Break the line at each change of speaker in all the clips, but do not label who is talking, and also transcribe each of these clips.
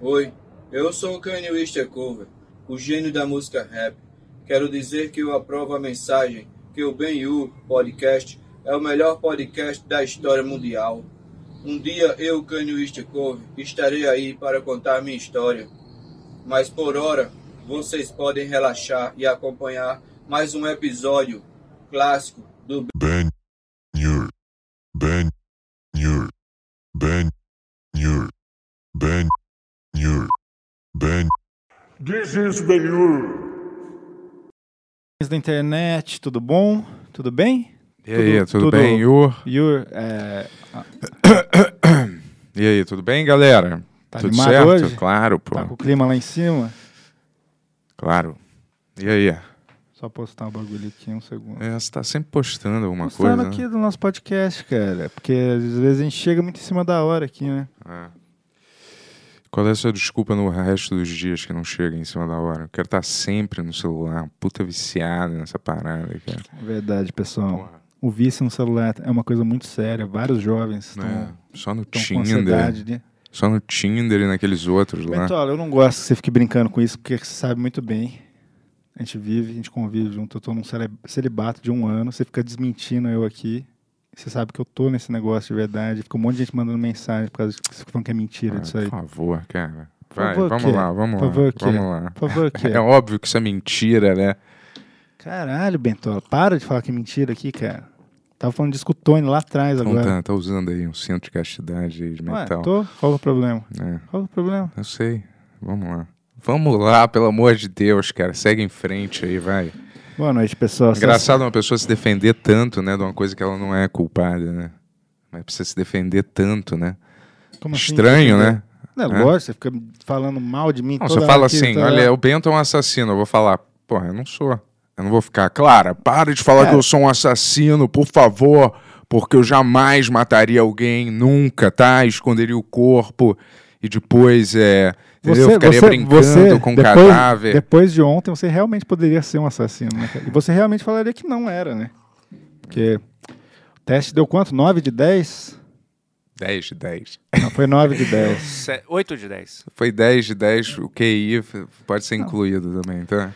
Oi, eu sou Kanye West Cover, o gênio da música rap. Quero dizer que eu aprovo a mensagem que o Ben U Podcast é o melhor podcast da história mundial. Um dia eu, Kanye West Cover, estarei aí para contar minha história. Mas por hora, vocês podem relaxar e acompanhar mais um episódio clássico do
Ben Nur. Ben Nur. Ben Nur. Ben Nur. Ben.
This is Benhur.
Amigos da internet, tudo bom? Tudo bem?
E aí, tudo, bem, Yu?
Yur, é,
E aí, tudo bem, galera?
Tá
tudo
animado
certo?
hoje?
Claro, pô.
tá com o clima lá em cima?
Claro. E aí?
Só postar um bagulho aqui um segundo.
É, você tá sempre postando alguma
Postando
coisa.
aqui
né?
do nosso podcast, cara, porque às vezes a gente chega muito em cima da hora aqui, né?
Qual é a sua desculpa no resto dos dias que não chega em cima da hora? Eu quero estar sempre no celular, uma puta viciado nessa parada, aí, cara.
É verdade, pessoal.
Porra.
O vício no celular é uma coisa muito séria. Vários jovens estão
É, só no
com ansiedade,
Tinder.
né?
Só no Tinder e naqueles outros lá.
Bentola, eu não gosto que você fique brincando com isso, porque você sabe muito bem. A gente vive, a gente convive junto. Eu tô num cele- celibato de um ano, você fica desmentindo eu aqui. Você sabe que eu tô nesse negócio de verdade. Fica um monte de gente mandando mensagem por causa de que você fica falando que é mentira
Ah,
disso aí.
Por favor, cara.
Por
Vai,
favor, o quê?
vamos lá, vamos
Por favor,
lá.
o quê?
Vamos lá.
Por favor, aqui.
É óbvio que isso é mentira, né?
Caralho, Bentola, para de falar que é mentira aqui, cara. Tava falando de escutone lá atrás
Então
agora.
tá, tá usando aí um centro de castidade aí de
Ué,
mental.
tô? Qual que é o problema?
então. É,
Qual que é o problema?
eu sei. Vamos lá. Vamos lá, pelo amor de Deus, cara. Segue em frente aí, vai.
Boa noite, pessoal.
Engraçado uma pessoa se defender tanto, né? De uma coisa que ela não é culpada, né? Mas precisa se defender tanto, né?
Como assim?
Estranho, né?
É, lógico, você fica falando mal de mim
Não,
toda
você fala
hora aqui,
assim,
tá lá.
olha, o Bento é um assassino. Eu vou falar, porra, eu não sou. Eu não vou ficar, Clara, para de falar
É.
que eu sou um assassino, por favor, porque eu jamais mataria alguém, nunca, tá? Esconderia o corpo e depois, é... entendeu? Eu ficaria brincando com um
depois,
cadáver.
Depois de ontem, você realmente poderia ser um assassino, né? cara? E você realmente falaria que não era, né? Porque o teste deu quanto? 9 de 10?
10 de 10.
Não, foi 9 de 10.
8 de 10.
Foi 10 de 10, o QI f- pode ser incluído também, tá?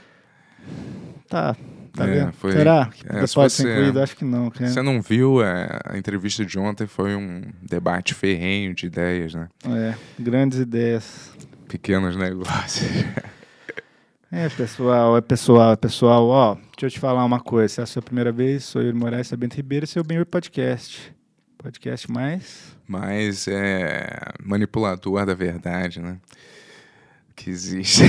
Tá, tá
É,
vendo?
foi-
Será que
é, se
pode ser
fosse-
incluído? Acho que não, cara.
Você não viu, é, a entrevista de ontem foi um debate ferrenho de ideias, né?
É, grandes ideias.
Pequenos negócios.
É, pessoal, é pessoal, é pessoal. Ó, deixa eu te falar uma coisa. Se é a sua primeira vez, sou Yuri Moraes, sou Bento Ribeiro, é seu Benhur Podcast. Podcast mais...
Mas é manipulador da verdade, né? Que existe.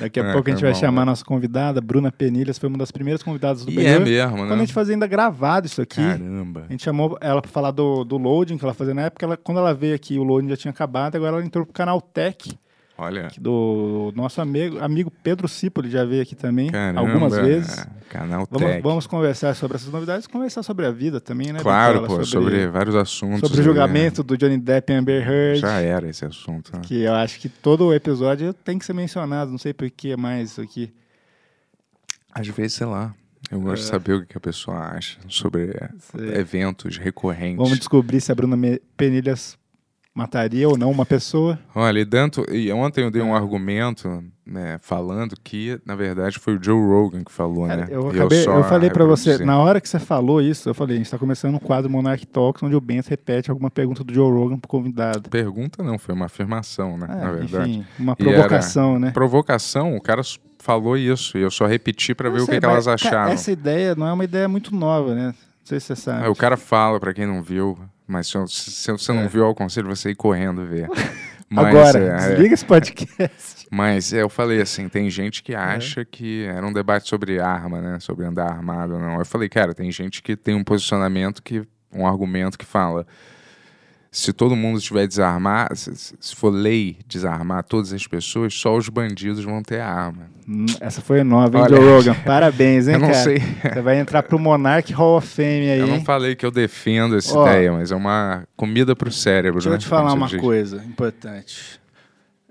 Daqui a
É,
pouco a gente
foi
vai
bom,
chamar
né?
nossa convidada, Bruna Penilhas, foi uma das primeiras convidadas do
e é
Benhur.
mesmo,
Quando a
né?
gente fazia ainda gravado isso aqui,
Caramba.
a gente chamou ela pra falar do, do loading que ela fazia na época. Ela, quando ela veio aqui, o loading já tinha acabado, agora ela entrou pro canal Tech,
Olha.
que do nosso amigo, amigo Pedro Cipoli, já veio aqui também
Caramba.
algumas vezes.
Canal Tech.
Vamos, vamos conversar sobre essas novidades, conversar sobre a vida também, né?
claro,
Bitola?
pô, sobre, vários assuntos.
sobre o
aí,
julgamento do Johnny Depp e Amber
né?
Heard.
Já era esse assunto. né?
Que eu acho que todo episódio tem que ser mencionado, não sei por que mais isso aqui.
Às vezes, sei lá. Eu gosto de
É.
saber o que a pessoa acha sobre é,
Sei.
eventos recorrentes.
Vamos descobrir se a Bruna Me- Penilhas mataria ou não uma pessoa.
Olha, e, tanto, e ontem eu dei
É.
um argumento né, falando que, na verdade, foi o Joe Rogan que falou,
Cara,
né?
eu,
E
acabei,
só
eu falei pra você,
reproduzi.
na hora que você falou isso, eu falei, a gente tá começando um quadro Monarch Talks, onde o Bento repete alguma pergunta do Joe Rogan pro convidado.
Pergunta não, foi uma afirmação, né? na
Ah,
verdade.
enfim, uma
E era-
provocação, né?
Provocação, o cara s- falou isso e eu só repeti pra ver
Não
o que,
sei,
que
mas,
elas
cara,
acharam.
Essa ideia não é uma ideia muito nova, né? Não sei se você sabe.
Aí o cara fala, pra quem não viu, mas se se- se você não viu, eu aconselho você ir correndo ver. Mas,
É. Agora,
é, é,
desliga esse podcast.
mas é, eu falei assim, tem gente que acha que era um debate sobre arma, né? Sobre andar armado ou não. Eu falei, cara, tem gente que tem um posicionamento que. um argumento que fala. Se todo mundo estiver desarmado, se, se- se for lei desarmar todas as pessoas, só os bandidos vão ter arma.
Hum, Essa foi nova, hein,
Olha.
Joe Rogan? Parabéns, hein,
eu não
cara?
sei.
Você vai entrar pro Monarch Hall of Fame aí,
Eu não
hein?
falei que eu defendo essa
Ó,
ideia, mas é uma comida pro cérebro.
Deixa eu
né?
te falar
Como
uma
se diz.
coisa importante.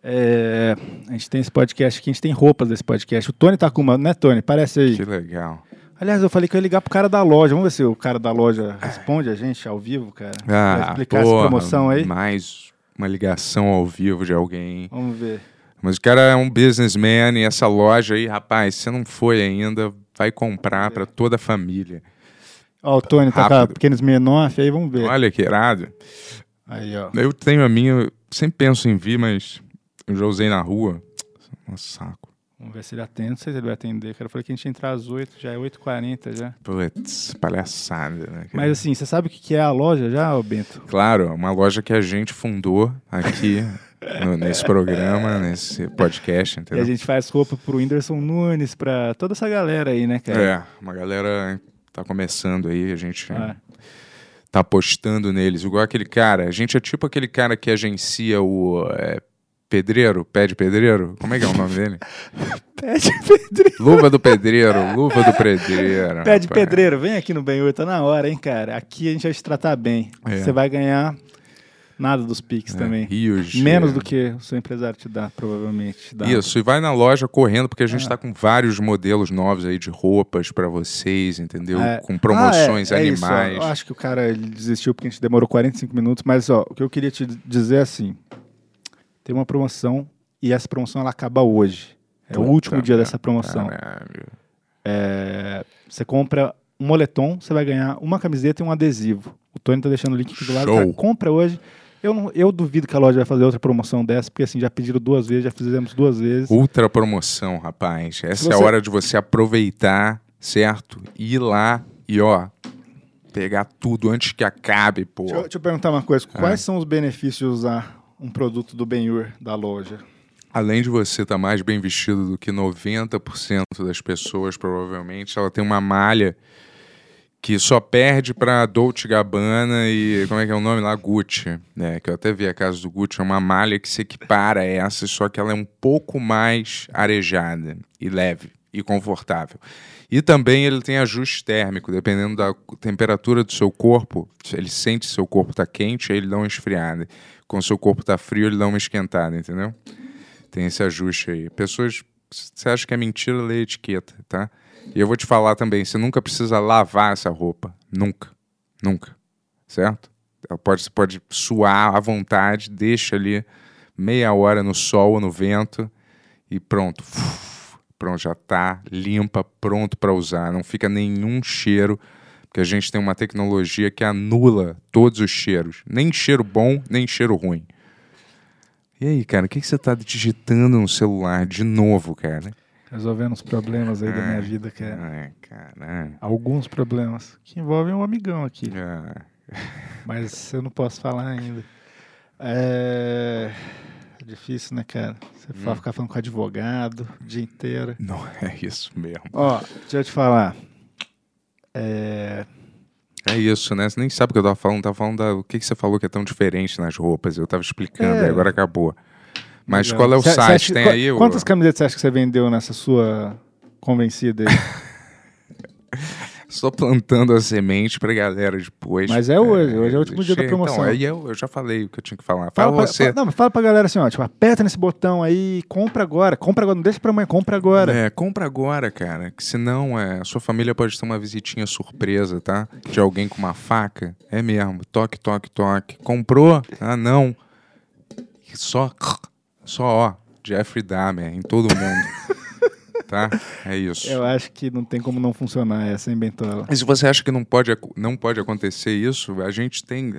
É, a gente tem esse podcast aqui, a gente tem roupas desse podcast. O Tony tá com uma, né, Tony? Parece aí.
Que legal.
Aliás, eu falei que eu ia ligar pro cara da loja. Vamos ver se o cara da loja responde a gente ao vivo, cara. Vai
Ah,
explicar essa
porra,
promoção aí.
Mais uma ligação ao vivo de alguém.
Vamos ver.
Mas o cara é um businessman e essa loja aí, rapaz, você não foi ainda, vai comprar para toda a família.
Ó, o Tony tá com a
Rápido.
pequenos Menoff, aí vamos ver.
Olha que irado.
Aí, ó.
Eu tenho a minha, eu sempre penso em vir, mas eu já usei na rua. Nossa, saco.
Vamos ver se ele atende, não sei se ele vai atender. Cara, eu falei que a gente ia entrar às 8, já é 8h40 já.
Putz, palhaçada, né? cara?
Mas assim, você sabe o que que é a loja já, ô Bento?
Claro, é uma loja que a gente fundou aqui no- nesse programa, nesse podcast,
E a
entendeu?
gente faz roupa pro Whindersson Nunes, pra toda essa galera aí, né, cara?
É, uma galera tá começando aí, a gente
Ah,
tá apostando neles, igual aquele cara. A gente é tipo aquele cara que agencia o é, pedreiro, pé de pedreiro, como é que é o nome dele?
pé de pedreiro.
Luva do pedreiro, luva do pedreiro.
Pé de
rapaz.
pedreiro, vem aqui no Benhur, tá na hora, hein, cara? Aqui a gente vai te tratar bem.
É.
Você vai ganhar nada dos Pix
É,
também.
Rios.
Menos
é.
do que o seu empresário te dá, provavelmente. te Dá. Ah.
Isso, e vai na loja correndo, porque a gente tá com vários modelos novos aí de roupas pra vocês, entendeu?
É.
Com promoções
Ah, é, é isso, ó.
animais.
eu acho que o cara ele desistiu porque a gente demorou 45 minutos, mas ó, o que eu queria te dizer é assim: tem uma promoção e essa promoção ela acaba hoje. É o
Puta
último dia
merda,
dessa promoção. É,
Caralho.
Você compra um moletom, você vai ganhar uma camiseta e um adesivo. O Tony tá deixando o link aqui do lado.
Show.
Cara, compra hoje. Eu, não- eu duvido que a loja vai fazer outra promoção dessa, porque assim, já pediram duas vezes, já fizemos duas vezes.
Ultra promoção, rapaz. Essa é a
você-
hora de você aproveitar, certo? Ir lá e, ó, pegar tudo antes que acabe, pô.
Deixa eu, deixa eu perguntar uma coisa:
É.
quais são os benefícios de usar um produto do Benhur da loja?
Além de você estar mais bem vestido do que 90% das pessoas, provavelmente, ela tem uma malha que só perde pra Dolce Gabbana e como é que é o nome lá? Gucci, né? Que eu até vi a casa do Gucci, é uma malha que se equipara a essa, só que ela é um pouco mais arejada e leve e confortável. E também ele tem ajuste térmico, dependendo da temperatura do seu corpo, ele sente se seu corpo tá quente, aí ele dá uma esfriada. Quando seu corpo tá frio, ele dá uma esquentada, entendeu? Tem esse ajuste aí. Pessoas, você acha que é mentira, lê a etiqueta, tá? E eu vou te falar também, você nunca precisa lavar essa roupa. Nunca. Nunca. Certo? Ela pode, você pode suar à vontade, deixa ali meia hora no sol ou no vento e pronto. Uf, Pronto, já tá limpa, pronto para usar. Não fica nenhum cheiro, porque a gente tem uma tecnologia que anula todos os cheiros. Nem cheiro bom, nem cheiro ruim. E aí, cara, o que, que você tá digitando no celular de novo, cara?
Resolvendo os problemas aí da
É.
minha vida, cara.
Ai, caralho.
Alguns problemas que envolvem um amigão aqui,
Ah,
mas eu não posso falar ainda. É. é Difícil, né, cara? Você vai ficar falando com advogado o dia inteiro.
não Hum. é isso mesmo.
Ó, deixa eu te falar.
É isso, né? Você nem sabe o que eu tava falando. Tava falando da... o que, que você falou que é tão diferente nas roupas. Eu tava explicando,
É.
aí agora acabou. Mas qual é o
Cê- cê
site?
acha-
Tem
qu-
aí o...
Quantas camisetas você acha que você vendeu nessa sua convencida aí?
Só plantando a semente pra galera depois.
Mas é hoje, hoje é o último dia da
chega.
promoção.
Então, aí eu, eu já falei o que eu tinha que falar. Fala,
Fala pra,
você.
fala, não, mas fala pra galera assim, ó. Tipo, aperta nesse botão aí, compra agora. Compra agora, não deixa pra amanhã, compra agora.
É, compra agora, cara. Que senão é, a sua família pode ter uma visitinha surpresa, tá? De alguém com uma faca. É mesmo. Toque, toque, toque. Comprou? Ah, não. E Só, só, ó. Jeffrey Dahmer em todo mundo. tá? É isso.
Eu acho que não tem como não funcionar essa, hein, Bentola?
E se você acha que não pode, ac- não pode acontecer isso, a gente tem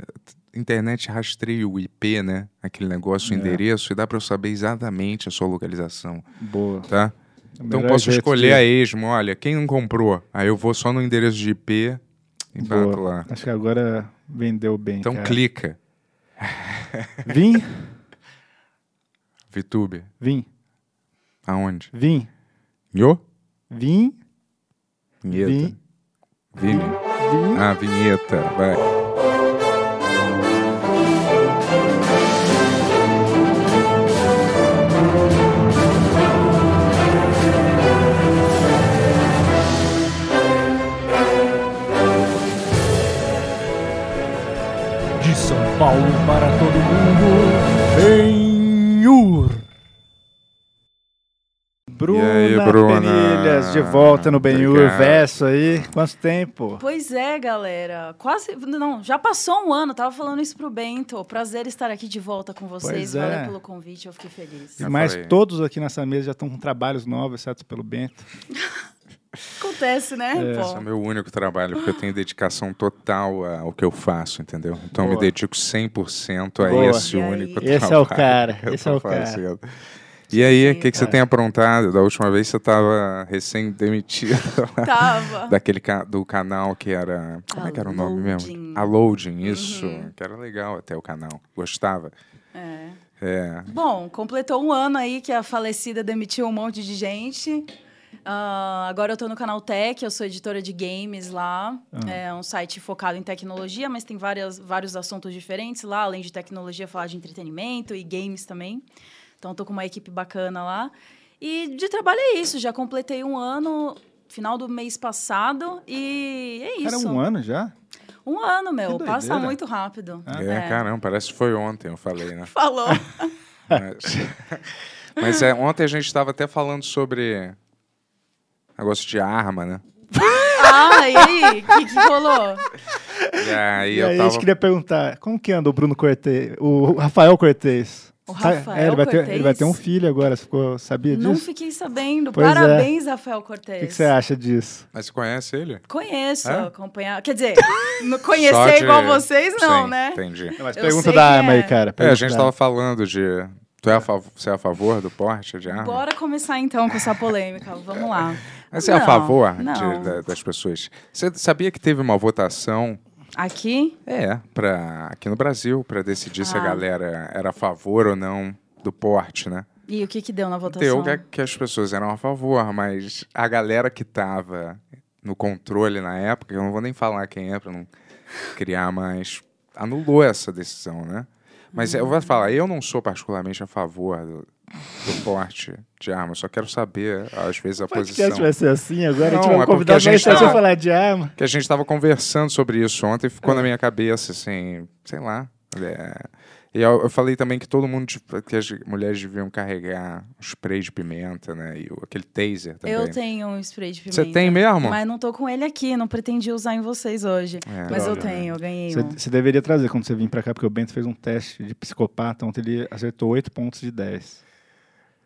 internet rastreia o IP, né? Aquele negócio, o
É.
endereço, e dá pra eu saber exatamente a sua localização,
Boa.
tá? Então
Melhor
posso
jeito
escolher
de-
a esmo, olha, quem não comprou, aí eu vou só no endereço de IP e bato
Boa. É.
lá.
Acho que agora vendeu bem.
Então
cara.
clica,
Vim,
VTube,
vim,
aonde?
vim,
Nhô?
vim,
Vinheta.
vim,
Vini.
vim.
Ah, vinheta, vai.
De São Paulo para todo mundo, Benhur.
Bruna,
aí, Bruna?
Penilhas, de volta no Benhur
Obrigado.
Verso aí. Quanto tempo?
Pois é, galera. Quase. Não, já passou um ano. Tava falando isso pro Bento. Prazer estar aqui de volta com vocês.
Pois é.
Valeu pelo convite, eu fiquei feliz.
E
Já
mais
falei.
todos aqui nessa mesa já estão com trabalhos novos, exceto pelo Bento.
Acontece, né?
Esse é o
Pô.
meu único trabalho, porque eu tenho dedicação total a- ao que eu faço, entendeu? Então eu me
Boa.
dedico 100% a
Boa.
esse
E aí?
único trabalho.
Esse é o cara,
que eu
esse
tô
é o cara.
fazendo. E aí, o
Sim,
que, que você tem aprontado? Da última vez você estava recém-demitido lá
Tava.
daquele ca- do canal que era. Como é que era o nome mesmo?
Uploading.
A Loading, isso.
Uhum.
Que era legal até o canal. Gostava.
É.
É.
Bom, completou um ano aí que a falecida demitiu um monte de gente. Ah, agora eu tô no canal Tech, eu sou editora de games lá.
Ah.
É um site focado em tecnologia, mas tem várias, vários assuntos diferentes lá. Além de tecnologia, falar de entretenimento e games também. Então, eu tô com uma equipe bacana lá. E de trabalho é isso. Já completei um ano, final do mês passado. E é isso.
Era um ano já?
Um ano, meu.
Que
Passa
doideira.
muito rápido. É.
é, caramba, parece que foi ontem, eu falei, né?
Falou.
Mas, mas é, ontem a gente estava até falando sobre negócio de arma, né?
ah, e aí? O que, que rolou?
E aí
E é
eu
aí a
tava.
gente queria perguntar, como que anda o Bruno Cortez? O Rafael Cortez.
O
Tá-
Rafael
ele vai ter,
Cortez?
Ele vai ter um filho agora, você ficou, sabia
Não
disso?
fiquei sabendo.
Pois é.
Parabéns, Rafael
O
Cortez.
que, que você acha disso?
Mas você conhece ele?
Conheço,
É?
acompanhar. Quer dizer, não conhecer
Só de-
igual vocês, não,
Sim,
né?
Entendi.
Mas
Eu
pergunta
sei
da
que
arma
é.
aí, cara.
É,
pergunta
a gente
da
tava
arma.
falando de. Tu é a, fav- você é a favor do porte de arma?
Bora começar então com essa polêmica. Vamos lá.
Mas Você é a
Não,
favor de-
não.
da- das pessoas? Você sabia que teve uma votação
Aqui?
É, pra, aqui no Brasil, para decidir se a
Ah.
galera era a favor ou não do porte, né?
E o que que deu na votação?
Deu que, que as pessoas eram a favor, mas a galera que tava no controle na época, eu não vou nem falar quem é para não criar mais, anulou essa decisão, né? Mas eu vou falar, eu não sou particularmente a favor do, do porte de arma, eu só quero saber, às vezes, a
O podcast
posição.
vai ser assim agora? a
Não,
gente vai
é porque
convidar
a gente
nós pra
tá-
falar de arma.
Que a gente tava conversando sobre isso ontem e ficou
É.
na minha cabeça, assim, sei lá. É. E eu, eu falei também que todo mundo, tipo, que as mulheres deviam carregar um spray de pimenta, né? E o- aquele taser também.
Eu tenho um spray de pimenta.
Você tem mesmo?
Mas não tô com ele aqui, não pretendi usar em vocês hoje.
É,
mas eu
droga.
tenho, eu ganhei
Você
um.
você deveria trazer quando você vir pra cá, porque o Bento fez um teste de psicopata, ontem ele acertou 8 pontos de 10.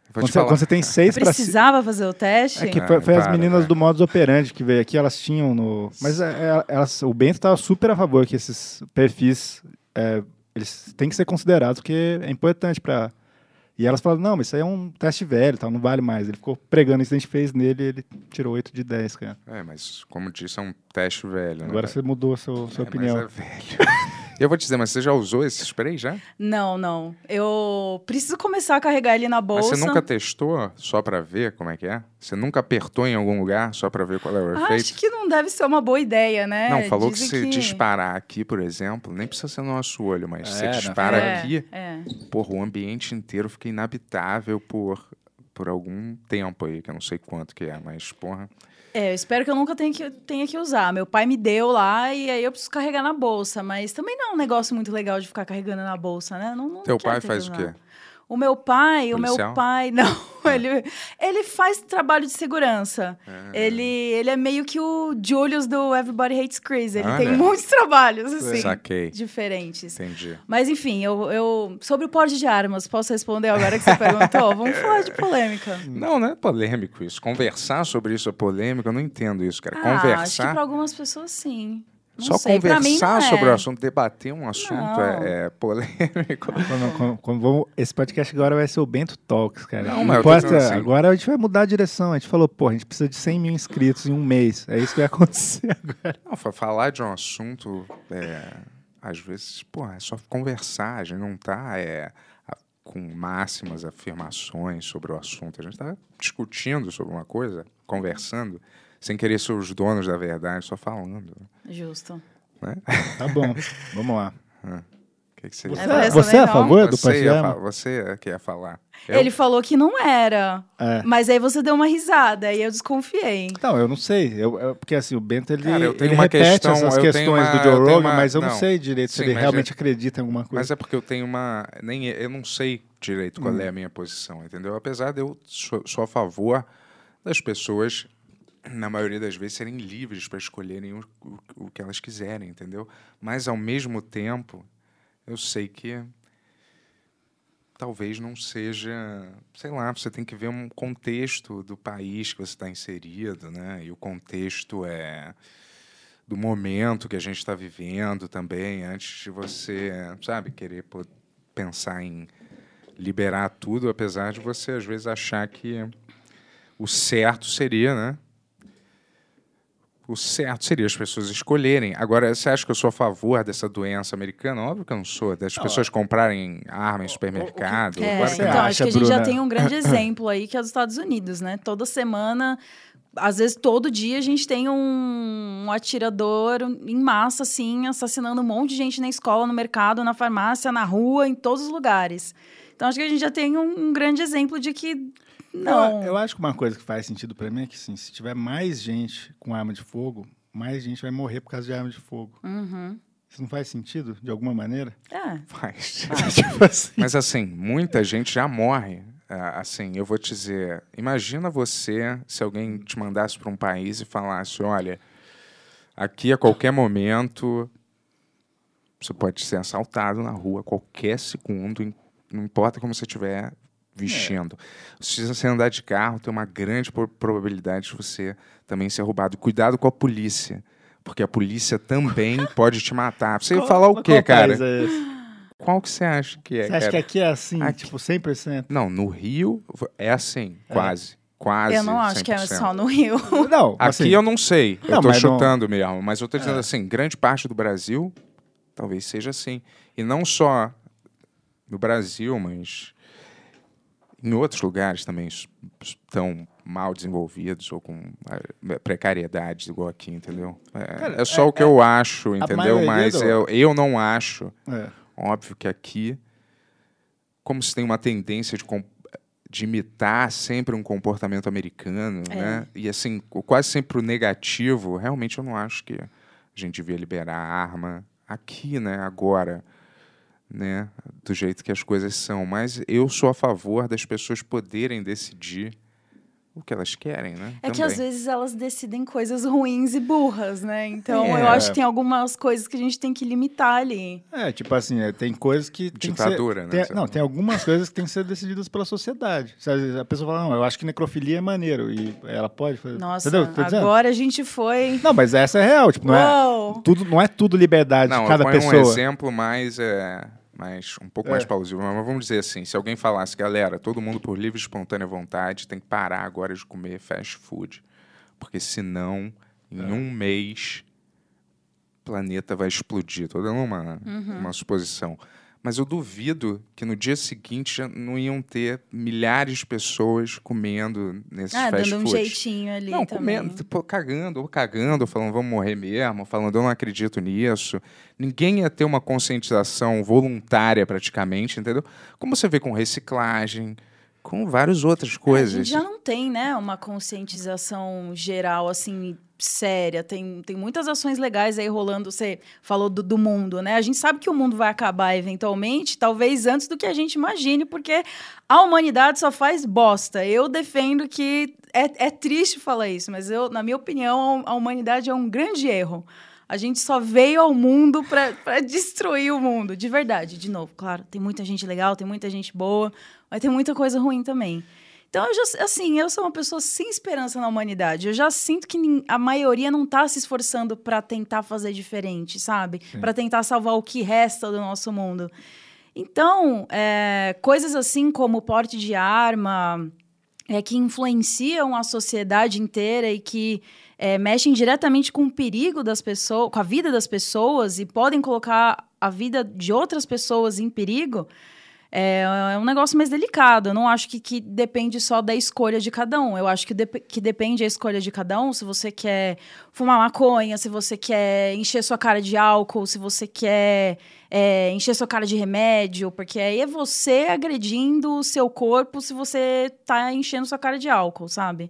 Vou
Quando você,
te falar.
quando você tem 6 pra cima.
Precisava fazer o teste?
É que foi,
Ah,
foi as
para,
meninas
né?
do Modus Operandi que veio aqui, elas tinham no. Mas é, é, elas, o Bento estava super a favor que esses perfis é, eles têm que ser considerados, porque é importante para. E elas falaram: não, mas isso aí é um teste velho, tal, não vale mais. Ele ficou pregando isso, a gente fez nele e ele tirou 8 de 10, cara.
É, mas como disse, é um teste velho, né?
Agora você mudou a sua, sua
É, mas
opinião.
é velho. E eu vou te dizer, mas você já usou esse spray já?
Não, não. Eu preciso começar a carregar ele na bolsa.
Mas você nunca tá testou só pra ver como é que é? Você nunca apertou em algum lugar só pra ver qual é o efeito?
Ah, Acho que não deve ser uma boa ideia, né?
Não, falou que
Dizem
se disparar aqui, por exemplo, nem precisa ser no nosso olho, mas se
É, né?
dispara
É,
aqui,
É.
Porra, o ambiente inteiro fica inabitável por, por algum tempo aí, que eu não sei quanto que é, mas, porra.
É, eu espero que eu nunca tenha que, tenha que usar. Meu pai me deu lá e aí eu preciso carregar na bolsa. Mas também não é um negócio muito legal de ficar carregando na bolsa, né? Não, não
Teu
quero
pai
ter
faz
que
o
usar.
quê?
O meu pai, o
Policial? Ah.
meu pai, não. Ele, ele faz trabalho de segurança. Ele, ele é meio que o Julius do Everybody Hates Chris. Ele
Ah,
tem
né?
muitos trabalhos, assim,
Saquei.
diferentes.
Entendi.
Mas enfim, eu, eu. Sobre o porte de armas, posso responder agora que você perguntou? Vamos falar de polêmica.
Não, não é polêmico isso. Conversar sobre isso é polêmico, eu não entendo isso, cara.
Ah, acho que
conversar.
pra algumas pessoas sim. Não
Só
sei, pra mim
conversar
não é.
sobre o assunto, debater um assunto
Não.
é, é polêmico.
Quando- quando- quando vamos- esse podcast agora vai ser o Bento Talks, cara.
Não,
Não,
mas eu tô
importa,
dizendo assim-
agora a gente vai mudar a direção. A gente falou, pô, a gente precisa de 100 mil inscritos em um mês. É isso que vai acontecer agora.
Não, fa- falar de um assunto, é, às vezes, pô, é só conversar, a gente não tá é, a- com máximas afirmações sobre o assunto, a gente tá discutindo sobre uma coisa, conversando, sem querer ser os donos da verdade, só falando.
Justo.
Né?
Tá bom, vamos lá.
O que, que você
Essa-
ia
essa
Você é a
legal.
favor do
Você, é
Partido
ia
Arma?
fa- você é que ia falar. Eu-
Ele falou que não era.
É.
Mas aí você deu uma risada e eu desconfiei.
Não, Então, eu não sei. Eu, eu- porque assim, o Bento ele,
Cara, eu tenho
ele
uma
repete
questão,
essas
eu tenho
questões
uma-
do Joe
eu tenho
Rogan,
uma-
mas eu não,
não.
sei direito se
Sim,
ele
mas
realmente
é-
acredita em alguma coisa.
Mas é porque eu tenho uma. Nem, eu não sei direito qual é a minha posição, entendeu? Apesar de eu sou, sou a favor das pessoas, na maioria das vezes, serem livres para escolherem o, o, o que elas quiserem, entendeu? Mas ao mesmo tempo, eu sei que talvez não seja, sei lá, você tem que ver um contexto do país que você está inserido, né? E o contexto é do momento que a gente está vivendo também, antes de você, sabe, querer pô, pensar em liberar tudo, apesar de você às vezes achar que o certo seria, né? O certo seria as pessoas escolherem. Agora, você acha que eu sou a favor dessa doença americana? Óbvio que eu não sou. Das pessoas comprarem arma em supermercado.
É,
claro que
você
então,
não.
acho
acha,
que a gente já
Bruna?
tem um grande exemplo aí, que é os Estados Unidos, né? Toda semana, às vezes todo dia, a gente tem um, um atirador em massa, assim, assassinando um monte de gente na escola, no mercado, na farmácia, na rua, em todos os lugares. Então, acho que a gente já tem um, um grande exemplo de que não.
Eu, eu acho que uma coisa que faz sentido pra mim é que, sim, se tiver mais gente com arma de fogo, mais gente vai morrer por causa de arma de fogo.
Uhum.
Isso não faz sentido, de alguma maneira?
É.
Faz.
tipo assim.
Mas assim, muita gente já morre. Ah, Assim, eu vou te dizer, imagina você se alguém te mandasse para um país e falasse, olha, aqui a qualquer momento você pode ser assaltado na rua a qualquer segundo, em- não importa como você estiver vestindo.
É.
Se você andar de carro, tem uma grande pro- probabilidade de você também ser roubado. Cuidado com a polícia, porque a polícia também pode te matar. Você ia
Qual-
falar o
qual
quê, cara?
país é esse?
Qual que você acha que é,
Você
cara?
acha que aqui é assim,
Aqui.
tipo 100%?
Não, no Rio é assim, quase. Quase.
Eu não acho que é
100%.
só no Rio. É.
Não,
Aqui
assim,
eu não sei.
Não,
eu tô
mas não-
chutando mesmo. Mas eu tô dizendo assim: grande parte do Brasil talvez seja assim. E não só no Brasil, mas em outros lugares também s- s- tão mal desenvolvidos ou com ah, precariedades igual aqui, entendeu? É, é só o que eu acho, entendeu?
maioria
Mas
do-
eu, eu não acho
é.
Óbvio que aqui, como se tem uma tendência de, com- de imitar sempre um comportamento americano,
É.
né? E assim, qu- quase sempre o negativo, realmente eu não acho que a gente devia liberar a arma aqui, né? Agora, né? Do jeito que as coisas são. Mas eu sou a favor das pessoas poderem decidir o que elas querem, né?
É que às
Também.
vezes elas decidem coisas ruins e burras, né? Então
É.
eu acho que tem algumas coisas que a gente tem que limitar ali.
É, tipo assim, é, tem coisas que. tem que ser-
Ditadura, né?
tem-
Sei
não,
lá.
tem algumas coisas que têm que ser decididas pela sociedade. Se às vezes a pessoa fala, não, eu acho que necrofilia é maneiro. E ela pode fazer.
Nossa,
entendeu? o que eu tô dizendo?
agora a gente foi.
Não, mas essa é real, tipo, não
Uou!
é. Tudo, não é tudo liberdade
Não,
de
eu
cada
ponho
pessoa. É.
um exemplo mais, é, mais um pouco mais plausível, mas vamos dizer assim, se alguém falasse, galera, todo mundo por livre e espontânea vontade tem que parar agora de comer fast food, porque senão, em
É.
um mês, o planeta vai explodir. Estou dando uma,
Uhum.
uma suposição. Mas eu duvido que no dia seguinte já não iam ter milhares de pessoas comendo nesses
Ah,
fast
dando um
food.
jeitinho ali
Não,
também.
comendo, tipo, cagando, ou cagando, ou falando, vamos morrer mesmo, ou falando, eu não acredito nisso. Ninguém ia ter uma conscientização voluntária, praticamente, entendeu? Como você vê com reciclagem, com várias outras coisas.
A gente É, já não tem, né, uma conscientização geral, assim, séria. Tem, tem muitas ações legais aí rolando. Você falou do, do mundo, né? A gente sabe que o mundo vai acabar eventualmente, talvez antes do que a gente imagine, porque a humanidade só faz bosta. Eu defendo que. É, é triste falar isso, mas eu, na minha opinião, a humanidade é um grande erro. A gente só veio ao mundo para destruir o mundo, de verdade. De novo, claro, tem muita gente legal, tem muita gente boa, mas tem muita coisa ruim também. Então, eu já, assim, eu sou uma pessoa sem esperança na humanidade. Eu já sinto que nin- a maioria não tá se esforçando para tentar fazer diferente, sabe? Para tentar salvar o que resta do nosso mundo. Então, é, coisas assim como porte de arma, é, que influenciam a sociedade inteira e que é, mexem diretamente com o perigo das pessoas, com a vida das pessoas e podem colocar a vida de outras pessoas em perigo, é, É, é um negócio mais delicado. Eu não acho que, que depende só da escolha de cada um. Eu acho que, dep- que depende a escolha de cada um. Se você quer fumar maconha, se você quer encher sua cara de álcool, se você quer é, encher sua cara de remédio, porque aí é você agredindo o seu corpo se você tá enchendo sua cara de álcool, sabe?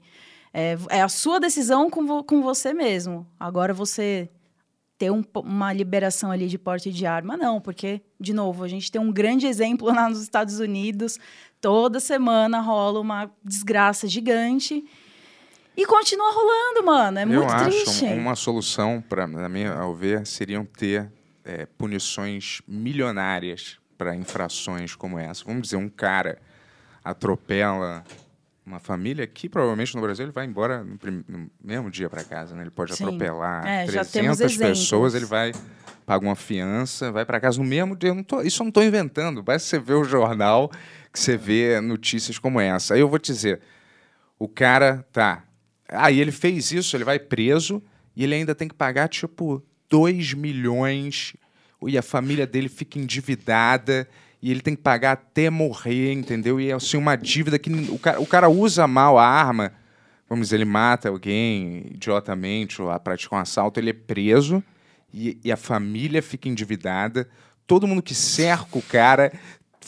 É, é a sua decisão com, vo- com você mesmo. Agora você ter um po- uma liberação ali de porte de arma, não, porque, de novo, a gente tem um grande exemplo lá nos Estados Unidos. Toda semana rola uma desgraça gigante. E continua rolando, mano. É
eu
muito
acho
triste.
um- uma solução, pra, na minha, ao ver, seriam ter é, punições milionárias para infrações como essa. Vamos dizer, um cara atropela uma família que provavelmente no Brasil ele vai embora no, prim- no mesmo dia para casa, né? Ele pode
Sim.
atropelar
É, já temos
300 pessoas,
exemplos.
ele vai paga uma fiança, vai para casa no mesmo dia. Eu não tô- isso eu não estou inventando. Basta você ver o jornal que você vê notícias como essa. Aí eu vou te dizer, o cara tá. Aí ele fez isso, ele vai preso e ele ainda tem que pagar tipo 2 milhões e a família dele fica endividada e ele tem que pagar até morrer, entendeu? E é assim uma dívida que nin- o cara, o cara usa mal a arma. Vamos dizer, ele mata alguém idiotamente ou a- pratica um assalto, ele é preso e, e a família fica endividada. Todo mundo que cerca o cara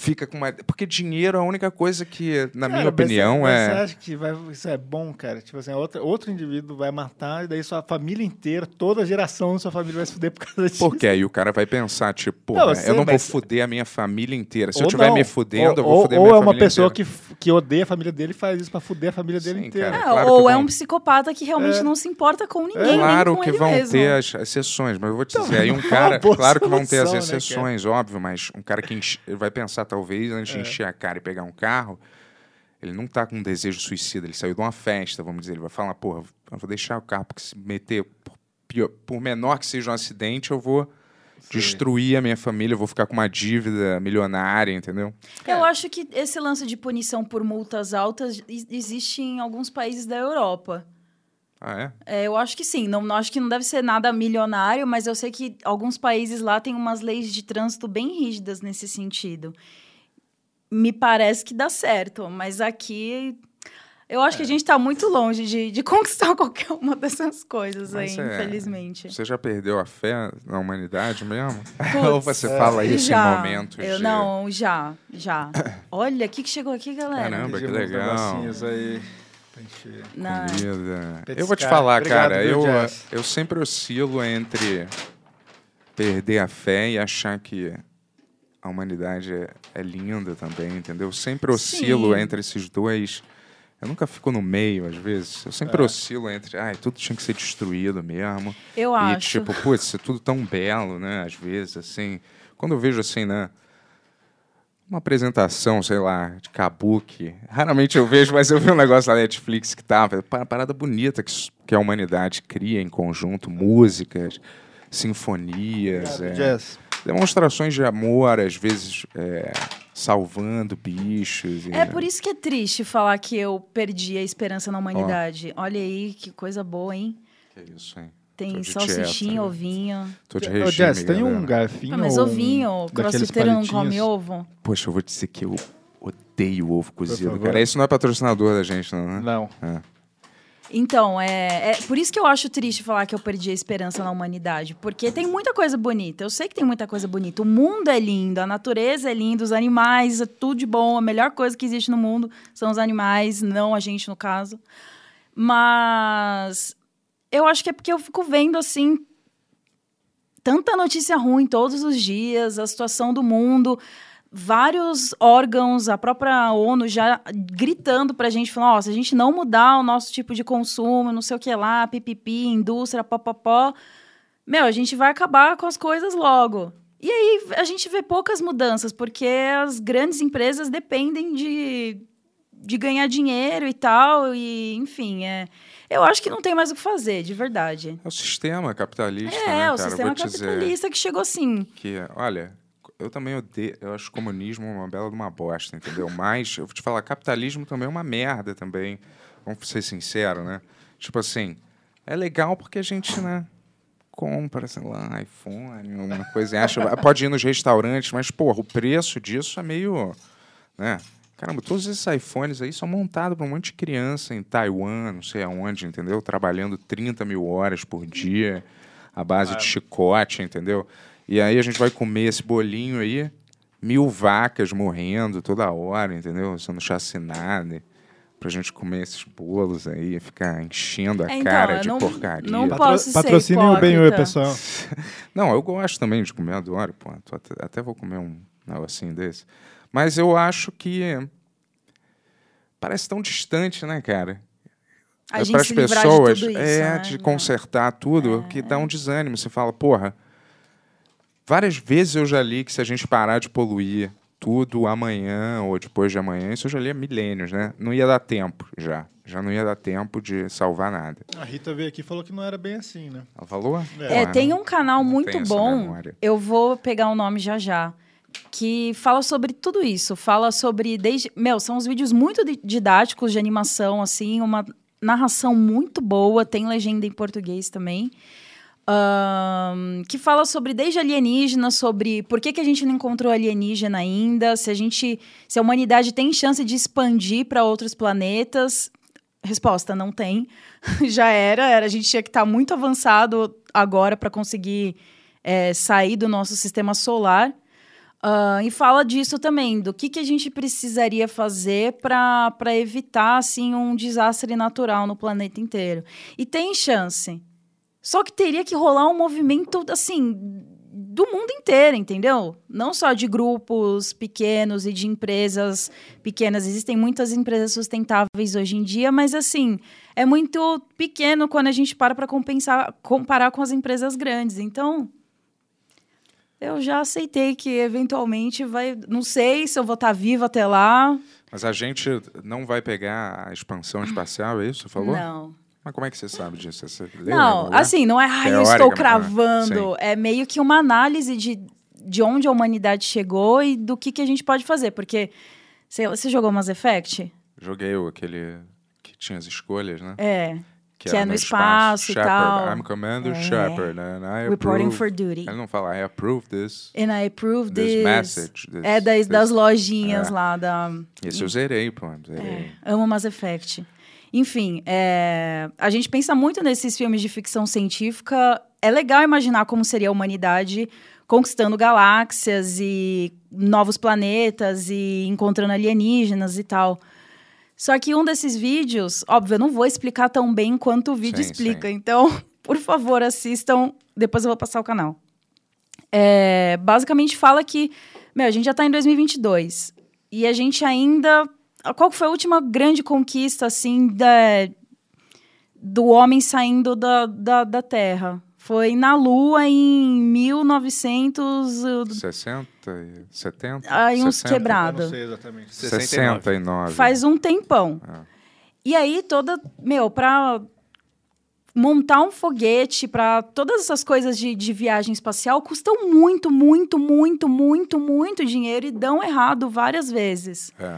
fica com uma. Porque dinheiro é a única coisa que, na minha opinião, é.
Você acha que vai- isso é bom, cara? Tipo assim, outra- outro indivíduo vai matar, e daí sua família inteira, toda a geração da sua família vai se fuder por causa disso.
Porque aí o cara vai pensar, tipo, pô,
Não, eu
né,
sei,
eu não vou
mas-
fuder a minha família inteira. Se
Ou
eu tiver
não.
me fudendo, eu
Ou-
vou fuder
Ou,
minha
ou é
família
uma pessoa
inteira.
que, f- que odeia a família dele e faz isso pra fuder a família dele
Sim,
inteira.
cara.
É,
claro que
ou é
vão-
um psicopata que realmente
É.
não se importa com ninguém,
Claro
nem com
que
ele
vão
mesmo. Então,
ter as, as exceções, mas eu vou te dizer, aí um
não é
cara,
uma boa
claro que vão ter as
solução, né,
exceções, óbvio, mas um cara que enche- ele vai pensar, talvez, antes
É.
de encher a cara e pegar um carro, ele não tá com um desejo suicida, ele saiu de uma festa, vamos dizer, ele vai falar, porra, eu vou deixar o carro, porque se meter, por, pior- por menor que seja um acidente, eu vou destruir a minha família, eu vou ficar com uma dívida milionária, entendeu?
Eu acho que esse lance de punição por multas altas e- existe em alguns países da Europa.
Ah, é?
É, eu acho que sim. Não, não acho que não deve ser nada milionário, mas eu sei que alguns países lá têm umas leis de trânsito bem rígidas nesse sentido. Me parece que dá certo, mas aqui eu acho que a
É.
gente está muito longe de, de conquistar qualquer uma dessas coisas aí,
Mas é-
infelizmente.
Você já perdeu a fé na humanidade mesmo? Ou
Putz, É.
você fala isso
já.
em momentos
Eu
de...
não, já, já. Olha, o que, que chegou aqui, galera?
Caramba. que
É, Pedir uns
legal.
negocinhos aí pra encher.
Na-
Comida.
Petiscar.
Eu vou te falar,
Obrigado,
cara,
viu,
eu,
Jess?
eu sempre oscilo entre perder a fé e achar que a humanidade é, é linda também, entendeu? Eu sempre oscilo
Sim.
entre esses dois. Eu nunca fico no meio, às vezes. Eu sempre oscilo entre, ai, tudo tinha que ser destruído mesmo.
Eu
e,
acho.
tipo, putz, isso é tudo tão belo, né? Às vezes, assim. Quando eu vejo, assim, né? Uma apresentação, sei lá, de kabuki. Raramente eu vejo, mas eu vi um negócio na Netflix que tava. pa- Parada bonita que, s- que a humanidade cria em conjunto, músicas, sinfonias. é,
Jess,
demonstrações de amor, às vezes é, salvando bichos. e-
É por isso que é triste falar que eu perdi a esperança na humanidade. Olha aí, que coisa boa, hein?
Que é isso, hein? Tô
Tem
de
salsichinha,
dieta.
ovinho.
Tô de
Ô,
regime,
Jess, tem
galera.
um garfinho
Ah, mas
ou um
ovinho, o
daqueles
crossfiteiro não come
palitinhos?
ovo?
Poxa, eu vou te dizer que eu odeio ovo cozido,
favor.
cara. Isso não é patrocinador da gente, não, né?
Não.
Então, é, é por isso que eu acho triste falar que eu perdi a esperança na humanidade. Porque tem muita coisa bonita. Eu sei que tem muita coisa bonita. O mundo é lindo, a natureza é linda, os animais, é tudo de bom. A melhor coisa que existe no mundo são os animais, não a gente, no caso. Mas eu acho que é porque eu fico vendo assim. Tanta notícia ruim todos os dias, a situação do mundo, vários órgãos, a própria ONU já gritando pra gente, falando, ó, se a gente não mudar o nosso tipo de consumo, não sei o que lá, pipipi, indústria, popopó, meu, a gente vai acabar com as coisas logo. E aí a gente vê poucas mudanças, porque as grandes empresas dependem de, de ganhar dinheiro e tal, e enfim, é... Eu acho que não tem mais o que fazer, de verdade.
É o sistema capitalista,
É,
né, cara?
o
eu
sistema
vou te
capitalista que chegou assim.
dizer que, olha, eu também odeio, eu acho comunismo uma bela de uma bosta, entendeu? Mas eu vou te falar, capitalismo também é uma merda também. Vamos ser sinceros, né? Tipo assim, é legal porque a gente, né, compra, sei lá, iPhone, alguma coisa. e Acha, pode ir nos restaurantes, mas, porra, o preço disso é meio. Né? Caramba, todos esses iPhones aí são montados por um monte de criança em Taiwan, não sei aonde, entendeu? Trabalhando 30 mil horas por dia, à base de chicote, entendeu? E aí a gente vai comer esse bolinho aí, mil vacas morrendo toda hora, entendeu? Sendo chacinada. Pra gente comer esses bolos aí, ficar enchendo a
É, então,
cara
eu
de
não-
porcaria.
não
Patro-
posso ser
Patrocinem o Ben Ui,
hipócrita.
pessoal.
Não, eu gosto também de comer, adoro. Pô, tô até, até vou comer um negocinho desse. Mas eu acho que parece tão distante, né, cara?
A
É,
gente
pras
se livrar de tudo isso,
é,
né? É.
de
Não.
consertar tudo, que dá um desânimo. Você fala, porra, várias vezes eu já li que se a gente parar de poluir tudo amanhã ou depois de amanhã, isso eu já li há milênios, né? Não ia dar tempo já. Já não ia dar tempo de salvar nada.
A Rita veio aqui e falou que não era bem assim, né?
Ela falou? Ah,
É,
Porra,
tem um canal
não
muito
tenho essa
bom.
memória.
Eu vou pegar o nome já já. Que fala sobre tudo isso. Fala sobre. Desde, meu, são uns vídeos muito di- didáticos de animação, assim, uma narração muito boa. Tem legenda em português também. Ahn, que fala sobre desde alienígena, sobre por que, que a gente não encontrou alienígena ainda, se a gente. Se a humanidade tem chance de expandir para outros planetas. Resposta: não tem já era, era. A gente tinha que estar muito avançado agora para conseguir é, sair do nosso sistema solar. Ah, e fala disso também, do que, que a gente precisaria fazer para evitar assim, um desastre natural no planeta inteiro. E tem chance. Só que teria que rolar um movimento assim do mundo inteiro, entendeu? Não só de grupos pequenos e de empresas pequenas. Existem muitas empresas sustentáveis hoje em dia, mas assim, é muito pequeno quando a gente para para compensar, comparar com as empresas grandes. Então, eu já aceitei que eventualmente vai. Não sei se eu vou estar viva até lá.
Mas a gente não vai pegar a expansão espacial, é isso? que Você falou?
Não.
Mas como é que você sabe disso? Você leu em algum
Não,
lugar?
assim, não é, ah, eu
né? Teórica,
estou
mas-
cravando. É meio que uma análise de, de onde a humanidade chegou e do que, que a gente pode fazer. Porque, sei lá, você jogou Mass Effect?
Joguei o- aquele que tinha as escolhas, né?
É. que
era
é no espaço e
Shepard.
tal.
I'm Commander
É.
Shepard. né? And I
Reporting
approve.
for duty.
Ele não fala, I approve this,
And I approve
this,
this.
message. This,
É das,
this.
das lojinhas
É.
lá da.
Esse eu zerei, pô. Zerei.
Amo Mass Effect. Enfim, é, a gente pensa muito nesses filmes de ficção científica. É legal imaginar como seria a humanidade conquistando galáxias e novos planetas e encontrando alienígenas e tal. Só que um desses vídeos, óbvio, eu não vou explicar tão bem quanto o vídeo
Sim,
explica. Então, por favor, assistam. Depois eu vou passar o canal. É, basicamente fala que, meu, a gente já tá em 2022 e a gente ainda qual que foi a última grande conquista, assim, da- do homem saindo da, da, da Terra? Foi na Lua em 1900... eh,
60 e 70?
Aí uns
60?
Eu não
quebrados.
sei exatamente.
69.
Faz um tempão.
Ah.
E aí toda, meu, pra montar um foguete, pra todas essas coisas de, de viagem espacial custam muito, muito, muito, muito, muito dinheiro e dão errado várias vezes.
É.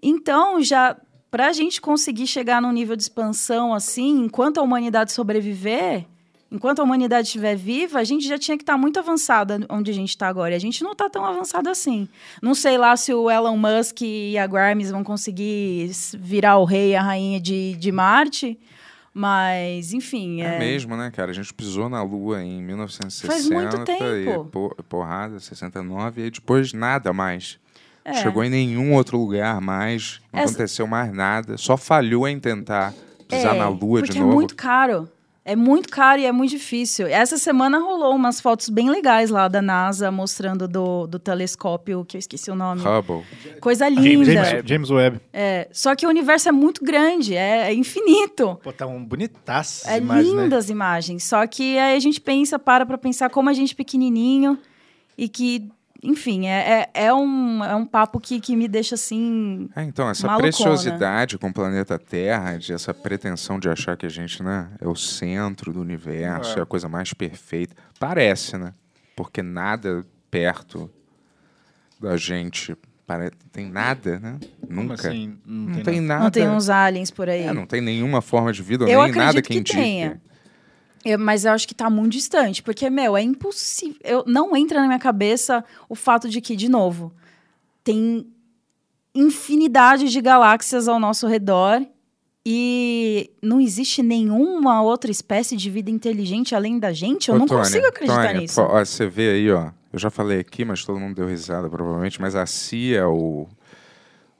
Então, já para a gente conseguir chegar num nível de expansão assim, enquanto a humanidade sobreviver, enquanto a humanidade estiver viva, a gente já tinha que estar muito avançada onde a gente está agora. E a gente não está tão avançado assim. Não sei lá se o Elon Musk e a Grimes vão conseguir s- virar o rei e a rainha de, de Marte, mas enfim.
É
é-
mesmo, né, cara? A gente pisou na Lua em 1960.
Faz muito
E
tempo.
po- porrada, 69, e aí depois nada mais.
É.
Chegou em nenhum outro lugar mais, não
Essa-
aconteceu mais nada. Só falhou em tentar pisar
É,
na Lua
porque
de novo.
é muito caro. É muito caro e é muito difícil. Essa semana rolou umas fotos bem legais lá da NASA mostrando do, do telescópio, que eu esqueci o nome.
Hubble.
Coisa
James,
linda.
James, James Webb.
É, só que o universo é muito grande, é, é infinito.
Pô, tá um bonitaço né?
É
né?
linda as imagens. Só que aí a gente pensa, para pra pensar como a gente é pequenininho e que, enfim, é, é, é um, é um papo que, que me deixa assim.
É, então, essa
Malucona.
preciosidade com o planeta Terra, de essa pretensão de achar que a gente né, é o centro do universo, é. a coisa mais perfeita. Parece, né? Porque nada perto da gente. pare- Tem nada, né? Nunca.
assim? não,
Não tem nada.
Não tem uns aliens por aí.
É, não tem nenhuma forma de vida,
Eu
nem nada
acredito
que,
que
indique.
tenha. Eu- mas eu acho que tá muito distante, porque, meu, é impossível. Eu, não entra na minha cabeça o fato de que, de novo, tem infinidade de galáxias ao nosso redor e não existe nenhuma outra espécie de vida inteligente além da gente. Então, Eu
Ô,
não
Tônia,
consigo acreditar
Tônia,
nisso.
pô, ó, você vê aí, ó. Eu já falei aqui, mas todo mundo deu risada, provavelmente. Mas a CIA, o,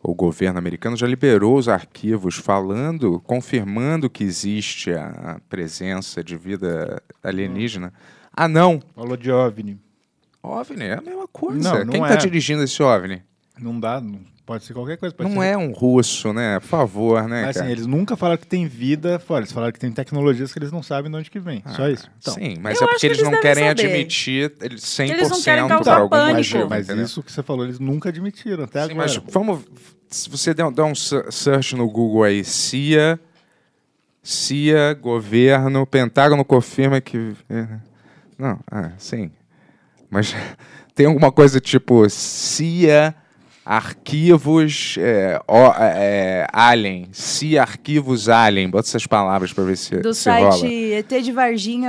o governo americano, já liberou os arquivos falando, confirmando que existe a a presença de vida alienígena.
Hum.
Ah, não!
Falou de OVNI.
OVNI é a mesma coisa.
Não, não
Quem está
é.
dirigindo esse OVNI?
Não dá, não- pode ser qualquer coisa. Pode
não
ser...
é um russo, né? Por favor, né,
Mas, assim,
cara?
eles nunca falaram que tem vida fora. Eles falaram que tem tecnologias que eles não sabem de onde que vem. Só isso.
Ah,
Então,
Sim, mas
Eu
é
acho
porque
que
eles,
eles
não
devem
querem
saber.
admitir eles 100%
Eles não querem
por
causar
algum
pânico.
motivo.
então, Mas
entendeu?
isso que você falou, eles nunca admitiram até
Sim,
agora.
mas vamos. Se você der, dá um se- search no Google aí, CIA, CIA, governo, Pentágono confirma que. é, Não, ah, sim. Mas tem alguma coisa tipo CIA, arquivos é, ó, é, Alien, CIA, arquivos Alien. Bota essas palavras pra ver se,
Do
se rola.
site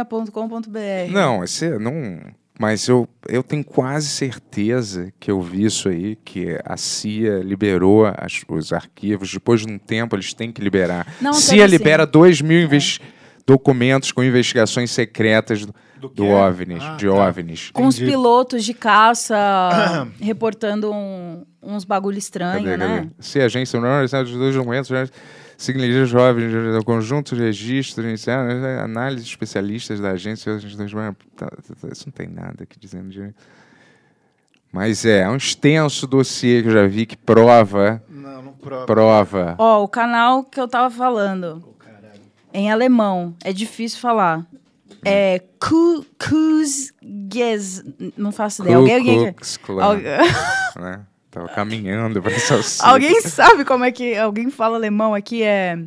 etdevarginha.com.br.
Não, você não. Mas eu, eu tenho quase certeza que eu vi isso aí, que a CIA liberou as- os arquivos. Depois de um tempo, eles têm que liberar.
Não,
CIA
deve sim.
libera 2 mil inves- documentos com investigações secretas do, do
quê?
OVNIs,
Ah,
de
tá.
OVNIs.
Com os
Entendi.
pilotos de caça reportando um- uns bagulho estranho,
Cadê,
né?
cadê? Se a agência não recebe os dois documentos, já significa jovem, já- já- conjunto de registro, inicial, né, já- análise de especialistas da agência, os dois- tá, tá, tá, isso não tem nada aqui dizendo direito. Mas é, é um extenso dossiê que eu já vi que prova,
Não, não prova.
prova.
Ó, o canal que eu tava falando. Em alemão. É difícil falar. É. Ku- Kuzges. Não faço ideia. Alguém, alguém,
Klux Klan,
Algu-
né? Tava caminhando pra essa
alguém sabe como é que. Alguém fala alemão aqui? É.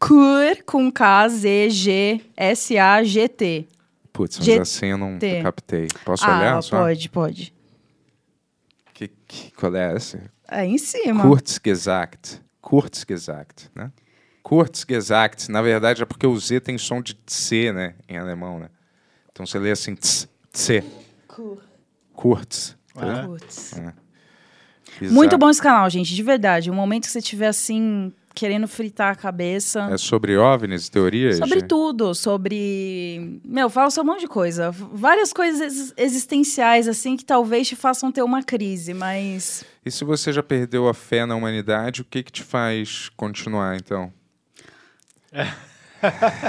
Kur com K, Z, G, S, A, G, T.
Putz, mas
GT.
assim eu não captei. Posso
ah,
olhar só?
pode, pode.
Que, que, qual é essa?
Aí em cima.
Kurzgesagt. Kurzgesagt, né? Kurzgesagt, na verdade, é porque o Z tem som de C, né? Em alemão, né? Então você lê assim, tz, tz,
Kur-
kurz.
Ah,
Kurz.
Exato.
Muito bom esse canal, gente, de verdade. O momento que você estiver assim, querendo fritar a cabeça.
É sobre OVNIs, teorias?
Sobre
né?
tudo, sobre. Meu, fala sobre um monte de coisa. Várias coisas ex- existenciais, assim, que talvez te façam ter uma crise, mas.
E se você já perdeu a fé na humanidade, o que que te faz continuar, então?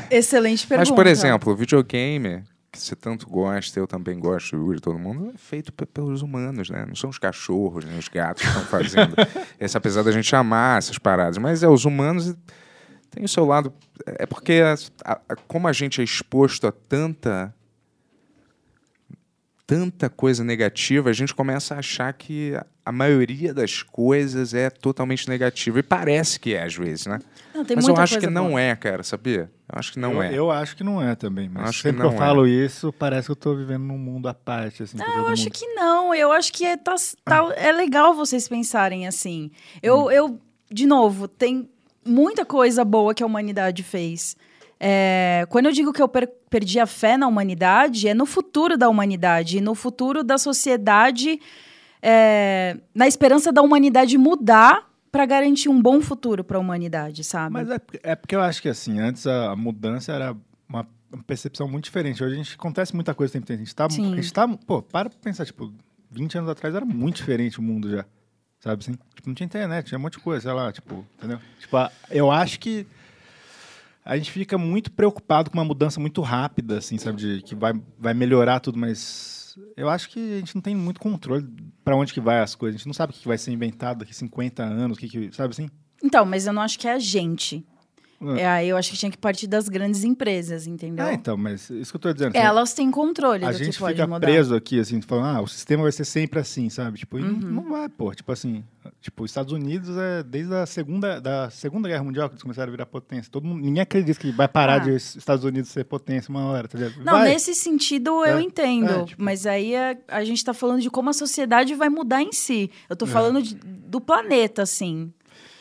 Excelente pergunta.
Mas, por exemplo, o videogame, que você tanto gosta, eu também gosto, o Yuri, todo mundo, é feito pe- pelos humanos, né? Não são os cachorros, nem os gatos que estão fazendo. Essa, apesar da gente amar essas paradas. Mas é, os humanos tem o seu lado. É porque a- a- como a gente é exposto a tanta. Tanta coisa negativa, a gente começa a achar que a- a maioria das coisas é totalmente negativa. E parece que é, às vezes, né?
Não, tem
Mas eu
muita
acho que
coisa
não
boa.
é, cara, sabia? Eu acho que não
eu,
é.
eu acho que não é também, mas
Acho que
sempre que,
não é.
eu falo isso, parece que eu tô vivendo num mundo à parte, assim, pra todo
Eu acho
mundo.
que não. Eu acho que é, tá- tá- é legal vocês pensarem assim. Eu,
Hum.
eu, de novo, tem muita coisa boa que a humanidade fez. É, quando eu digo que eu per- perdi a fé na humanidade, é no futuro da humanidade, no futuro da sociedade, é, na esperança da humanidade mudar para garantir um bom futuro para a humanidade, sabe?
Mas é, porque- é porque eu acho que, assim, antes a, a mudança era uma uma percepção muito diferente. Hoje a gente acontece muita coisa o tempo inteiro. A gente tá, a
Sim.
gente tá pô, para pra pensar, tipo, 20 anos atrás era muito diferente o mundo já, sabe assim? Tipo, não tinha internet, tinha um monte de coisa, sei lá, tipo, entendeu? Tipo, a- eu acho que a gente fica muito preocupado com uma mudança muito rápida, assim, sabe? De, que vai, vai melhorar tudo, mas eu acho que a gente não tem muito controle para onde que vai as coisas. A gente não sabe o que que vai ser inventado daqui 50 anos, o que que, sabe assim?
Então, mas eu não acho que é a gente.
Ah.
É, aí eu acho que tinha que partir das grandes empresas, entendeu?
Ah, então, mas isso que eu tô dizendo. assim,
Elas têm controle
a
do
gente
que pode
fica
mudar.
preso aqui, assim, falando, ah, o sistema vai ser sempre assim, sabe? Tipo, e não- não vai, pô. Tipo assim, tipo, os Estados Unidos é desde a segunda, da segunda Guerra Mundial que eles começaram a virar potência. Todo mundo, ninguém acredita que vai parar
Ah.
de os Estados Unidos ser potência uma hora, tá ligado?
Não,
vai.
nesse sentido eu
É,
entendo.
é, tipo-
Mas aí a, a gente
É.
tá falando de como a sociedade vai mudar em si. Eu tô falando de- do planeta, assim.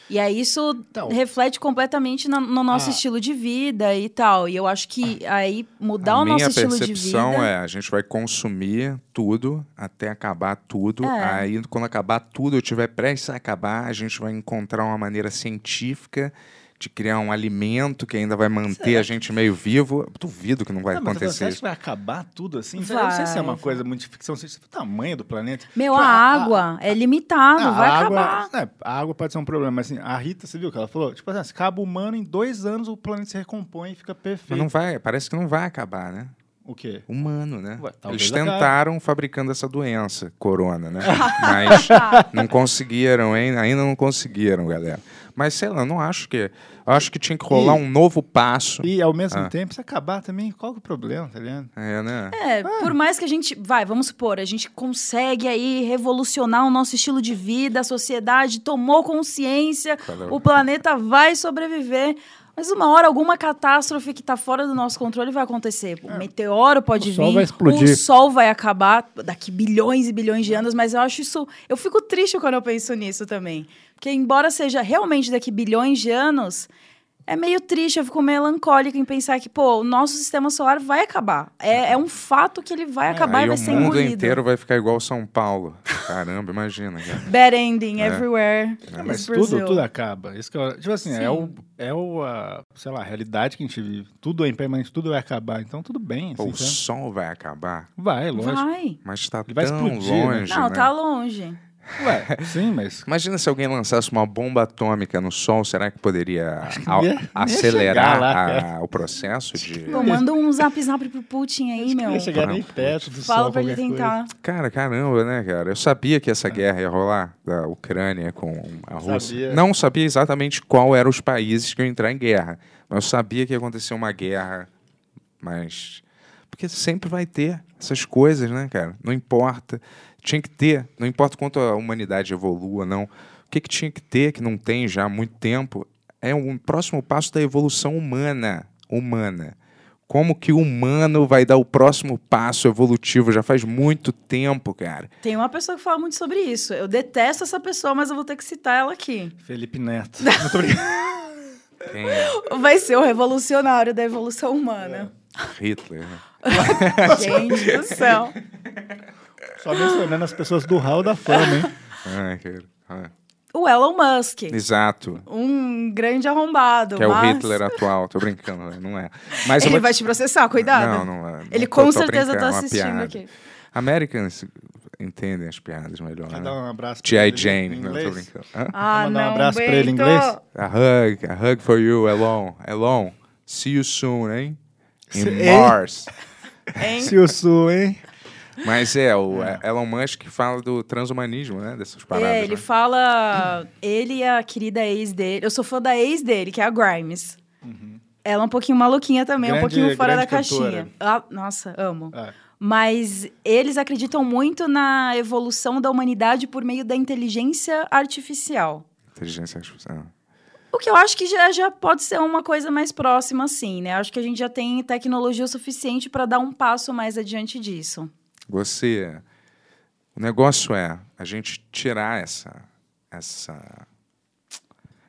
E aí isso
Então.
reflete completamente na- no nosso
Ah.
estilo de vida e tal. E eu acho que aí mudar
a
o
minha
nosso estilo de
percepção
vida.
é, a gente vai consumir tudo até acabar tudo.
É.
Aí, quando acabar tudo, eu tiver prestes a acabar, a gente vai encontrar uma maneira científica de criar um alimento que ainda vai manter a gente meio vivo. Duvido que não vai
Não, mas você
acontecer
acha que
isso.
vai acabar tudo assim? Eu não sei se é uma
Vai.
coisa muito de ficção científica, o tamanho do planeta.
Meu,
Tipo,
a,
a-
água é limitado,
Ah,
vai
a
acabar.
Água, né, a água pode ser um problema, mas assim, a Rita, você viu o que ela falou? Tipo assim, se acaba o humano, em dois anos o planeta se recompõe e fica
Mas
perfeito.
não vai, parece que não vai acabar, né?
O quê?
Humano, né?
Ué, talvez
Eles
acabe.
tentaram fabricando essa doença, corona, né? Mas não conseguiram, hein? Ainda não conseguiram, galera. Mas sei lá, eu não acho que. Eu acho que tinha que rolar
E-
um novo passo.
E ao mesmo
Ah.
tempo, se acabar também, qual que é o problema, tá ligado?
É, né?
É, por mais que a gente, vai, vamos supor, a gente consegue aí revolucionar o nosso estilo de vida, a sociedade tomou consciência,
Valeu.
o planeta vai sobreviver. Mas uma hora, alguma catástrofe que está fora do nosso controle vai acontecer. O meteoro pode
É. O
vir,
sol vai explodir.
o sol vai acabar daqui bilhões e bilhões de anos, mas eu acho isso. Eu fico triste quando eu penso nisso também. Porque, embora seja realmente daqui bilhões de anos, é meio triste, eu fico melancólica em pensar que, pô, o nosso sistema solar vai acabar. É, é um fato que ele vai acabar
Aí
e vai
o
ser
mundo
engolido.
inteiro vai ficar igual São Paulo. Caramba, imagina. cara.
Bad ending
É.
everywhere.
É,
is
mas tudo,
Brazil.
tudo acaba. Isso que eu- tipo assim, é, o,
Sim.
é o, a, sei lá, a realidade que a gente vive. Tudo é impermanente, tudo vai acabar. Então tudo bem,
Pô,
assim,
o
sabe?
sol vai acabar,
Vai, lógico.
Vai.
mas tá
Ele vai
tão
explodir, né?
é longe.
Não,
né?
tá longe.
Ué, sim, mas...
Imagina se alguém lançasse uma bomba atômica no sol, será que poderia
que
a-
nem ia- nem ia
acelerar
chegar lá,
a-
cara.
o processo de.
Pô, manda um zap zap pro Putin aí, meu.
Não chegar nem perto do
Fala
sol,
pra ele
qualquer
tentar.
Cara, caramba, né, cara? Eu sabia que essa guerra ia rolar da Ucrânia com a Rússia.
Sabia.
Não sabia exatamente qual eram os países que iam entrar em guerra, mas eu sabia que ia acontecer uma guerra. Mas porque sempre vai ter essas coisas, né, cara? Não importa, tinha que ter. Não importa quanto a humanidade evolua, não. O que, que tinha que ter que não tem já há muito tempo é um próximo passo da evolução humana, humana. Como que o humano vai dar o próximo passo evolutivo? Já faz muito tempo, cara.
Tem uma pessoa que fala muito sobre isso. Eu detesto essa pessoa, mas eu vou ter que citar ela aqui.
coisa. Felipe Neto.
Quem é?
Vai ser o revolucionário da evolução humana.
Hitler. né?
Gente do céu.
Só mencionando as pessoas do hall da fama, hein?
Ah, cara. Ah.
O Elon Musk.
Exato.
Um grande arrombado.
Que é o
mas
Hitler atual. Tô brincando, né? não é. Mas eu
Ele
vou te-
vai te processar,
Não,
cuidado.
não é.
Ele
Tô-
com
tô
certeza
brincando,
tá
é uma
assistindo
piada.
aqui.
Americans entendem as piadas melhor.
Vai
Né?
dar um abraço pra
T.I.
ele
Jane.
em
Não, tô
inglês?
brincando. Hã?
Ah,
mandar um
não,
abraço pra ele em
Bento.
inglês?
A hug, a hug for you, Elon. Elon, see you soon, hein?
Se-
In
hein?
Mars.
Hein?
Se o Sul, hein?
Mas é, o é, Elon Musk fala do transhumanismo, né? Dessas paradas.
É, ele
né?
fala. Ele e a querida ex dele. Eu sou fã da ex dele, que é a Grimes.
Uhum.
Ela é um pouquinho maluquinha também, um
Grande-
pouquinho fora da
grande
caixinha.
cantora.
Ah, nossa, amo.
É.
Ah.
Mas eles acreditam muito na evolução da humanidade por meio da inteligência artificial.
Inteligência artificial.
O que eu acho que já, já pode ser uma coisa mais próxima, assim, né? Acho que a gente já tem tecnologia o suficiente para dar um passo mais adiante disso.
Você. O negócio é a gente tirar essa. essa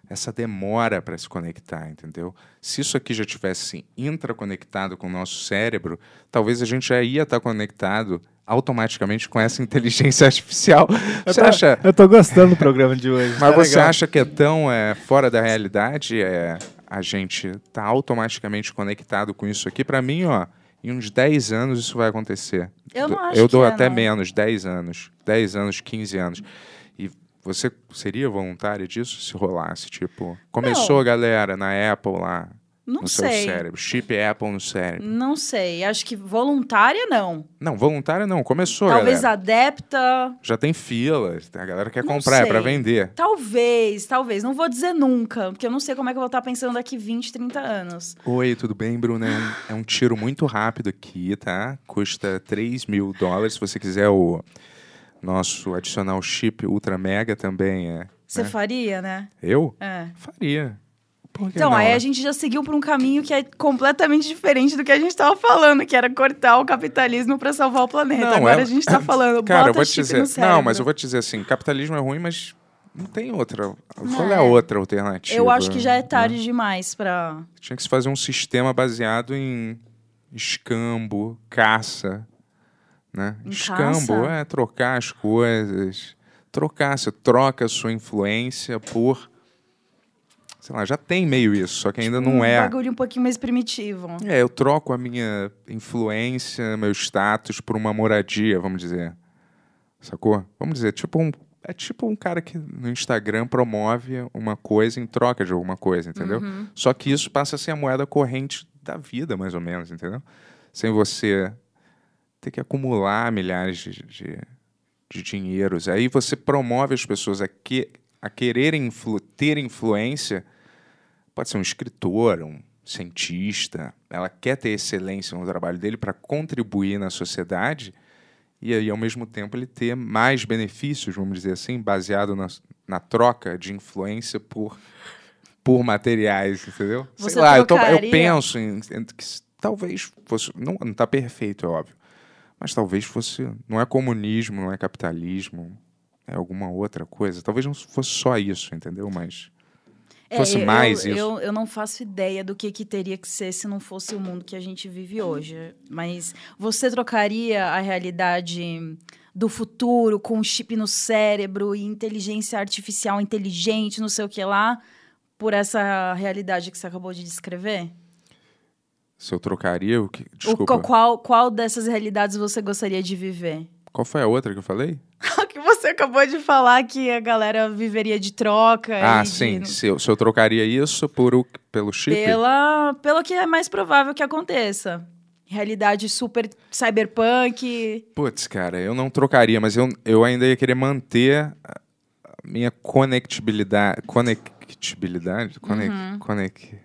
essa demora para se conectar, entendeu? Se isso aqui já tivesse assim, intraconectado com o nosso cérebro, talvez a gente já ia estar conectado automaticamente com essa inteligência artificial. Você
tô,
acha?
eu tô gostando do programa de hoje.
Mas
tá
você
legal.
acha que é tão é, fora da realidade? É, a gente tá automaticamente conectado com isso aqui? Para mim, ó, em uns 10 anos isso vai acontecer.
Eu não
Do-
acho
Eu dou
que é,
até
não.
menos, 10 anos. 10 anos, 15 anos. E você seria voluntária disso se rolasse? Tipo, começou, galera, na Apple lá.
Não
no seu
sei.
cérebro. Chip Apple no cérebro.
Não sei. Acho que voluntária, não.
Não, voluntária não. Começou,
Talvez
galera.
adepta.
Já tem fila. A galera quer
Não
comprar, é pra
sei.
vender.
Talvez, talvez. Não vou dizer nunca, porque eu não sei como é que eu vou estar pensando daqui 20, 30 anos.
Oi, tudo bem, Bruno? É um, é um tiro muito rápido aqui, tá? Custa 3 mil dólares. Se você quiser o nosso adicional chip Ultra Mega também, é.
Você
né?
faria, né?
Eu?
É.
Faria. Por que
Então,
não,
aí
né?
a gente já seguiu por um caminho que é completamente diferente do que a gente estava falando, que era cortar o capitalismo para salvar o planeta.
Não,
Agora
é-
a gente está falando,
Cara,
bota
eu vou
chip
te
no
dizer.
cérebro.
Não, mas eu vou te dizer assim: capitalismo é ruim, mas Não tem outra. Qual
Não,
é a
é.
outra alternativa?
Eu acho que já é
né?
tarde demais pra.
Tinha que se fazer um sistema baseado em escambo, caça, né?
Em
escambo
caça?
é trocar as coisas. Trocar, você troca a sua influência por... Sei lá, já tem meio isso, só que ainda não
Um
é.
bagulho um pouquinho mais primitivo.
É, eu troco a minha influência, meu status por uma moradia, vamos dizer. Sacou? Vamos dizer, tipo um. É tipo um cara que no Instagram promove uma coisa em troca de alguma coisa, entendeu? Só que isso passa a ser a moeda corrente da vida, mais ou menos, entendeu? Sem você ter que acumular milhares de, de, de dinheiros. Aí você promove as pessoas a, que, a quererem influ, ter influência pode ser um escritor, um cientista, ela quer ter excelência no trabalho dele para contribuir na sociedade e aí ao mesmo tempo ele ter mais benefícios, vamos dizer assim, baseado na, na troca de influência por por materiais, entendeu?
Você
Sei lá, eu, tô- eu
trocaria-
penso em, em que s- talvez fosse não não tá perfeito, é óbvio. Mas talvez fosse, não é comunismo, não é capitalismo, é alguma outra coisa. Talvez não fosse só isso, entendeu? Mas
É,
Fosse
eu-
mais
eu,
isso.
Eu, eu não faço ideia do que, que teria que ser se não fosse o mundo que a gente vive hoje. Mas você trocaria a realidade do futuro com um chip no cérebro e inteligência artificial inteligente, não sei o que lá, por essa realidade que você acabou de descrever?
Se eu trocaria o que.
O,
Desculpa.
qual- qual, qual dessas realidades você gostaria de viver?
Qual foi a outra que eu falei?
O que você acabou de falar que a galera viveria de troca.
ah,
e de-
sim. Se, eu, se eu trocaria isso por o, pelo chip?
Pela, pelo que é mais provável que aconteça. Realidade super cyberpunk.
Putz, cara, eu não trocaria, mas eu, eu ainda ia querer manter a a minha conectibilidade. Conectibilidade? Conec, conec,
As
Como é que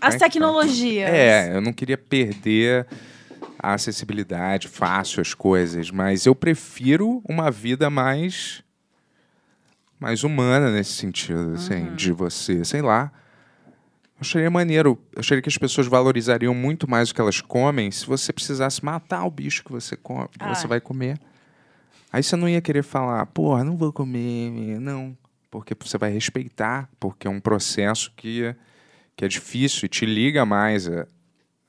fala?
tecnologias.
É, eu não queria perder a acessibilidade fácil às coisas, mas eu prefiro uma vida mais mais humana nesse sentido, assim, de você, sei lá. Eu acharia maneiro, eu acharia que as pessoas valorizariam muito mais o que elas comem se você precisasse matar o bicho que você come, que
Ah.
você vai comer. Aí você não ia querer falar, porra, não vou comer, não, porque você vai respeitar, porque é um processo que que é difícil e te liga mais, a-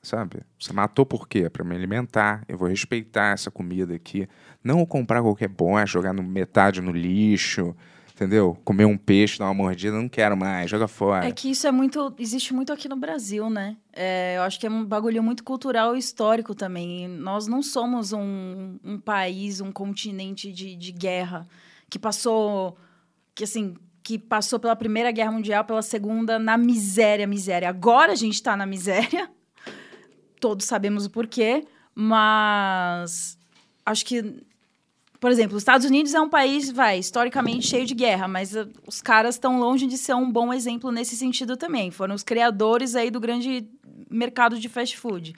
sabe? Você matou por quê? Para me alimentar. Eu vou respeitar essa comida aqui. Não comprar qualquer bosta, jogar no- metade no lixo, entendeu? Comer um peixe, dar uma mordida, não quero mais, joga fora.
É que isso é muito. Existe muito aqui no Brasil, né? É, eu acho que é um bagulho muito cultural e histórico também. E Nós não somos um, um país, um continente de, de guerra que passou. Que assim. Que passou pela Primeira Guerra Mundial, pela Segunda, na miséria, miséria. Agora a gente tá na miséria. Todos sabemos o porquê. Mas. Acho que por exemplo, os Estados Unidos é um país, vai, historicamente cheio de guerra, mas uh, os caras estão longe de ser um bom exemplo nesse sentido também. Foram os criadores aí do grande mercado de fast food.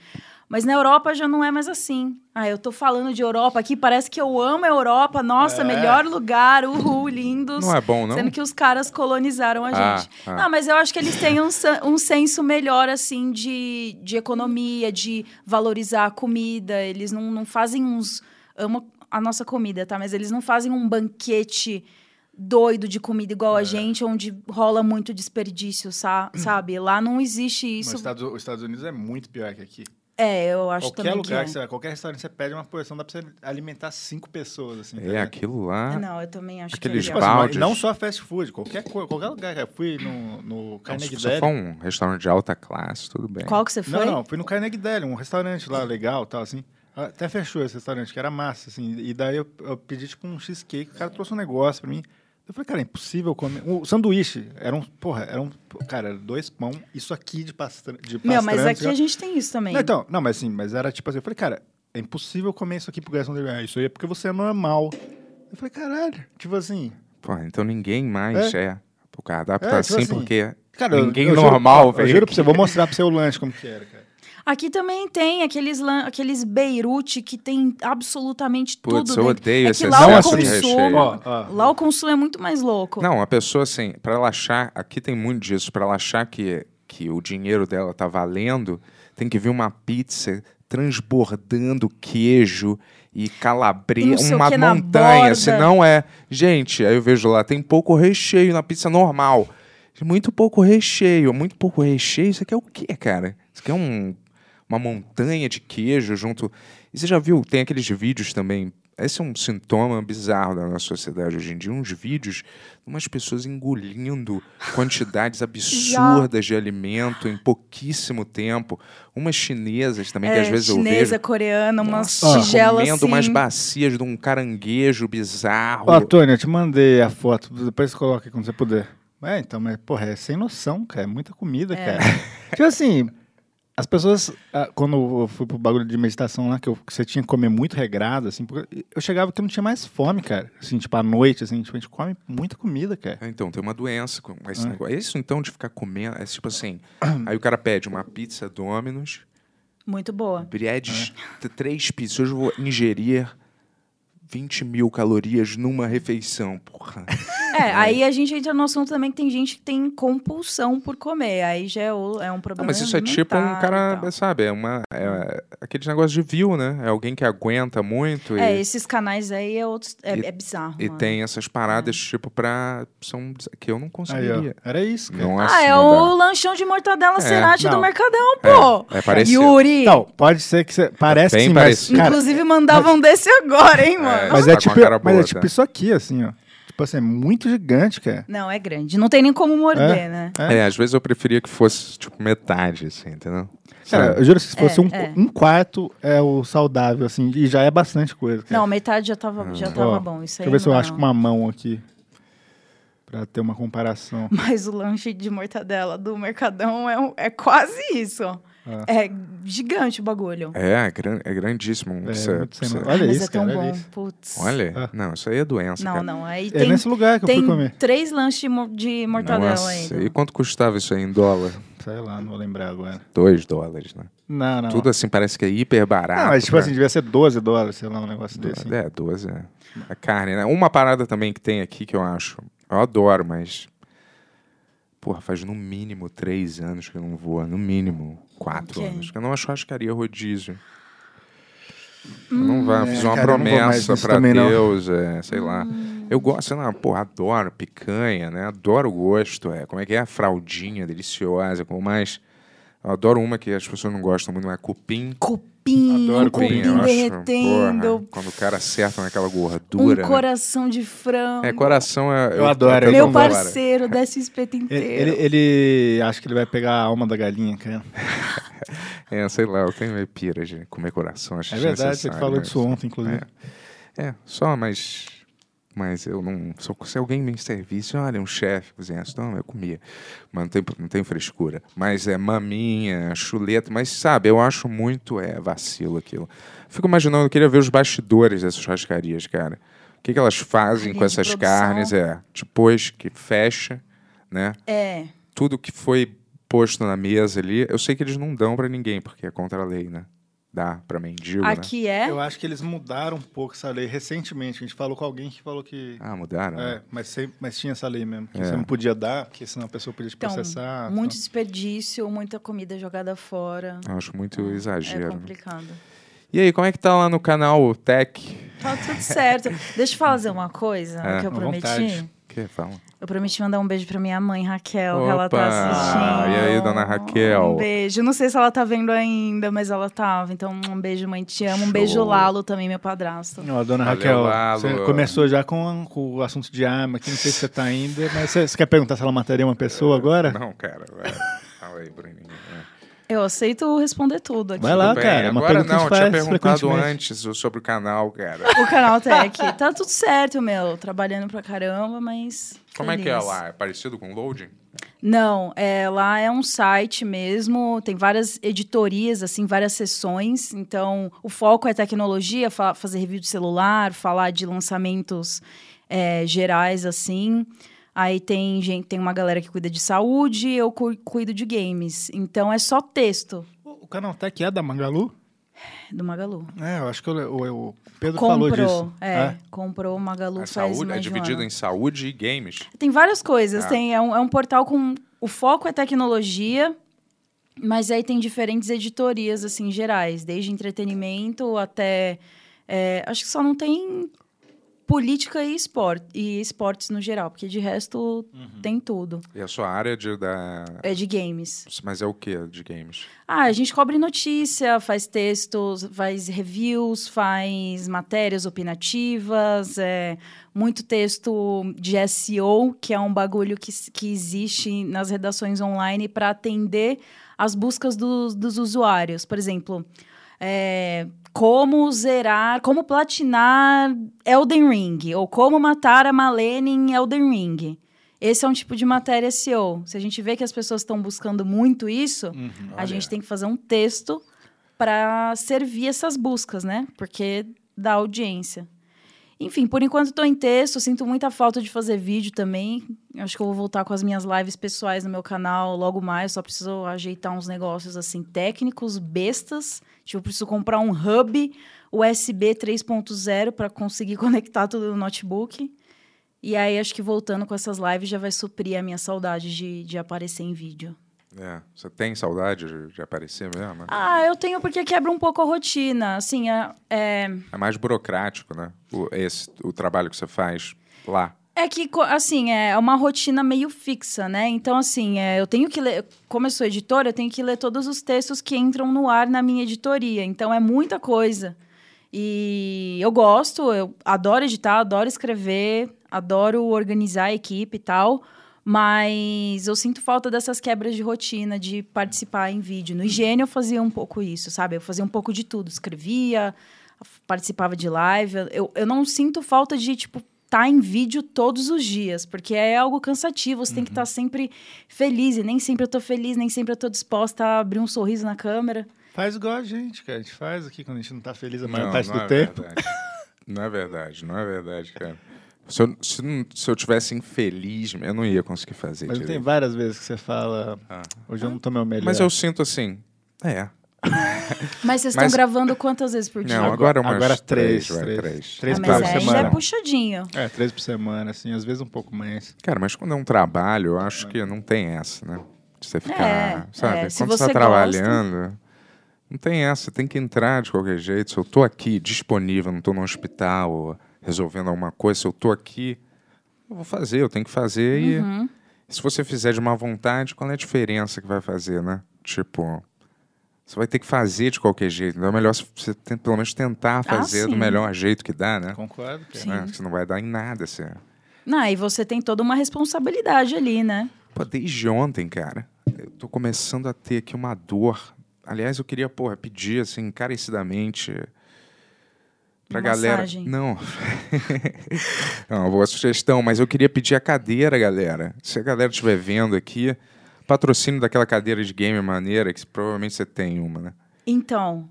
Mas na Europa já não é mais assim. Ah, eu tô falando de Europa aqui, parece que eu amo a Europa, nossa,
É.
melhor lugar, uhul, lindos.
não é bom, não?
Sendo que os caras colonizaram a
Ah,
gente.
ah.
Não, mas eu acho que eles têm um, sen- um senso melhor, assim, de, de economia, de valorizar a comida. Eles não, não fazem uns. Amo a nossa comida, tá? Mas eles não fazem um banquete doido de comida igual
É.
a gente, onde rola muito desperdício, sa- sabe? Lá não existe
Hum. Mas
isso.
Os Estados, os Estados Unidos é muito pior que aqui.
É, eu acho
qualquer
também.
lugar que,
que é.
você vai, qualquer restaurante, você pede uma porção, dá pra você alimentar cinco pessoas, assim. tá
É,
ligado?
aquilo lá.
Não, eu também acho
Aqueles
que é
Tipo
legal.
assim, mas
baldes.
não só fast food, qualquer, co- qualquer lugar. cara. Eu fui no, no
Não, se
Carnegie
você
Deli.
for um restaurante de alta classe, tudo bem.
Qual que você foi?
Não, não, fui no Carnegie Deli, um restaurante lá legal, tal, assim. Até fechou esse restaurante, que era massa, assim. E daí eu, eu pedi, tipo, um cheesecake, o cara trouxe um negócio pra mim. Eu falei, cara, é impossível comer. O sanduíche era um, porra, era um, cara, era dois pão, isso aqui de pastra, de
Meu, mas
pastran,
aqui
sei lá.
a gente tem isso também.
Não, então, não, mas assim, mas era tipo assim, eu falei, cara, é impossível comer isso aqui pro garçom dele. Ah, isso aí é porque você é normal. Eu falei, caralho, tipo assim.
Pô, então ninguém mais é. O cardápio
É,
tá
tipo
assim,
assim,
porque
Cara, eu-
ninguém
eu juro-
normal,
Eu
velho.
juro pra você, eu vou mostrar pro seu lanche como que era, cara.
Aqui também tem aqueles, lan- aqueles beirute que tem absolutamente
Putz,
tudo.
eu
dentro.
odeio
é
esse
que lá o
excesso
de
consumo,
recheio.
Ó, ó.
lá o consumo é muito mais louco.
Não, a pessoa assim, para ela achar, aqui tem muito disso, para ela achar que, que o dinheiro dela tá valendo, tem que vir uma pizza transbordando queijo e
Não
calabresa,
sei o
uma
que na
montanha.
borda.
Se não é. Gente, aí eu vejo lá, tem pouco recheio na pizza normal. Muito pouco recheio, muito pouco recheio. Isso aqui é o quê, cara? Isso aqui é um, uma montanha de queijo junto. E você já viu, tem aqueles vídeos também. Esse é um sintoma bizarro da nossa sociedade hoje em dia. Uns vídeos de umas pessoas engolindo quantidades absurdas de alimento em pouquíssimo tempo. Umas chinesas também, que às vezes eu
É, chinesa,
vejo.
coreana, umas
Nossa,
tigelas
comendo
assim.
umas bacias de um caranguejo bizarro.
Ó, Tony, eu te mandei a foto. Depois você coloca aí quando você puder. É, então, mas, porra, é sem noção, cara. É muita comida, cara. tipo assim, as pessoas, ah, quando eu fui pro bagulho de meditação lá, que, eu- que você tinha que comer muito regrado, assim, porque eu chegava que eu não tinha mais fome, cara. Assim, tipo, à noite, assim, tipo, a gente come muita comida, cara.
Ah, Então, tem uma doença com esse negócio. Isso, então, de ficar comendo, é tipo assim... aí o cara pede uma pizza Domino's,
Muito boa.
breads, t- três pizzas. Hoje eu vou ingerir 20 mil calorias numa refeição, porra.
É, aí a gente entra no assunto também que tem gente que tem compulsão por comer. Aí já é, o- é então. um
Não,
problema.
mas isso é tipo um
alimentar e
cara,
tal.
sabe, é uma... É, aqueles negócios de view, né? É alguém que aguenta muito
É,
e...
esses canais aí é, outros, é,
E-
é bizarro.
E
mano. É.
tem um essas paradas, tipo, pra. São, que eu não
Aí, ó.
conseguiria.
Era isso, cara.
Não
Ah,
assim,
é
não dá.
o lanchão de mortadela
É,
Cerati do
não.
Mercadão, pô!
É, é parecido.
Yuri!
Então, pode ser que você. Parece
Tá Bem
sim, mas.
parecido.
Cara,
Inclusive mandavam desse agora, hein, mano?
mas
Tá
é
com a
tipo,
cara
mas
boa,
é
tá?
tipo isso aqui, assim, ó. Tipo assim, é muito gigante, cara.
Não, é grande. Não tem nem como morder,
É.
né?
É, às vezes eu preferia que fosse, tipo, metade, assim, entendeu?
Cara,
Sabe?
eu juro que se fosse um,
é.
um quarto é o saudável, assim, e já é bastante coisa. Cara.
Não, metade já tava, já tava
Ah. Ó,
bom. Isso
Deixa
aí
eu ver se eu
não.
acho com uma mão aqui. Pra ter uma comparação.
Mas o lanche de mortadela do Mercadão é, um- é quase isso. ó.
Ah.
É gigante o bagulho.
É, é, gran- é grandíssimo.
É,
Isso é-
muito sem
isso é-
noção. Olha
Mas
isso,
é tão
cara. Olha
bom.
isso.
Putz.
Olha, não, isso aí é doença,
Não,
cara.
não. Aí
É
tem,
nesse lugar que eu
tem
fui comer.
três lanches de, mo- de mortadela
Nossa,
é ainda.
e quanto custava isso aí em dólar?
Sei lá, não vou lembrar agora.
Dois dólares, né?
Não, não.
Tudo assim, parece que é hiper barato.
não, mas tipo
né?
assim, devia ser 12 dólares, sei lá, um negócio desse. assim.
É, 12. É. A carne, né? Uma parada também que tem aqui que eu acho. Eu adoro, mas. Porra, faz no mínimo três anos que eu não vou. No mínimo quatro
Ok.
anos. Que eu não acho churrascaria rodízio. Eu não vai, fiz
Hum,
uma
é, cara, eu não vou mais
promessa
nisso
pra
também, não.
Deus, é, sei lá. Eu gosto, sei lá, porra, adoro picanha, né? Adoro o gosto, é. Como é que é? A fraldinha deliciosa, como mais. Eu adoro uma que as pessoas não gostam muito, mas é cupim.
Cupim,
Adoro
um cupim
eu acho,
derretendo.
porra, quando o cara acerta naquela
um
gordura. né?
coração de frango.
É, coração é.
Eu adoro,
até
eu
Meu
não
adoro.
gosto.
parceiro, desce o espeto
Ele,
inteiro.
ele, ele- Acho que ele vai pegar a alma da galinha, cara.
É, sei lá, eu tenho meio pira de comer coração. Acho
É verdade, você
desnecessário, né?
que falou
mas-
disso ontem, inclusive.
É, só, mas. Mas eu não. Se, eu- se alguém me servisse, olha, um chefe cozinhasse, não, eu comia. Mas não tem, não tem frescura. Mas é maminha, chuleta, mas sabe, eu acho muito é, vacilo aquilo. Fico imaginando, eu queria ver os bastidores dessas churrascarias, cara. O que, que elas fazem
Linha
com
de
essas
produção.
carnes? É, depois que fecha, né?
É.
tudo que foi posto na mesa ali, eu sei que eles não dão pra ninguém, porque é contra a lei, né? Dá pra mendigo, né?
Aqui é.
Eu acho que eles mudaram um pouco essa lei recentemente. A gente falou com alguém que falou que.
Ah, mudaram? né?
É, mas, sempre, mas tinha essa lei mesmo. Que você não podia dar, porque senão a pessoa podia te
É.
Ah,
Então,
tá.
processar.
muito desperdício, muita comida jogada fora.
Eu acho muito
É
exagero. né?
complicado.
e aí, como é que tá lá no canal o Tech?
Tá tudo certo. Deixa eu fazer uma coisa
É.
que eu
À
prometi.
vontade.
Que fala?
Eu prometi mandar um beijo pra minha mãe, Raquel, que
Opa!
ela tá
E
assistindo.
aí, dona Raquel?
Um beijo. Não sei se ela tá vendo ainda, mas ela tava. Então, um beijo, mãe, te amo. Um
Show.
beijo, Lalo, também, meu padrasto.
Ó, dona
Valeu,
Raquel,
Lalo.
você começou já com, um, com o assunto de arma, que não sei se você tá ainda, mas você, você quer perguntar se ela mataria uma pessoa agora?
Não, cara. vai. Fala aí, Bruninho. né?
Eu aceito responder tudo aqui.
Vai lá,
Tudo bem,
cara, é uma
Agora
pergunta que a
não, eu
gente
tinha
faz
perguntado
frequentemente.
antes sobre o canal, cara.
O canal Tech. Tá tudo certo, meu. Trabalhando pra caramba, mas.
Como é que é
feliz.
lá? É parecido com o Loading?
Não, é, lá é um site mesmo, tem várias editorias, assim, várias sessões. Então, o foco é tecnologia, fa- fazer review de celular, falar de lançamentos é, gerais, assim. Aí tem gente, tem uma galera que cuida de saúde, eu cu- cuido de games. Então é só texto
O Canaltech é da Magalu?
do Magalu.
É, eu acho que o, o- o Pedro falou
Comprou,
disso.
é, comprou o
A
Magalu faz
saúde é
mais de um ano.
dividido em saúde e games.
Tem várias coisas.
Ah.
Tem, é, um, é um portal com. O foco é tecnologia. Mas aí tem diferentes editorias, assim, gerais, desde entretenimento até. é, acho que só não tem política e, espor- e esportes no geral, porque de resto tem tudo.
E a sua área de, da...
É de games.
Mas é o que de games?
Ah, a gente cobre notícia, faz textos, faz reviews, faz matérias opinativas, é, muito texto de SEO, que é um bagulho que, s- que existe nas redações online para atender as buscas dos, dos usuários. Por exemplo, é, como zerar, como platinar Elden Ring, ou como matar a Malene em Elden Ring. Esse é um tipo de matéria SEO. Se a gente vê que as pessoas estão buscando muito isso,
Uhum.
a gente tem que fazer um texto para servir essas buscas, né? Porque dá audiência. Enfim, por enquanto estou em texto, sinto muita falta de fazer vídeo também. Acho que eu vou voltar com as minhas lives pessoais no meu canal logo mais. Só preciso ajeitar uns negócios assim técnicos, bestas. Tipo, eu preciso comprar um hub USB 3.0 para conseguir conectar tudo no notebook. E aí acho que voltando com essas lives já vai suprir a minha saudade de, de aparecer em vídeo.
É. Você tem saudade de, de aparecer mesmo?
Ah, eu tenho porque quebra um pouco a rotina. Assim, é, é,
É mais burocrático, né? O, esse, o trabalho que você faz lá.
é que, co- assim, é uma rotina meio fixa, né? Então, assim, é, eu tenho que ler. Como eu sou editora, eu tenho que ler todos os textos que entram no ar na minha editoria. Então, é muita coisa. E eu gosto, eu adoro editar, adoro escrever, adoro organizar a equipe e tal. Mas eu sinto falta dessas quebras de rotina, de participar em vídeo. No Higiene eu fazia um pouco isso, sabe? Eu fazia um pouco de tudo. Escrevia, f- participava de live. Eu, eu não sinto falta de, tipo, estar em vídeo todos os dias, porque é algo cansativo. Você tem que
Uhum.
estar sempre feliz. E nem sempre eu tô feliz, nem sempre eu tô disposta a abrir um sorriso na câmera.
Faz igual a gente, cara. A gente faz aqui quando a gente não tá feliz a maior
Não,
parte
não
do
é
tempo.
verdade. Não é verdade, não é verdade, cara. Se eu, se, não- se eu tivesse infeliz, eu não ia conseguir fazer
Mas não tem
direito.
várias vezes que você fala,
Ah.
hoje eu não tô meu melhor.
Mas eu sinto assim. É.
Mas vocês estão
Mas-
gravando quantas vezes por dia?
Não, agora é umas
agora
três,
três,
vai,
três.
três. Tá
Três
ah,
por
mas
vezes
aí
por
já é
semana.
puxadinho.
É, três por semana, assim, às vezes um pouco mais.
Cara, mas quando é um trabalho, eu acho que não tem essa, né? De você ficar,
É,
sabe?
é,
quando
se
você
você
tá trabalhando, não tem essa. Tem que entrar de qualquer jeito. Se eu tô aqui disponível, não tô no hospital ou resolvendo alguma coisa, se eu tô aqui, eu vou fazer, eu tenho que fazer. e-
Uhum.
E se você fizer de má vontade, qual é a diferença que vai fazer, né? Tipo, você vai ter que fazer de qualquer jeito. Então é melhor você ten- pelo menos tentar fazer do
Ah, sim.
melhor jeito que dá, né?
Concordo, cara.
Né? Você não vai dar em nada, assim.
Não, e você tem toda uma responsabilidade ali, né?
Pô, desde ontem, cara, eu tô começando a ter aqui uma dor. Aliás, eu queria, porra, pedir, assim, encarecidamente pra galera...
Massagem.
Não. Não, boa sugestão, mas eu queria pedir a cadeira, galera. Se a galera estiver vendo aqui, patrocínio daquela cadeira de game maneira, que provavelmente você tem uma, né?
Então,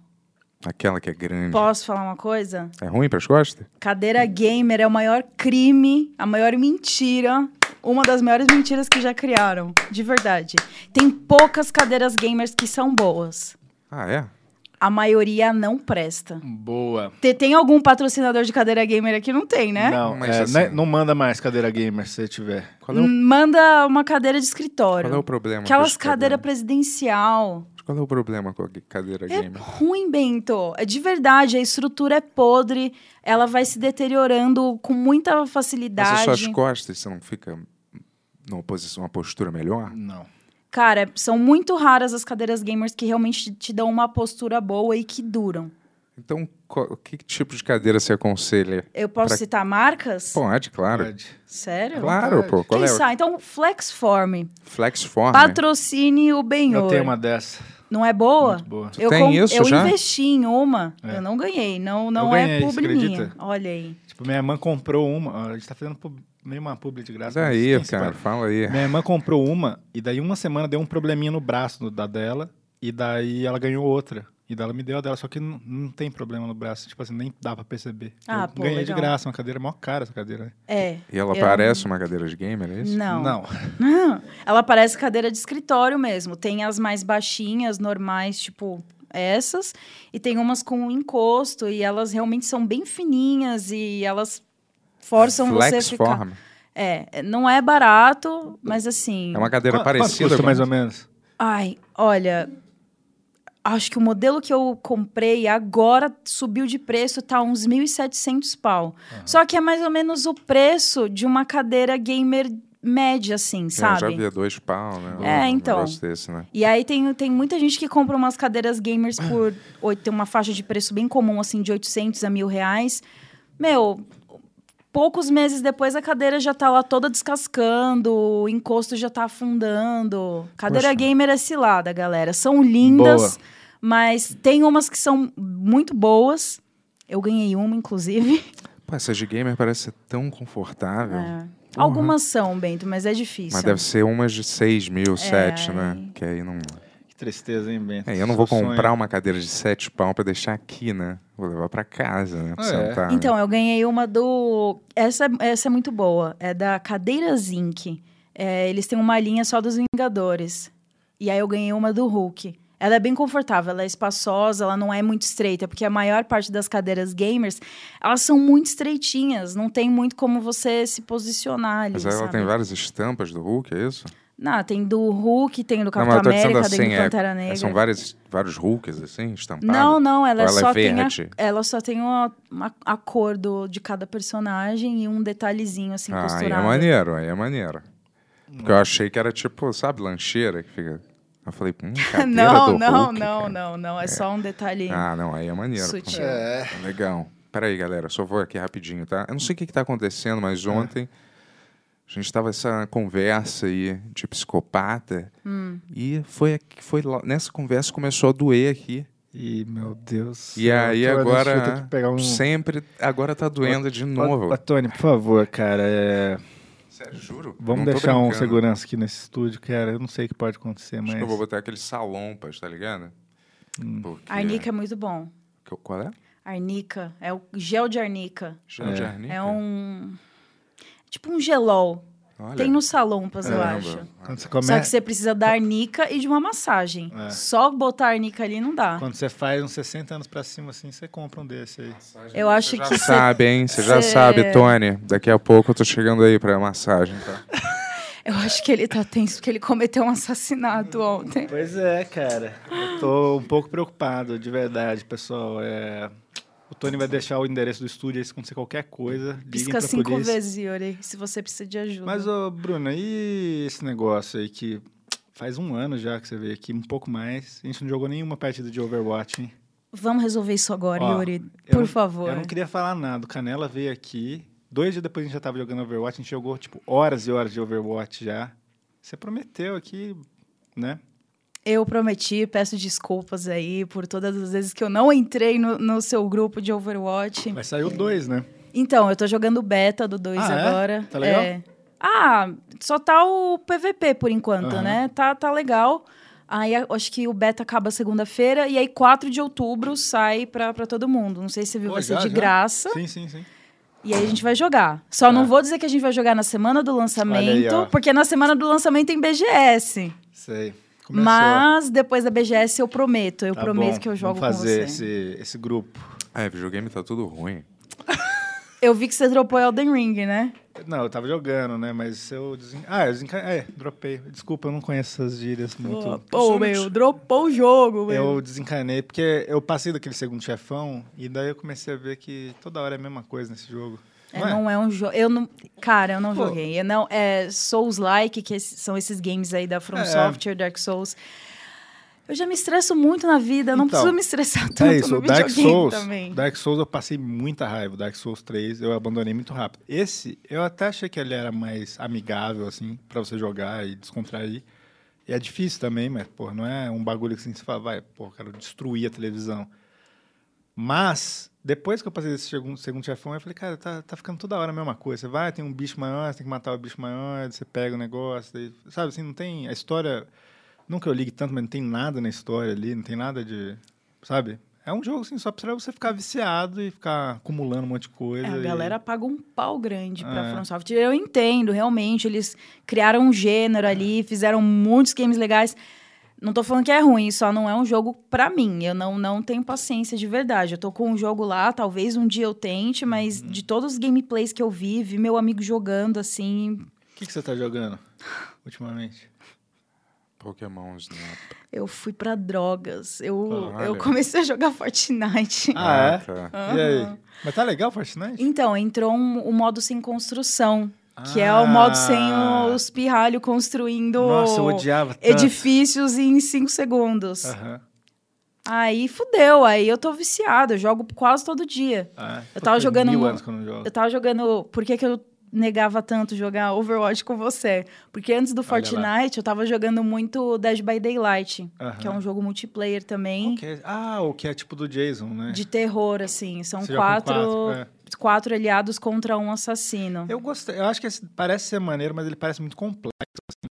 Aquela que é grande.
posso falar uma coisa?
É ruim pras costas?
Cadeira gamer é o maior crime, a maior mentira, uma das maiores mentiras que já criaram, de verdade. Tem poucas cadeiras gamers que são boas.
Ah, é?
A maioria não presta.
Boa.
Te- Tem algum patrocinador de cadeira gamer aqui? Não tem, né?
Não,
Mas
é,
assim-
né, não manda mais cadeira gamer se você tiver.
Qual é
Hum.
o,
Manda uma cadeira de escritório.
qual é o problema? com
Aquelas
esse programa?
cadeiras presidencial.
Qual é o problema com a cadeira
É
gamer?
ruim, Bento. É de verdade. A estrutura é podre. Ela vai se deteriorando com muita
Mas as
facilidade.
suas costas, você não fica numa posição, uma postura melhor?
Não.
Cara, são muito raras as cadeiras gamers que realmente te- te dão uma postura boa e que duram.
Então, qual- que tipo de cadeira você aconselha?
Eu posso
Pra-
citar marcas?
Pode, claro.
Pode.
Sério?
Claro, pô. Qual
Quem
é? o-
sabe? Então, Flexform.
Flexform.
Patrocine o
Eu
Benhor.
tenho uma Hum. dessa.
Não é boa?
Muito boa.
Tu tem isso
eu
já?
investi em uma.
É.
Eu não ganhei. Não, não
Eu ganhei,
é
você
publi minha.
acredita?
Olha aí.
Tipo, minha irmã comprou uma. ó, A gente tá fazendo pub- meio uma publi de graça.
Mas é aí,
mas quem se
cara,
para?
fala aí.
Minha irmã comprou uma e daí uma semana deu um probleminha no braço do- da dela e daí ela ganhou outra. E daí ela me deu a dela, só que não, não tem problema no braço. Tipo assim, nem dá pra perceber.
Ah,
eu
pô,
ganhei de
legal.
graça, uma cadeira mó cara essa cadeira. né?
É.
E ela
Eu-
parece uma cadeira de gamer, é isso?
Não.
Não.
Ela parece cadeira de escritório mesmo. Tem as mais baixinhas, normais, tipo essas, e tem umas com encosto e elas realmente são bem fininhas e elas forçam você a ficar.
Flexform.
É, não é barato, mas assim.
É uma cadeira
Qu- quanto
parecida
custa
com...
mais ou menos?
Ai, olha. Acho que o modelo que eu comprei agora subiu de preço, tá uns 1.700 pau. Só que é mais ou menos o preço de uma cadeira gamer média, assim,
É, Eu
sabe?
já via dois pau, né?
É, então.
negócio desse, né?
E aí tem, tem muita gente que compra umas cadeiras gamers por...
Ah.
oi- Tem uma faixa de preço bem comum, assim, de 800 a mil reais. Meu, poucos meses depois a cadeira já tá lá toda descascando, o encosto já tá afundando. Cadeira
Poxa.
gamer é cilada, galera. São lindas, mas tem umas que são muito boas. Eu ganhei uma, inclusive.
Pô, essas de gamer parece ser tão confortável.
É. Algumas são, Bento, mas é difícil.
Mas deve ser umas de 6 mil, 7, né? Que aí não.
Que tristeza, hein, Bento?
É, eu não vou
Seu
comprar
sonho.
uma cadeira de 7 pau pra deixar aqui, né? Vou levar pra casa, né? Pra
Ah, é?
sentar. né?
Então, eu ganhei uma do. Essa, essa é muito boa. É da Cadeira Zinc. É, eles têm uma linha só dos Vingadores. E aí eu ganhei uma do Hulk. Ela é bem confortável, ela é espaçosa, ela não é muito estreita, porque a maior parte das cadeiras gamers, elas são muito estreitinhas, não tem muito como você se posicionar ali,
Mas ela
sabe?
tem várias estampas do Hulk, é isso?
Não, tem do Hulk, tem do
não,
Capitão
eu tô dizendo
América, tem
assim,
do
é-
Pantera
é,
Negra.
são várias, vários Hulks, assim, estampados?
Não, não, ela,
Ou ela é
só tem a,
verde?
ela só tem uma, uma- a cor do, de cada personagem e um detalhezinho assim
Ah, aí é
costurado.
maneiro, aí é maneiro. Porque
Hum.
eu achei que era tipo, sabe, lancheira que fica... Eu falei, hum, cadeira
não,
do
não,
Hulk,
não,
cara.
não, não, é só um detalhe.
Ah, não, aí é maneiro. pô.
Sutil.
É. Legal. Peraí, galera, só vou aqui rapidinho, tá? Eu não sei o que, que tá acontecendo, mas ontem a gente tava essa conversa aí de psicopata
Hum.
e foi, aqui- foi lá- nessa conversa começou a doer aqui.
Ih, meu Deus.
E aí
Tô, deixa eu ter
agora,
que pegar um-
sempre, agora tá doendo de
Ô,
novo.
ô, Tony, por favor, cara, é,
Sério, juro?
vamos
Não tô
deixar um
brincando.
segurança aqui nesse estúdio, cara. Eu não sei o que pode acontecer,
Acho
mas. Hum.
que eu vou botar aquele salompas, tá ligado? Porque...
Arnica é muito bom.
Que- Qual é?
Arnica, é o gel de arnica.
Gel de arnica?
É um tipo um gelol.
Olha,
Tem um nos salompas, eu
caramba.
acho.
Quando você
Só que
começa.
você precisa da arnica e de uma massagem.
É.
Só botar a arnica ali não dá.
Quando você faz uns 60 anos pra cima, assim, você compra um desse aí.
Eu acho
já
que você
sabe, hein? Você já
Cê-
sabe, Tony. Daqui a pouco eu tô chegando aí pra massagem, tá?
Eu acho que ele tá tenso porque ele cometeu um assassinato ontem.
Pois é, cara. Eu tô um pouco preocupado, de verdade, pessoal. É, O Tony vai deixar o endereço do estúdio aí se acontecer qualquer coisa. Liguem
Pisca
pra
cinco
polícia.
vezes, Yuri, se você precisa de ajuda.
Mas, ô, Bruna, e esse negócio aí que faz um ano já que você veio aqui, um pouco mais. A gente não jogou nenhuma partida de Overwatch, hein?
Vamos resolver isso agora,
Ó,
Yuri.
eu
Por
não-
favor.
Eu não queria falar nada. O Canela veio aqui. Dois dias depois a gente já tava jogando Overwatch. A gente jogou, tipo, horas e horas de Overwatch já. Você prometeu aqui, né?
Eu prometi, peço desculpas aí por todas as vezes que eu não entrei no, no seu grupo de Overwatch.
Mas saiu dois, né?
Então, eu tô jogando beta do 2
Ah, é?
agora.
Tá legal?
É. Ah, só tá o PVP por enquanto,
Aham.
né? Tá, tá legal. Aí a- acho que o beta acaba segunda-feira e aí 4 de outubro sai pra, pra todo mundo. Não sei se você viu,
Pô,
vai ser
já,
de
já?
graça.
Sim, sim, sim.
E aí a gente vai jogar. Só não vou dizer que a gente vai jogar na semana do lançamento,
É. Olha aí, ó.
porque na semana do lançamento tem BGS.
Sei. Começou.
Mas depois da BGS eu prometo, eu
Tá
prometo
bom,
que eu jogo
Vamos fazer
com você.
Esse, esse grupo.
Ah, videogame tá tudo ruim.
Eu vi que você dropou Elden Ring, né?
Não, eu tava jogando, né? Mas eu... Desen... Ah, eu desenca... É, dropei. Desculpa, eu não conheço essas gírias muito.
Pô, Pô, meu, dropou o jogo, meu.
Eu desencanei, porque eu passei daquele segundo chefão e daí eu comecei a ver que toda hora é a mesma coisa nesse jogo.
É, não é um jogo. Eu não, cara, eu não joguei. Eu não é Souls like que es- são esses games aí da From
É.
Software, Dark Souls. Eu já me estresso muito na vida, eu não
Então,
preciso me estressar tanto
é isso,
no
o Dark
videogame
Souls.
também.
Dark Souls eu passei muita raiva. Dark Souls 3 eu abandonei muito rápido. Esse, eu até achei que ele era mais amigável, assim, pra você jogar e descontrair. E é difícil também, mas, pô, não é um bagulho que assim, você fala, vai, pô, quero destruir a televisão. Mas, depois que eu passei desse segundo, segundo chefão, eu falei, cara, tá, tá ficando toda hora a mesma coisa. Você vai, tem um bicho maior, você tem que matar o bicho maior, você pega o negócio, daí, sabe assim, não tem. A história. Não que eu ligue tanto, mas não tem nada na história ali, não tem nada de. Sabe? É um jogo assim, só pra você ficar viciado e ficar acumulando um monte de coisa.
É, a
e-
galera paga um pau grande pra
É.
From Software. Eu entendo, realmente. Eles criaram um
É.
gênero ali, fizeram muitos games legais. Não tô falando que é ruim, só não é um jogo pra mim. Eu não, não tenho paciência de verdade. Eu tô com um jogo lá, talvez um dia eu tente, mas
Uhum.
de todos os gameplays que eu vi, vi meu amigo jogando assim.
O que, que você tá jogando ultimamente?
Pokémon Snap.
Eu fui pra drogas. Eu, eu
Caralho.
comecei a jogar Fortnite.
Ah, é?
tá.
E aí? Mas tá legal o Fortnite?
Então, entrou um- o modo sem construção. Que é o modo sem
Ah.
os pirralhos construindo
Nossa, eu odiava
é
tanto.
edifícios em 5 segundos.
Aham.
Aí fudeu, aí eu tô viciada, eu jogo quase todo dia.
Ah,
Eu tava
pô,
jogando
Mil
um-
anos que eu não jogo.
Eu tava jogando. Por que, que eu negava tanto jogar Overwatch com você? Porque antes do Fortnite eu tava jogando muito Dead by Daylight,
Aham.
que é um jogo multiplayer também,
O que é- Ah, o que é tipo do Jason, né?
de terror, assim. São
Você joga com
quatro, quatro,
é.
aliados contra um assassino.
Eu gostei. Eu acho que esse parece ser maneiro, mas ele parece muito complexo. Ah.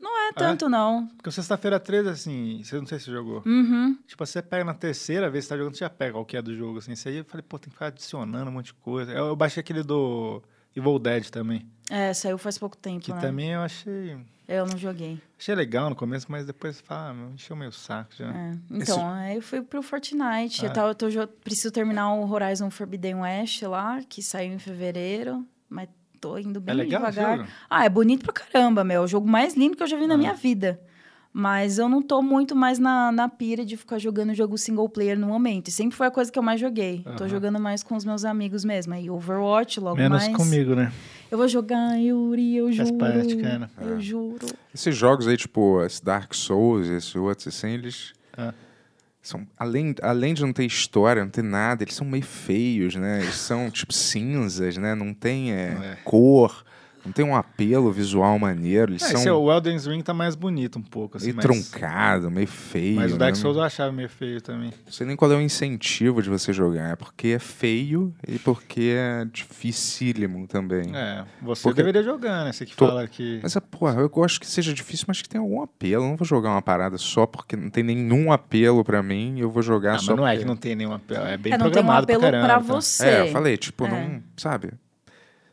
Não é tanto, não.
Porque o sexta-feira 13, assim, você não sei se você jogou.
Uhum.
Tipo, você pega na terceira vez que você tá jogando, você já pega qual que é do jogo, assim. Isso aí eu falei, pô, tem que ficar adicionando um monte de coisa. Eu, eu baixei aquele do Evil Dead também.
É, saiu faz pouco tempo,
Que
né?
também eu achei.
Eu não joguei.
Achei legal no começo, mas depois você fala, ah, meu, encheu meu saco já.
É. Então, aí eu fui pro Fortnite.
Ah.
Eu, tava, eu tô jo- preciso terminar o Horizon Forbidden West lá, que saiu em fevereiro, mas tô indo bem
É legal o
devagar.
jogo?
Ah, é bonito pra caramba, meu. É o jogo mais lindo que eu já
Ah.
vi na minha vida. Mas eu não tô muito mais na, na pira de ficar jogando jogo single player no momento. E sempre foi a coisa que eu mais joguei. Tô
Aham.
jogando mais com os meus amigos mesmo. Aí Overwatch logo
Menos
mais.
comigo, né?
Eu vou jogar Yuri, eu
Faz
juro.
parte, cara.
Eu juro.
Esses jogos aí, tipo, esse Dark Souls, esse outro, assim, eles.
Ah.
São, além, além de não ter história, não ter nada, eles são meio feios, né? Eles são, tipo, cinzas, né? Não tem é,
Não é.
cor, não tem um apelo visual maneiro. Eles
É,
são
esse é, o Elden Ring tá mais bonito um pouco, assim.
meio
mas...
truncado, meio feio.
Mas o Dark
né?
Souls eu achava meio feio também.
Não sei nem qual é o incentivo de você jogar. É porque é feio e porque é dificílimo também.
É, você
Porque-
deveria jogar, né? Você que
Tô-
fala que.
Mas, é, porra, eu gosto que seja difícil, mas que tenha algum apelo. Eu não vou jogar uma parada só porque não tem nenhum apelo pra mim. Eu vou jogar
Ah,
só
mas não é
porque-
que não tem nenhum apelo. É bem
É, não tem um
programado
apelo
pra caramba.
pra
então.
você.
É, eu falei, tipo,
É.
não... Sabe?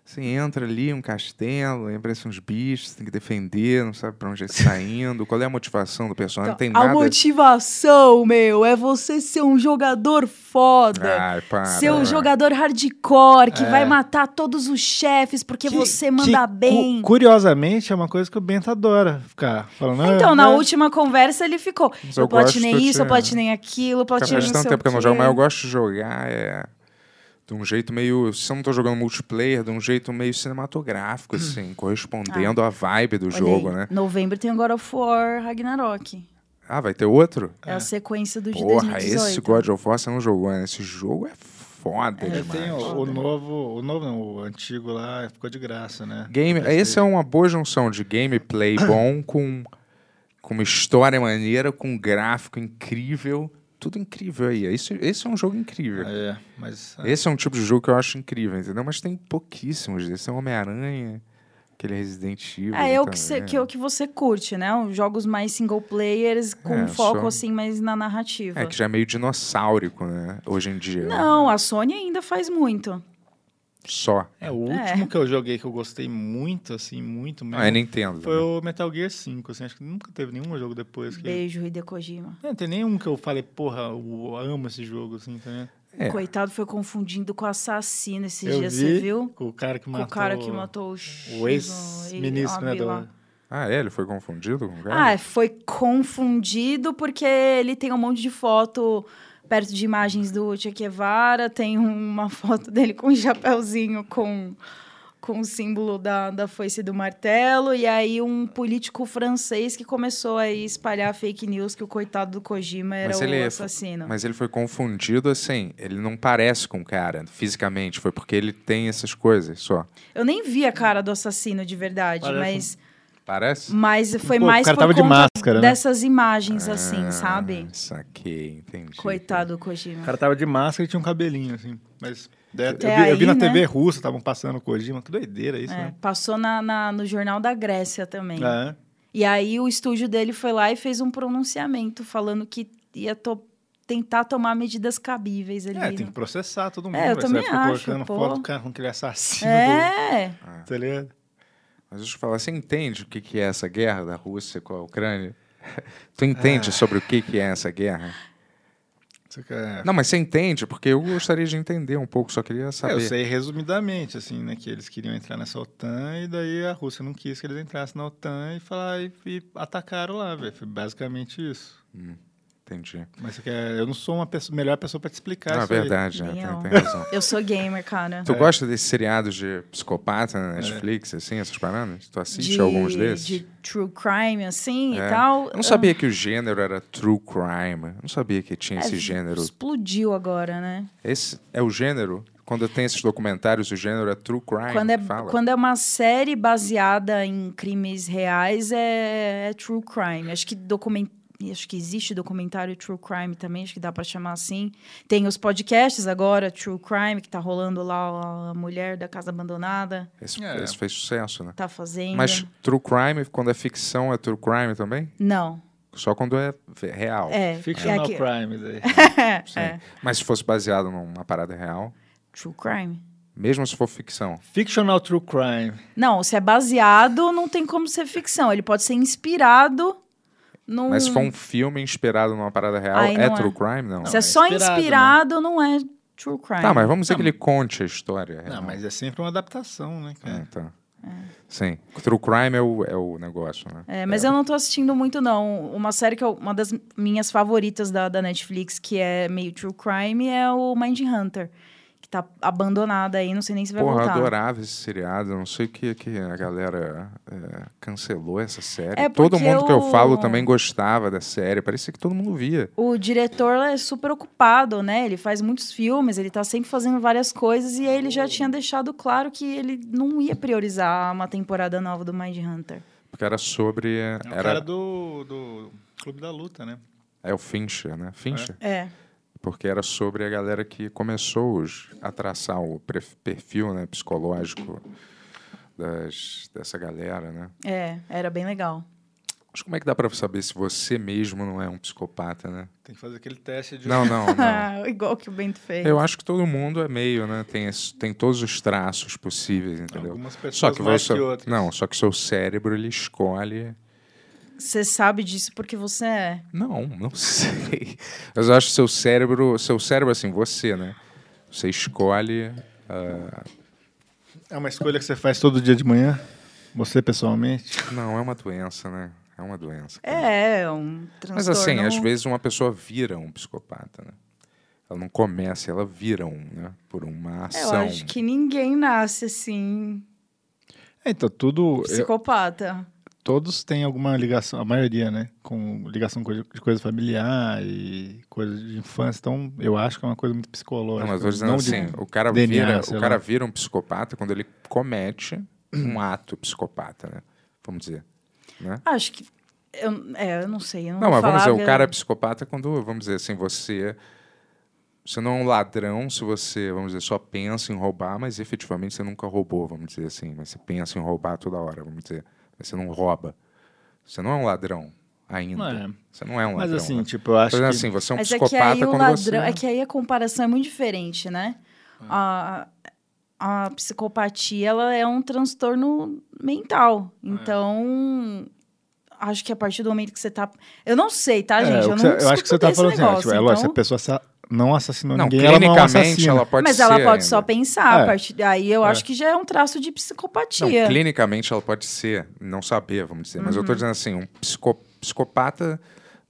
Você entra ali, um castelo, aí aparecem uns bichos, você tem que defender, não sabe pra onde ele tá indo, qual é a motivação do personagem, não tem
Então, a
nada...
motivação, meu, é você ser um jogador foda.
Ai, para,
ser um
vai.
jogador hardcore que
É.
vai matar todos os chefes porque
Que-
você
que
manda
cu-
bem.
curiosamente, é uma coisa que o Bento adora ficar falando. "Ah,
Então, na
mas-
última conversa ele ficou.
né, Mas
Eu,
eu
platinei
gosto de-
isso, eu platinei aquilo, eu
Cara,
platinei
faz
não
tanto
sei
tempo
o
que eu não
quê."
jogo, mas eu gosto de jogar é, de um jeito meio. Se eu não tô jogando multiplayer, de um jeito meio cinematográfico, assim, correspondendo à vibe do
Olha
jogo,
aí,
né?
Novembro tem o God of War Ragnarok.
Ah, vai ter outro?
É, a sequência do de
Porra,
2018.
esse God of War você não jogou, né? Esse jogo é foda
Eu
demais.
tenho o, o novo, o novo não, o antigo lá ficou de graça, né?
Game, esse é uma boa junção de gameplay bom com, com uma história maneira, com um gráfico incrível. Tudo incrível aí. Esse, esse é um jogo incrível.
É, mas ah,
Esse é um tipo de jogo que eu acho incrível, entendeu? Mas tem pouquíssimos desses. Tem o Homem-Aranha, aquele Resident Evil.
É, eu
também.
que,
né?
cê- que, eu que você curte, né? Os jogos mais single players, com
É,
foco,
só-
assim, mais na narrativa.
É, que já é meio dinossáurico, né? Hoje em dia. né?
Não, a Sony ainda faz muito.
Só. Ah,
é o último que eu joguei que eu gostei muito, assim, muito mesmo.
Não, é Nintendo.
Foi
né?
o Metal Gear 5, assim, acho que nunca teve nenhum jogo depois que. É,
Beijo, Hideo Kojima.
Não, tem nenhum que eu falei, porra, eu amo esse jogo, assim, tá vendo?
É.
Coitado, foi confundindo com assassino esses
eu
dias,
vi
você viu?
com o cara que
Com
matou
o cara que matou o Shinzo
o ex-ministro,
Abe
né, do-
lá.
Ah, é? Ele foi confundido com o cara?
Ah, é, foi confundido porque ele tem um monte de foto perto de imagens do Che Guevara, tem uma foto dele com um chapéuzinho com com o símbolo da, da foice do martelo, e aí um político francês que começou a espalhar fake news que o coitado do Kojima era
Mas ele
o
é-
assassino.
Mas ele foi confundido, assim, ele não parece com o cara fisicamente, foi porque ele tem essas coisas só.
Eu nem vi a cara do assassino de verdade,
Parece
mas,
Parece?
mas foi
Pô,
mais
o cara
por
tava de
conta
máscara, né?
dessas imagens, assim, sabe?
Ah, Saquei, entendi.
Coitado do
O
Kojima.
cara tava de máscara e tinha um cabelinho, assim. Mas é, eu, vi,
Até
eu vi
aí,
na
né?
TV russa, estavam passando o Kojima. Que doideira isso,
É,
né?
passou na, na- no Jornal da Grécia também.
Ah, é?
E aí o estúdio dele foi lá e fez um pronunciamento falando que ia to- tentar tomar medidas cabíveis ali.
É, tem
né?
que processar todo mundo.
É, eu
velho.
também
Você vai ficar
acho,
colocando
pô.
foto do cara com aquele assassino.
É,
Do... Tá ligado?
Mas deixa eu falar, você entende o que que é essa guerra da
Ah.
Rússia com a Ucrânia? tu entende sobre o que que é essa guerra?
Você quer...
Não, mas você entende, porque eu gostaria de entender um pouco, só queria
É,
saber.
eu sei resumidamente, assim, né, que eles queriam entrar nessa OTAN e daí a Rússia não quis que eles entrassem na OTAN e falar e, e atacaram lá, velho. Foi basicamente isso.
Entendi.
Mas você quer... eu não sou uma pessoa, melhor pessoa pra te explicar
Na
isso aí.
verdade, é, tem,
Legal.
tem razão.
Eu sou gamer, cara.
É.
Tu gosta desses seriados de psicopata na Netflix, assim, essas paradas? Tu assiste
de,
alguns desses?
De true crime, assim,
É.
e tal.
Eu não sabia que o gênero era true crime. Eu não sabia que tinha esse
É,
gênero.
Explodiu agora, né?
Esse é o gênero? Quando tem esses documentários, o gênero é true crime?
Quando é,
que fala?
quando é uma série baseada em crimes reais, é, é true crime. Acho que document... Acho que existe documentário True Crime também, acho que dá pra chamar assim. Tem os podcasts agora, True Crime, que tá rolando lá a mulher da casa abandonada,
Esse,
É.
esse fez sucesso, né?
tá fazendo.
Mas true crime, quando é ficção, é true crime também?
Não,
Só quando é ve- real.
é.
Fictional
é que-
crimes aí.
Sim. Mas se fosse baseado numa parada real,
True Crime.
mesmo se for ficção.
Fictional true crime.
Não, se é baseado, não tem como ser ficção. Ele pode ser inspirado num.
Mas se for um filme inspirado numa parada real,
Hum. Aí
é
não é.
true crime? Não.
Se é
é
só
inspirado, né?
inspirado, não é true crime.
Tá, mas vamos dizer que ele conte a história.
Não,
real.
mas é sempre uma adaptação, né, cara?
Ah, tá. Sim. True crime é o, é o negócio, né?
É, mas eu não tô assistindo muito, não. Uma série que é uma das minhas favoritas da, da Netflix, que é meio true crime, é o Mind Hunter. Que tá abandonada aí, não sei nem se vai
Porra, eu
voltar.
adorava esse seriado. Eu não sei o que, que a galera é, cancelou essa série.
É
todo
porque
mundo que eu
o-
falo também gostava da série. Parecia que todo mundo via.
O diretor é super ocupado, né? Ele faz muitos filmes, ele tá sempre fazendo várias coisas e aí ele já tinha deixado claro que ele não ia priorizar uma temporada nova do Mind Hunter.
Porque era sobre.
É o
Era,
cara do, do Clube da Luta, né?
É o Fincher, né? Fincher.
É.
Porque era sobre a galera que começou os- a traçar o pre- perfil né, psicológico das, dessa galera, né?
É, era bem legal.
Mas como é que dá pra saber se você mesmo não é um psicopata, né?
Tem que fazer aquele teste de...
Não, não, não.
Ah, Igual que o Bento fez.
Eu acho que todo mundo é meio, né? Tem, esse- tem todos os traços possíveis, entendeu?
Algumas
só
pessoas
que
mais
você,
que outras.
Não, só que seu cérebro, ele escolhe...
Você sabe disso porque você é.
Não, não sei. Mas eu acho que seu cérebro... Seu cérebro, assim, você, né? Você escolhe... ah,
É uma escolha que você faz todo dia de manhã? Você, pessoalmente?
Não, é uma doença, né? É uma doença. cara.
É, é um transtorno.
Mas assim, às vezes uma pessoa vira um psicopata, né? Ela não começa, ela vira um, né? Por uma
É, Eu
ação.
acho que ninguém nasce assim,
É, então, tudo... eu-
psicopata.
todos têm alguma ligação, a maioria, né? Com ligação com- de coisa familiar e coisa de infância. Então, eu acho que é uma coisa muito psicológica.
Não, mas eu tô dizendo
Não é de- um
assim, o cara,
DNA,
vira,
sei
o cara
lá.
vira um psicopata quando ele comete um ato psicopata, né? Vamos dizer. Né?
Acho que. Eu, é, eu não sei. Eu não,
Não,
vou
mas vamos
falar,
dizer, o
porque-
cara é psicopata quando, vamos dizer assim, você. Você não é um ladrão se você, vamos dizer, só pensa em roubar, mas efetivamente você nunca roubou, vamos dizer assim. Mas você pensa em roubar toda hora, vamos dizer. Mas você não rouba. Você não é um ladrão ainda.
Não é.
Você não é um
Mas
ladrão.
assim,
né?
tipo, eu acho
Tô dizendo
que...
assim, você é um
Mas é que
psicopata
aí o
quando
ladrão.
você.
É que aí a comparação é muito diferente, né?
É.
A, a psicopatia ela é um transtorno mental.
É.
Então. Acho que a partir do momento que você tá. Eu não sei, tá,
É,
gente?
o
eu
que
não
você- eu acho que você tá
escutei esse
falando assim, ó,
negócio,
tipo, é lógico, se
então-
a pessoa assa- não assassinou
Não,
ninguém, ela não
clinicamente
assassina.
ela pode
Mas
ser. né?
ela pode
ainda.
só pensar. A
É.
partir... Aí eu
É.
acho que já é um traço de
Não,
psicopatia.
clinicamente ela pode ser, não saber, vamos dizer. Mas eu tô
Uhum.
dizendo assim, um psico- psicopata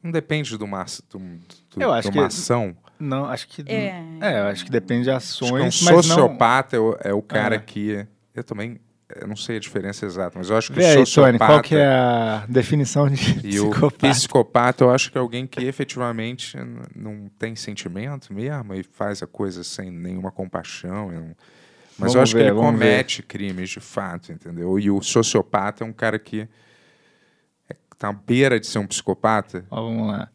não depende de uma, aç- de um- de-
Eu acho
de uma
que-
ação.
Não, acho que...
É.
É, eu acho que depende de
Acho que
ações,
um
mas não...
sociopata é o, é o cara
É.
que... Eu também eu não sei a diferença exata, mas eu acho que
Vê aí,
o sociopata
Tony, qual que é a definição de
e o
psicopata?
psicopata, eu acho que é alguém que efetivamente n- não tem sentimento mesmo e faz a coisa sem nenhuma compaixão. e não- Mas eu
Vamos
acho
ver,
que ele
vamos
comete crimes de fato, entendeu? E o sociopata é um cara que é- tá à beira de ser um psicopata,
Ó, vamos lá.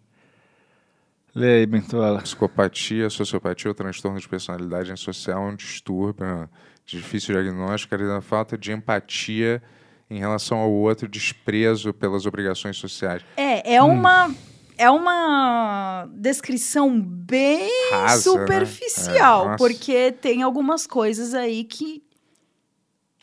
Lê aí, Bentola.
Psicopatia, sociopatia ou transtorno de personalidade antissocial é um distúrbio né? de difícil diagnóstico e da falta de empatia em relação ao outro, desprezo pelas obrigações sociais.
É,
Hum.
é uma. É uma descrição bem
Rasa, né?
superficial,
É, nossa.
porque tem algumas coisas aí que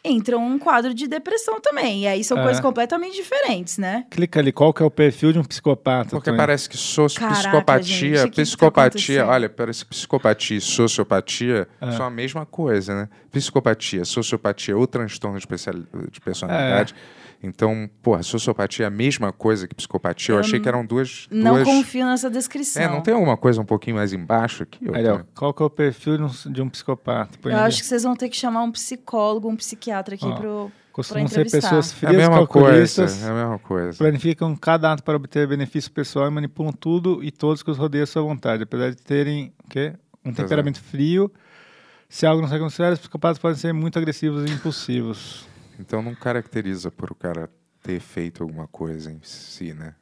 entra um quadro de depressão também. E aí são
É.
coisas completamente diferentes, né?
Clica ali, qual que é o perfil de um psicopata?
Porque
Tony?
parece que é soci...
Caraca,
psicopatia,
gente, o que que tá
psicopatia,
acontecendo?
olha, parece que psicopatia e sociopatia são a mesma coisa, né? Psicopatia, sociopatia ou transtorno de, especial- de personalidade. Então, porra, sociopatia é a mesma coisa que psicopatia. Eu, achei que eram duas.
Não
duas...
confio nessa descrição.
É, não tem alguma coisa um pouquinho mais embaixo aqui? ô,
Aí, ó,
Tony?
qual que é o perfil de um, de um psicopata? Põe
Eu
ali.
acho que vocês vão ter que chamar um psicólogo, um psiquiatra aqui
Ó,
pro.
Costumam
pra
ser
entrevistar.
pessoas
É a
frias,
mesma coisa.
calculistas,
É a mesma coisa.
planificam cada ato para obter benefício pessoal e manipulam tudo e todos que os rodeiam à sua vontade. Apesar de terem o quê? um temperamento frio, se algo não sai como sério, os psicopatas podem ser muito agressivos e impulsivos.
Então não caracteriza por o cara ter feito alguma coisa em si, né?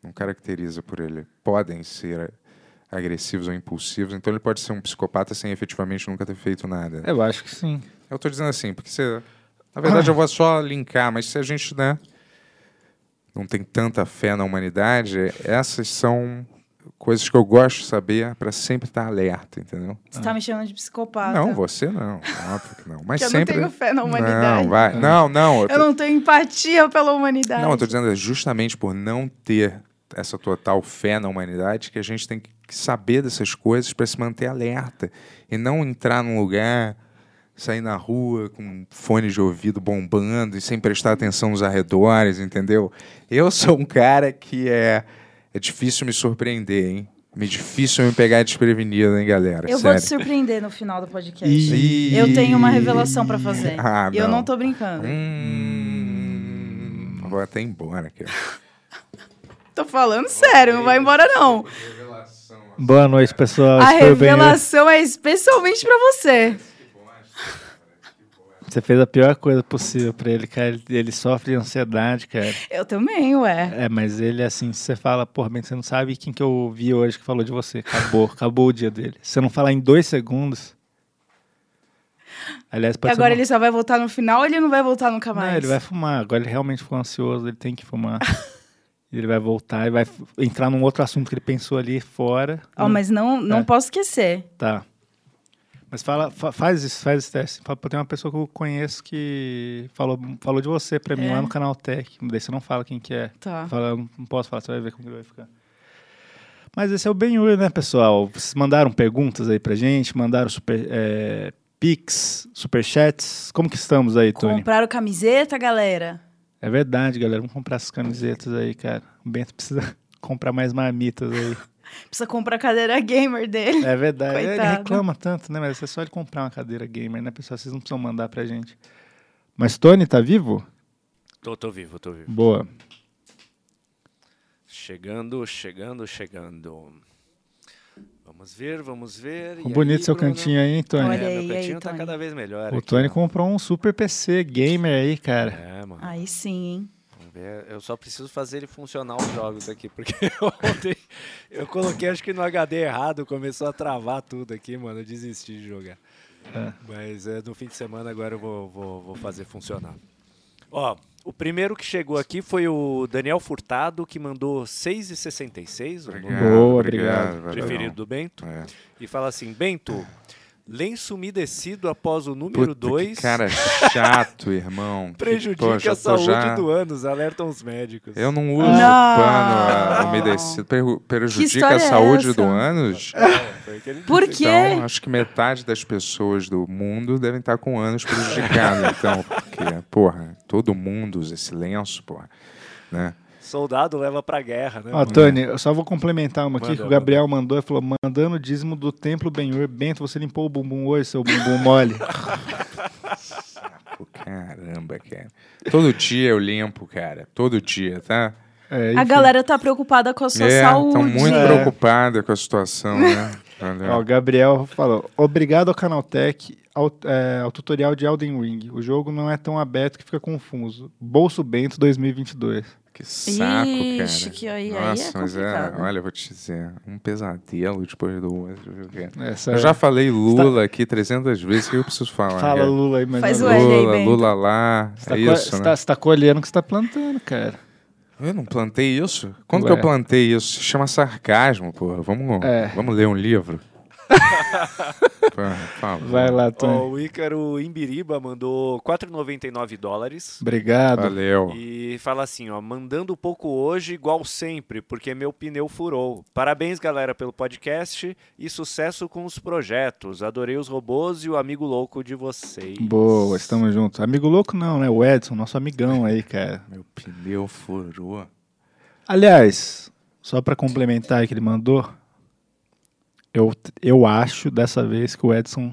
Não caracteriza por ele. Podem ser a- agressivos ou impulsivos, então ele pode ser um psicopata sem efetivamente nunca ter feito nada.
Eu acho que sim.
Eu tô dizendo assim, porque você. Na verdade, eu vou só linkar, mas se a gente, né? Não tem tanta fé na humanidade, essas são coisas que eu gosto de saber para sempre estar alerta, entendeu?
Você tá me chamando de psicopata.
é. Não, você não. Óbvio que não. Mas
Que eu não
sempre.
tenho fé na humanidade.
Não, vai. Não, não.
Eu não tenho empatia pela humanidade.
Não, eu tô dizendo é justamente por não ter essa total fé na humanidade que a gente tem que saber dessas coisas para se manter alerta e não entrar num lugar, sair na rua com fone de ouvido bombando e sem prestar atenção nos arredores, entendeu? Eu sou um cara que é é difícil me surpreender, hein? Me difícil me pegar desprevenido, hein, galera?
Eu vou
Sério.
te surpreender no final do podcast.
Ih.
Eu tenho uma revelação pra fazer.
Ah,
eu
não.
não tô brincando.
Hum, vou até embora aqui.
Tô falando sério, não vai embora não.
Boa noite, pessoal.
A
Esse foi o Ben Hur.
revelação é especialmente pra você.
Você fez a pior coisa possível pra ele, cara. Ele, ele sofre de ansiedade, cara.
Eu também, ué.
É, mas ele, assim, se você fala, porra, bem, você não sabe quem que eu ouvi hoje que falou de você. Acabou, acabou o dia dele. Se você não falar em dois segundos. Aliás,
E
pode ser
agora
uma-
ele só vai voltar no final ou ele não vai voltar nunca mais?
Não, ele vai fumar. Agora ele realmente ficou ansioso, ele tem que fumar. ele vai voltar e vai f- entrar num outro assunto que ele pensou ali fora.
Ó, mas não, não
É.
posso esquecer.
Tá. Mas fala, fa- faz isso, faz esse teste. Fala, pô, tem uma pessoa que eu conheço que falou, falou de você pra mim
É?
lá no canal Tech. Daí você não fala quem que é.
Tá.
Fala, eu não posso falar, você vai ver como ele vai ficar. Mas esse é o Ben-Hur, né, pessoal? Vocês mandaram perguntas aí pra gente, mandaram super, é, pics, superchats. Como que estamos aí, Tony?
Compraram camiseta, galera?
É verdade, galera. Vamos comprar essas camisetas aí, cara. O Bento precisa comprar mais marmitas aí.
Precisa comprar a cadeira gamer dele.
É verdade. Ele
Coitado.
reclama tanto, né? Mas é só ele comprar uma cadeira gamer, né, pessoal? Vocês não precisam mandar pra gente. Mas Tony tá vivo?
Tô, tô vivo, tô vivo.
Boa.
Chegando, chegando, chegando. Vamos ver, vamos ver.
Ficou
E
bonito
aí,
seu
Bruno?
cantinho aí, hein, Tony?
Olha
é,
aí,
meu cantinho
aí,
tá
Tony.
cada vez melhor.
o
aqui,
Tony
ó.
comprou um super PC gamer aí, cara.
É, mano.
Aí sim, hein?
Vamos ver. Eu só preciso fazer ele funcionar os jogos aqui, porque ontem eu coloquei acho que no HD errado, começou a travar tudo aqui, mano. Eu desisti de jogar. Mas é, no fim de semana agora eu vou, vou, vou fazer funcionar. Ó, o primeiro que chegou aqui foi o Daniel Furtado, que mandou 6,66, o número
Boa, obrigado.
valeu.
preferido do Bento,
É.
e fala assim: Bento, lenço umedecido após o número
Puta,
2
que cara chato, irmão. Que,
prejudica
poxa,
a
eu tô
saúde
já-
do ânus, alertam os médicos.
Eu não uso pano ah, umedecido. Peru- Prejudica a
história é
saúde
essa?
do ânus?
Foi o que ele
Por
disse.
quê?
Então, acho que metade das pessoas do mundo devem estar com ânus prejudicado. então, porque, porra, todo mundo usa esse lenço, porra. Né?
Soldado leva pra guerra, né?
Ó, Tony, eu só vou complementar uma aqui
Manda,
que o Gabriel mandou. Ele falou: mandando o dízimo do templo Benhur. Bento, você limpou o bumbum hoje, seu bumbum mole.
Pô, Caramba, cara. Todo dia eu limpo, cara. Todo dia, tá?
É,
A
enfim.
galera tá preocupada com a sua
é,
saúde.
estão muito
É.
preocupada com a situação, né? Olha.
Ó, o Gabriel falou: obrigado ao Canaltech, ao, é, ao tutorial de Elden Ring. O jogo não é tão aberto que fica confuso. Bolso Bento 2022.
Que saco,
Ixi,
cara.
que aí- aí é
Nossa, mas é,
complicado.
olha, eu vou te dizer, um pesadelo depois do outro. viu, cara?
Essa-
Eu já falei Lula aqui 300 vezes, o que eu preciso falar?
tá Fala,
cara?
Lula aí, mas
Faz o
Lula.
L aí,
Lula,
Bento.
Lula lá,
Você tá,
é
co-
isso,
você
né?
tá- você tá colhendo o que você tá plantando, cara.
Eu não plantei isso? Quando
Ué.
que eu plantei isso? Chama sarcasmo, porra. Vamos,
É.
vamos ler um livro? Pá, fala.
Vai lá, Tony.
Ó, o Ícaro Imbiriba mandou 4,99 dólares.
Obrigado.
Valeu.
E fala assim, ó, mandando pouco hoje, igual sempre, porque meu pneu furou. Parabéns, galera, pelo podcast e sucesso com os projetos. Adorei os robôs e o amigo louco de vocês.
Boa, estamos juntos. Amigo louco não, né? O Edson, nosso amigão aí, cara.
Meu pneu furou.
Aliás, só pra complementar que ele mandou, eu, eu acho dessa vez que o Edson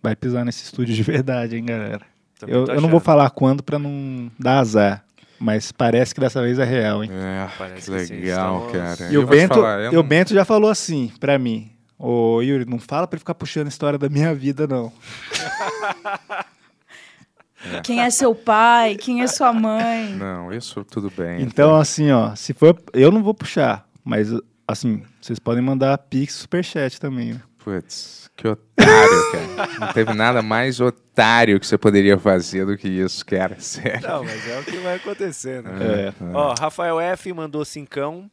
vai pisar nesse estúdio de verdade, hein, galera.
Também
Eu,
tô
eu não vou
achando.
falar quando pra não dar azar, mas parece que dessa vez é real, hein?
É,
Parece
que
que sim,
legal,
estamos-
cara.
E o
É, Eu vou te
Bento,
falar, eu
e o
não-
Bento já falou assim pra mim. Ô, Yuri, não fala pra ele ficar puxando a história da minha vida, não.
Quem é seu pai? Quem é sua mãe?
Não, isso tudo bem.
Então, assim, ó, se for. Eu não vou puxar, mas, assim, vocês podem mandar pix superchat também, né?
Putz, que otário, cara. Não teve nada mais otário que você poderia fazer do que isso, cara. Sério. Ah,
Não, mas é o que vai acontecer, né?
É.
Ó, Rafael F mandou cincão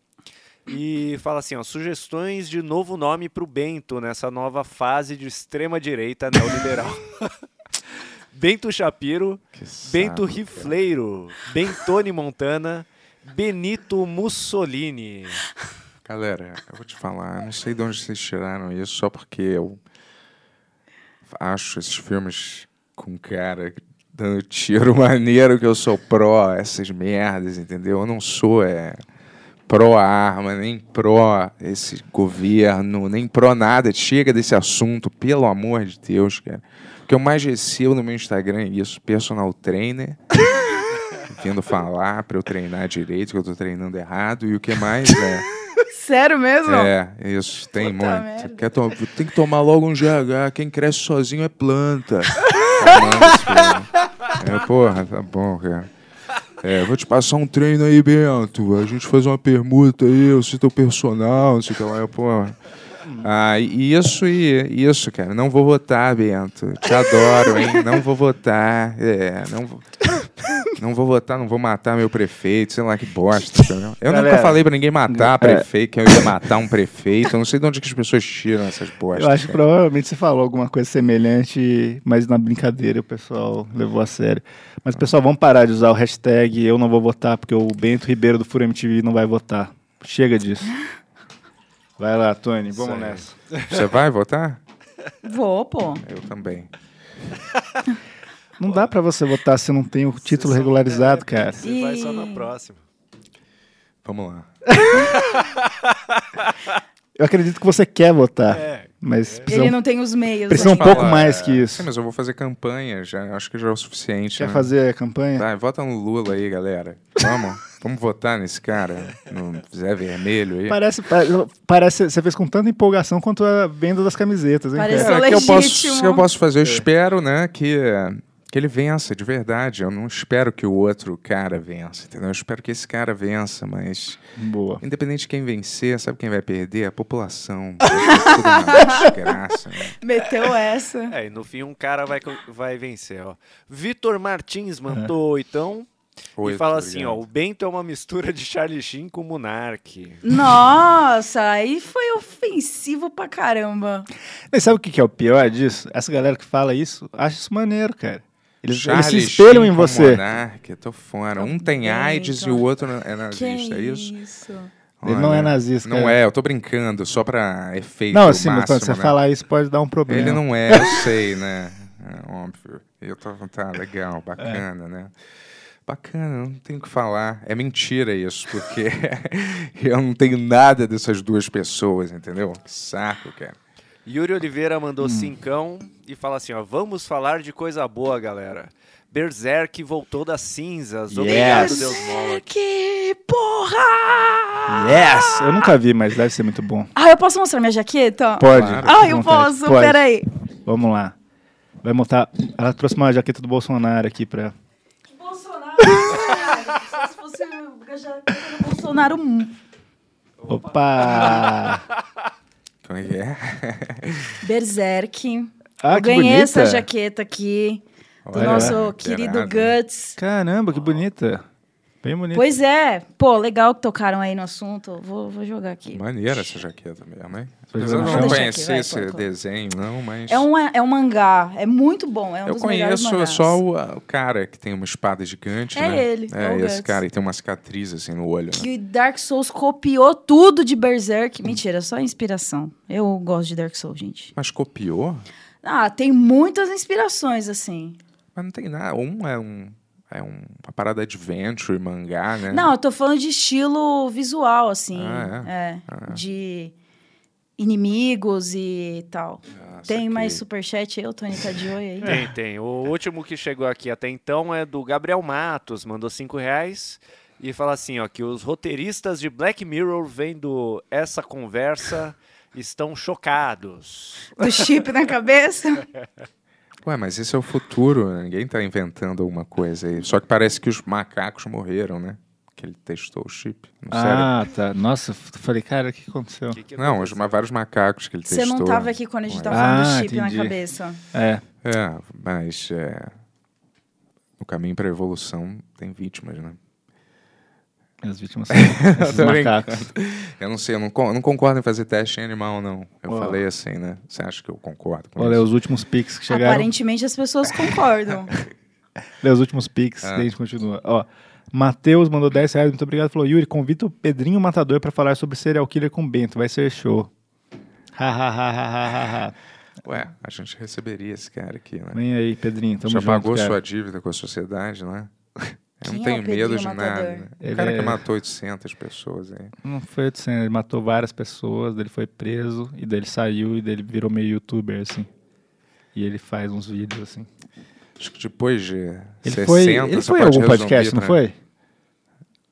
e fala assim, ó, sugestões de novo nome pro Bento nessa nova fase de extrema direita neoliberal. Bento Shapiro,
Que saco,
Bento
cara.
Rifleiro, Bentone Montana, Benito Mussolini.
Galera, eu vou te falar, eu não sei de onde vocês tiraram isso, só porque eu acho esses filmes com cara dando tiro maneiro que eu sou pró essas merdas, entendeu? Eu não sou é, pró arma, nem pró esse governo, nem pró nada. Chega desse assunto, pelo amor de Deus, cara. O que eu mais recebo no meu Instagram é isso, personal trainer. Vindo falar pra eu treinar direito, que eu tô treinando errado, e o que mais é.
Sério mesmo?
É, isso, tem
Puta merda.
muito. Quer to- tem que tomar logo um GH, quem cresce sozinho é planta. Nossa, é, porra, tá bom, cara. É, vou te passar um treino aí, Bento. A gente faz uma permuta aí, eu cito o personal, não sei o que lá, eu, porra. Ah, e isso e isso, cara. Não vou votar, Bento. Te adoro, hein? Não vou votar. É, não vou. Não vou votar, não vou matar meu prefeito, sei lá que bosta. entendeu? Eu
Galera, é.
nunca falei pra ninguém matar prefeito, que eu ia matar um prefeito. Eu não sei de onde que as pessoas tiram essas bostas.
Eu acho que
cara.
provavelmente você falou alguma coisa semelhante, mas na brincadeira o pessoal levou a sério. Mas, pessoal, vamos parar de usar o hashtag eu não vou votar, porque o Bento Ribeiro do Furo MTV não vai votar. Chega disso. Vai lá, Tony, vamos
Sério.
nessa.
Você vai votar?
Vou, pô.
Eu também.
Não dá pra você votar se não tem o título
é
regularizado, cara.
Você vai só na próxima.
Vamos lá.
Eu acredito que você quer votar,
É.
mas precisa,
Ele não tem os meios.
precisa um
ainda.
pouco
Fala,
mais que
é,
isso.
Sim, mas eu vou fazer campanha já. Acho que já é o suficiente.
Quer
né?
fazer a campanha?
Vai, vota no Lula aí, galera. Vamos. Vamos votar nesse cara, no Zé Vermelho aí.
Parece, pa- parece, você fez com tanta empolgação quanto a venda das camisetas, hein?
Parece-
cara?
Isso é
o que eu posso,
legítimo.
que eu posso
É.
fazer? Eu espero, né, que, que ele vença, de verdade. Eu não espero que o outro cara vença, entendeu? Eu espero que esse cara vença, mas
Boa.
independente de quem vencer, sabe quem vai perder? A população. Isso é tudo uma desgraça, né?
Meteu essa.
É, e no fim um cara vai, co- vai vencer, ó. Vitor Martins mandou então e
Oito,
fala assim, ó,
obrigado.
o Bento é uma mistura de Charlie Sheen com Monark.
Nossa, aí foi ofensivo pra caramba.
Mas sabe o que que é o pior disso? Essa galera que fala isso, acha isso maneiro, cara. Eles, eles se
Charlie
espelham
Sheen né?
em
com
você.
Monark, eu tô fora. Um
Tá
tem
bem,
AIDS e
então.
o outro é
Que
nazista, é isso?
Ele não é nazista,
Não
cara.
é, eu tô brincando, só pra efeito
Não, assim, mas
máximo,
quando você
né?
falar isso pode dar um problema.
Ele não é, eu sei, né? É, óbvio. Eu tô tá
É.
legal, bacana, né? Bacana, não tenho o que falar. É mentira isso, porque eu não tenho nada dessas duas pessoas, entendeu? Que é. saco, cara.
Yuri Oliveira mandou cincão e fala assim, ó, vamos falar de coisa boa, galera. Berserk voltou das cinzas. Obrigado,
Yes.
Deus Mola.
Que porra!
Yes! Eu nunca vi, mas deve ser muito bom.
Ah, eu posso mostrar minha jaqueta?
Pode.
Claro.
Ah,
fica à
eu é.
vontade.
posso,
Pode.
peraí.
Vamos lá. Vai montar. Ela trouxe uma jaqueta do Bolsonaro aqui pra.
Bolsonaro, se fosse jaqueta do Bolsonaro. um
Opa!
Como é que é?
Berserk.
Ah,
eu
que
ganhei
bonita.
essa jaqueta aqui do
Olha
nosso
lá,
querido
liberado.
Guts.
Caramba, que bonita. Bem bonito.
Pois é. Pô, legal que tocaram aí no assunto. Vou, vou jogar aqui.
Maneira essa jaqueta mesmo, hein?
Pois
Apesar
é,
de eu
não.
não
Deixa
aqui,
conhecer
vai,
esse
pô, pô.
desenho, não, mas.
É um, é um mangá. É muito bom. É um
eu
dos melhores
conheço
mangás.
só o, o cara que tem uma espada gigante.
É
né?
ele, é
É,
o
esse
Guts.
cara e tem uma cicatriz assim no olho. Né?
Que Dark Souls copiou tudo de Berserk. Mentira, só inspiração. Eu gosto de Dark Souls, gente.
Mas copiou?
Ah, tem muitas inspirações, assim.
Mas não tem nada. Um é um. É um, uma parada adventure, mangá, né?
Não, eu tô falando de estilo visual, assim.
Ah,
é. De inimigos e tal.
Ah,
tem
saquei.
mais superchat aí, o Tony tá de oi aí.
Tem, tem. O último que chegou aqui até então é do Gabriel Matos, mandou cinco reais e fala assim, ó, que os roteiristas de Black Mirror vendo essa conversa estão chocados.
Do chip na cabeça.
Ué, mas esse é o futuro, né? ninguém tá inventando alguma coisa aí. Só que parece que os macacos morreram, né? Que ele testou o chip no cérebro.
Ah, tá. Nossa, f- falei, cara, o que aconteceu?
Que que
Não, os,
aconteceu?
ma- vários macacos que ele
Você
testou.
não tava aqui quando a gente tava
Ah,
falando do chip
entendi.
na cabeça.
É,
É, mas é, o caminho pra evolução tem vítimas, né?
as vítimas são esses
Tô
macacos.
Eu não sei, eu não, con- eu não concordo em fazer teste em animal, não. Eu
Ó.
falei assim, né? Você acha que eu concordo com
Olha,
isso?
os últimos pics que chegaram.
Aparentemente as pessoas concordam.
Lê os últimos pics,
Ah.
daí a gente continua. Ó, Matheus mandou 10 reais, muito obrigado. Falou, Yuri, convida o Pedrinho Matador pra falar sobre serial killer com o Bento, vai ser show. Ha, ha, ha, ha, ha, ha, ha.
Ué, a gente receberia esse cara aqui, né?
Vem aí, Pedrinho, tamo
Já
junto,
pagou
cara.
sua dívida com a sociedade, né? Eu
Quem é
não
o
tenho medo
Pedrinho
de nada.
Matador?
Né? O
Ele
cara
é-
que matou 800 pessoas aí.
Não foi 800, ele matou várias pessoas, daí ele foi preso, e daí ele saiu, e daí ele virou meio youtuber, assim. E ele faz uns vídeos, assim.
Acho que depois de
Ele
60,
foi, ele
você
foi em
pode
algum podcast,
resolver,
não
né?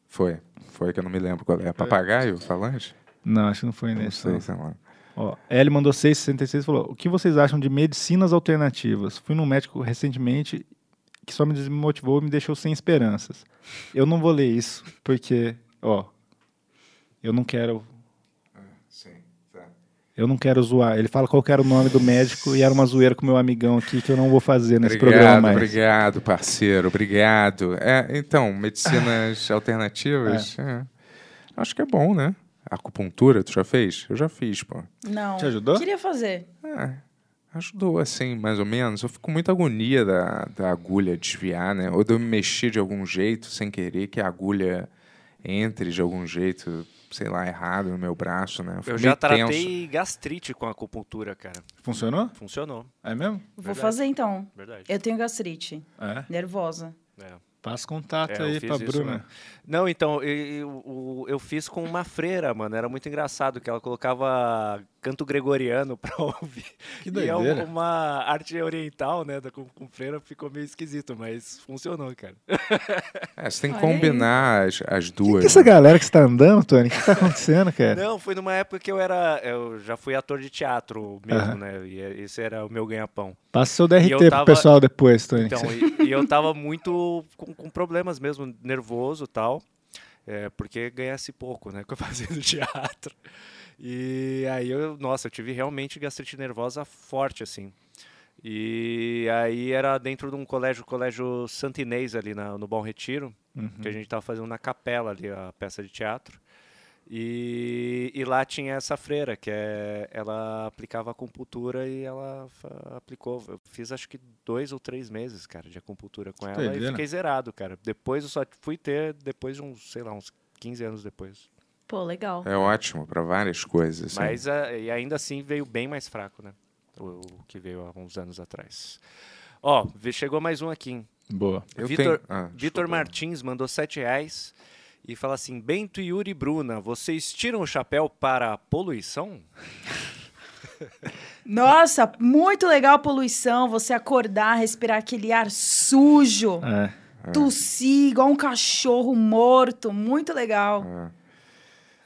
foi?
Foi. Foi que eu não me lembro qual é. Papagaio? Falante?
Não, acho que não foi nesse.
Não sei,
não.
sei lá.
Ó, L mandou 666 e falou: O que vocês acham de medicinas alternativas? Fui num médico recentemente que só me desmotivou e me deixou sem esperanças. Eu não vou ler isso, porque, ó, eu não quero.
Sim, tá.
Eu não quero zoar. Ele fala qual que era o nome do médico e era uma zoeira com meu amigão aqui que eu não vou fazer nesse programa
Obrigado,
mais.
obrigado, parceiro. Obrigado. É, então, medicinas alternativas. é. Acho que é bom, né? Acupuntura, tu já fez? Eu já fiz, pô.
Não.
Te ajudou?
Queria fazer.
É, ajudou, assim, mais ou menos. Eu fico com muita agonia da, da agulha desviar, né? Ou de eu me mexer de algum jeito sem querer que a agulha entre de algum jeito, sei lá, errado no meu braço, né? fico
Eu já
meio tenso.
tratei gastrite com acupuntura, cara.
Funcionou?
Funcionou,
É mesmo?
Vou fazer então.
verdade.
Eu tenho gastrite.
É.
Nervosa.
É.
Passa contato
É, eu
aí
fiz
pra
isso,
Bruna.
né? Não, então, eu, eu, o- eu fiz com uma freira, mano. Era muito engraçado que ela colocava canto gregoriano pra ouvir.
Que
E é
doideira.
um- uma arte oriental, né? da- Com, com freira ficou meio esquisito, mas funcionou, cara.
É, você tem que
Olha aí.
combinar as, as
O
duas.
que é essa
né?
galera que está andando, Tony? O que está acontecendo, cara?
Não, foi numa época que eu era. Eu já fui ator de teatro mesmo,
Aham.
né? E é- esse era o meu ganha-pão.
Passa seu
E
DRT
eu
pro
tava-
pessoal depois, Tony.
Então, e, e eu tava muito com, com problemas mesmo, nervoso e tal. É, porque ganhasse pouco, né? Que eu fazia no teatro. E aí eu, nossa, eu tive realmente gastrite nervosa forte, assim. E aí era dentro de um colégio, colégio Santa Inês ali na- no Bom Retiro, que a gente tava fazendo na capela ali a peça de teatro. E, e lá tinha essa freira, que é, ela aplicava acupuntura e ela fa- aplicou. Eu fiz acho que dois ou três meses, cara, de acupuntura com ela e
doideira.
fiquei zerado, cara. Depois eu só fui ter, depois de uns, sei lá, uns 15 anos depois.
Pô, legal.
É ótimo pra várias coisas. assim.
Mas a- e ainda assim veio bem mais fraco, né? O, o que veio há uns anos atrás. Ó, ve- chegou mais um aqui. hein?
Boa.
Eu
Vitor,
tenho- ah,
Vitor
desculpa.
Martins mandou R$ 7 reais e fala assim: Bento, Yuri e Bruna, vocês tiram o chapéu para a poluição?
Nossa, muito legal a poluição. Você acordar, respirar aquele ar sujo,
É.
tossir igual um cachorro morto. Muito legal.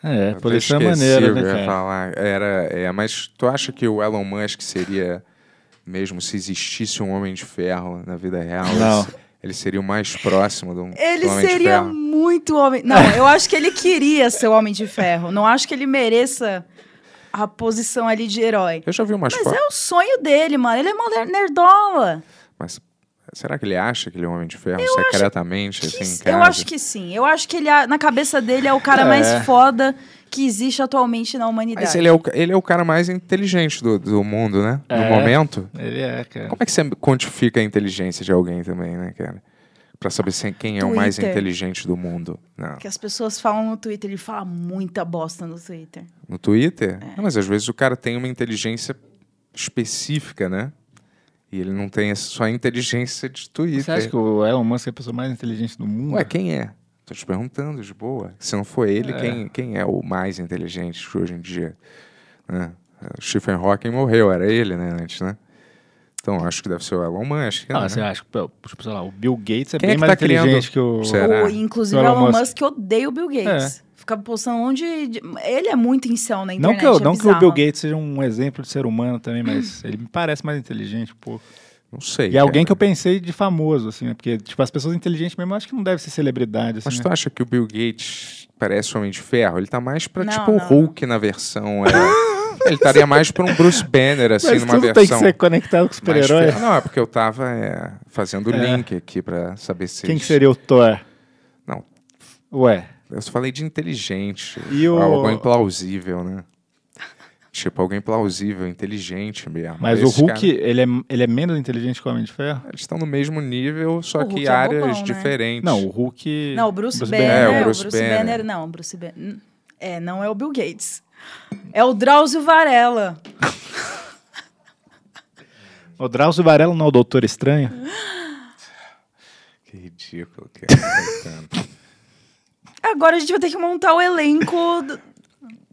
É,
Eu
por
até
isso é
esqueci
maneiro,
o
né,
que eu ia
cara?
falar. Era, é, mas tu acha que o Elon Musk seria, mesmo se existisse um Homem de Ferro na vida real,
Não.
ele- ele seria o mais próximo de um
Ele
do Homem de
seria
Ferro?
muito homem. Não, eu acho que ele queria ser o Homem de Ferro. Não acho que ele mereça a posição ali de herói.
Eu já vi umas
Mas
fotos.
é o sonho dele, mano. Ele é uma ner- nerdola.
Mas Será que ele acha que ele é um homem de ferro secretamente,
Que
assim, em
s-
casa?
eu acho que sim. Eu acho que ele, a- na cabeça dele, é o cara mais foda que existe atualmente na humanidade.
Mas ele é, o, ca- ele é o cara mais inteligente do, do mundo, né? No
É.
momento.
Ele é, cara.
Como é que você quantifica a inteligência de alguém também, né, cara? Pra saber se- quem é o mais
Twitter.
inteligente do mundo. Não.
Que as pessoas falam no Twitter, ele fala muita bosta no Twitter.
No
É.
Twitter? Não, mas às vezes o cara tem uma inteligência específica, né? E ele não tem essa- só a inteligência de Twitter.
Você acha que o Elon Musk é a pessoa mais inteligente do mundo?
Ué, quem é? Tô te perguntando, de boa. Se não for ele, quem, quem é o mais inteligente hoje em dia? Né? O Stephen Hawking morreu, era ele, né, antes, né? Então, acho que deve ser o Elon Musk,
Ah,
né?
você acha que, tipo, sei lá, o Bill Gates é
Quem é
bem
que
mais
tá criando?
inteligente que o...
Sério? Será?
Ou, inclusive,
Elon
Elon
Musk. É.
Musk odeia o Bill Gates. Ficava postando onde... de- Ele é muito incel na
Não,
internet,
que, eu-
é
não que o
bizarro.
Bill Gates seja um exemplo de ser humano também, mas ele me parece mais inteligente, pô.
Não sei.
E é alguém que
cara.
eu pensei de famoso, assim, né? Porque, tipo, as pessoas inteligentes mesmo, eu acho que não deve ser celebridade, assim,
Mas tá
né?
tu acha que o Bill Gates parece o Homem de Ferro? Ele tá mais pra,
Não,
tipo, o
não,
Hulk na versão... é. Ele estaria mais pra um Bruce Banner, assim,
Mas
numa
tudo
versão...
tem que ser conectado com
mais
super-herói.
ferro. Não, é porque eu tava é, fazendo o
É.
link aqui pra saber se...
Quem
eles-
que seria o Thor?
Não.
Ué,
Eu só falei de inteligente.
E o-
Algo implausível, né? Tipo, alguém plausível, inteligente mesmo.
mas
Esses
o Hulk,
caras,
ele é, ele é menos inteligente que o Homem de Ferro?
eles estão no mesmo nível, só
O
que
Hulk é
áreas
bobão, né?
diferentes.
Não, o Hulk...
Não, o Bruce,
É,
Banner.
o
o
Bruce
Bruce,
Banner.
Banner. Não, o Bruce Banner... É, não é o Bill Gates. É o Drauzio Varela.
O Drauzio Varela não é o Doutor Estranho?
Que ridículo que é. coitado.
Agora a gente vai ter que montar o elenco do-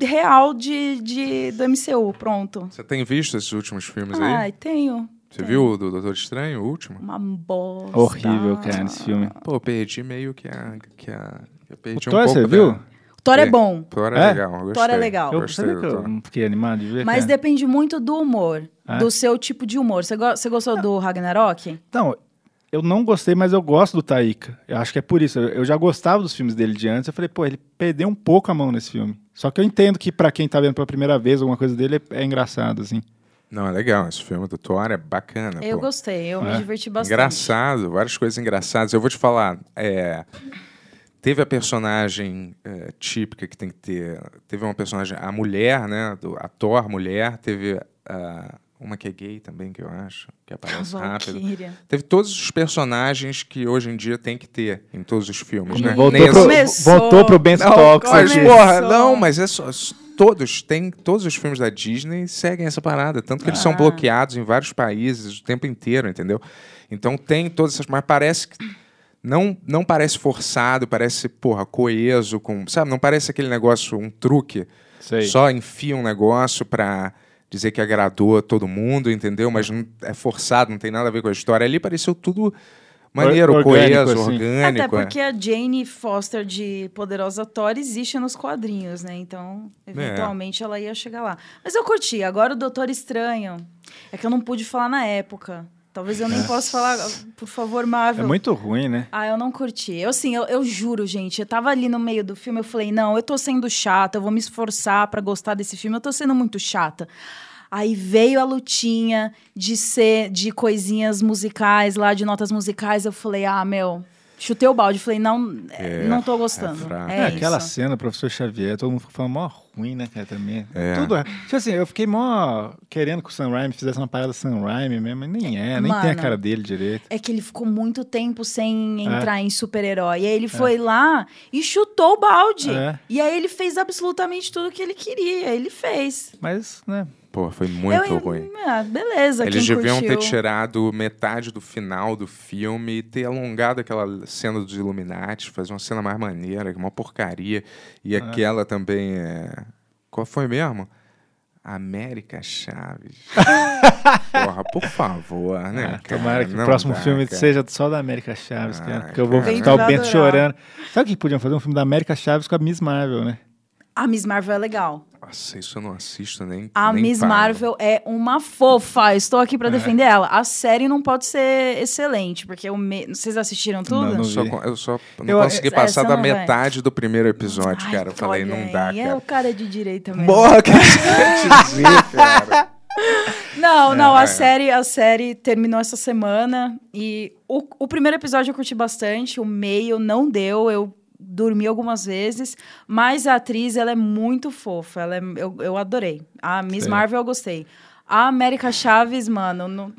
real de, de- do MCU. Pronto.
Você tem visto esses últimos filmes aí?
Ai, tenho.
Você viu o do Doutor Estranho, o último?
Uma bosta.
Horrível, cara, esse filme.
Pô, perdi meio que a... Que a eu
O
perdi um
Thor,
pouco
você
da-
viu?
O Thor é
Sim.
bom.
Thor
É?
é legal, eu gostei.
Thor é legal.
Eu
gostei
sabia
do
que eu
Thor.
não fiquei animado de ver,
Mas
cara.
depende muito do humor.
É?
Do seu tipo de humor. Você go- você gostou do Ragnarok?
Então, eu não gostei, mas eu gosto do Taika. Eu acho que é por isso. Eu eu já gostava dos filmes dele de antes. Eu falei, pô, ele perdeu um pouco a mão nesse filme. Só que eu entendo que pra quem tá vendo pela primeira vez alguma coisa dele, é, é engraçado, assim.
Não, é legal. Esse filme do Thor é bacana.
Eu
pô.
gostei, eu
É?
me diverti bastante.
Engraçado, várias coisas engraçadas. Eu vou te falar. é, teve a personagem é, típica que tem que ter. Teve uma personagem, a mulher, né? Do, a Thor mulher. Teve ah, uma que é gay também, que eu acho, que aparece
né?
rápido.
Valkyria.
Teve todos os personagens que que hoje em dia tem que ter em todos os filmes, né?
Voltou,
Tem esse-
pro,
Começou.
voltou pro Ben
não,
Stokes.
mas,
aqui.
começou.
porra, não, mas é só. s- Todos têm, todos os filmes da Disney seguem essa parada, tanto que eles
Ah.
são bloqueados em vários países o tempo inteiro, entendeu? Então tem todas essas, mas parece que não não parece forçado, parece porra coeso com, sabe? Não parece aquele negócio um truque,
Sei.
só enfia um negócio pra dizer que agradou a todo mundo, entendeu? Mas não, é forçado, não tem nada a ver com a história. Ali pareceu tudo maneiro,
orgânico,
coeso,
assim.
orgânico.
Até
é.
porque a Jane Foster de Poderosa Thor existe nos quadrinhos, né? Então,
É.
eventualmente ela ia chegar lá. Mas eu curti. Agora o Doutor Estranho. É que eu não pude falar na época. Talvez eu nem possa falar. Por favor,
É
Marvel.
muito ruim, né?
Ah, eu não curti. Eu, assim, eu, eu juro, gente. Eu tava ali no meio do filme, eu falei, não, eu tô sendo chata, eu vou me esforçar pra gostar desse filme, eu tô sendo muito chata. Aí veio a lutinha de ser de coisinhas musicais lá, de notas musicais, eu falei, ah, meu, chutei o balde, falei, não, é, não tô
é
gostando.
fraco.
É,
É, aquela
isso.
cena, professor Xavier, todo mundo ficou falando mó ruim, né, cara, também.
É.
Tudo é. Tipo assim, eu fiquei mó querendo que o Sam Raimi fizesse uma parada Sam Raimi mesmo, mas nem é, nem tem a
Mano.
cara dele direito.
É que ele ficou muito tempo sem entrar em super-herói. E aí ele foi lá e chutou o balde.
É.
E aí ele fez absolutamente tudo que ele queria. Ele fez.
Mas, né,
Pô, foi muito
Eu-
ruim.
Ah, beleza,
Eles
quem
deviam ter
curtiu.
tirado metade do final do filme e ter alongado aquela cena dos Illuminati, fazer uma cena mais maneira, uma porcaria. E aquela também é. Qual foi mesmo? América Chaves. Porra, por favor, né?
Ah,
cara?
tomara que
Não
o próximo
dá,
filme
cara.
seja só da América Chaves,
Ah,
cara. Que eu vou
cara.
ficar o
Vai
Bento
adorar.
chorando. Sabe o que podiam fazer? Um filme da América Chaves com a Miss Marvel, né?
A Miss Marvel é legal.
Nossa, isso eu não assisto nem.
A
nem É.
Miss
pago.
Marvel é uma fofa. Estou aqui pra defender ela. A série não pode ser excelente, porque o me... vocês assistiram tudo?
Não,
Eu
não
só,
vi.
con- eu só não
Eu-
consegui
essa
passar da
É, não vai.
metade do primeiro episódio,
Ai,
cara. Eu falei,
olha
não dá,
aí, É
cara.
o cara de direita mesmo.
Porra, que eu ia te dizer, cara.
Não, não,
é.
a série, a série terminou essa semana e o, o primeiro episódio eu curti bastante, o meio não deu, eu dormi algumas vezes, mas a atriz, ela é muito fofa, ela é- eu, eu adorei. A Miss Marvel eu gostei. A América Chaves, mano, não-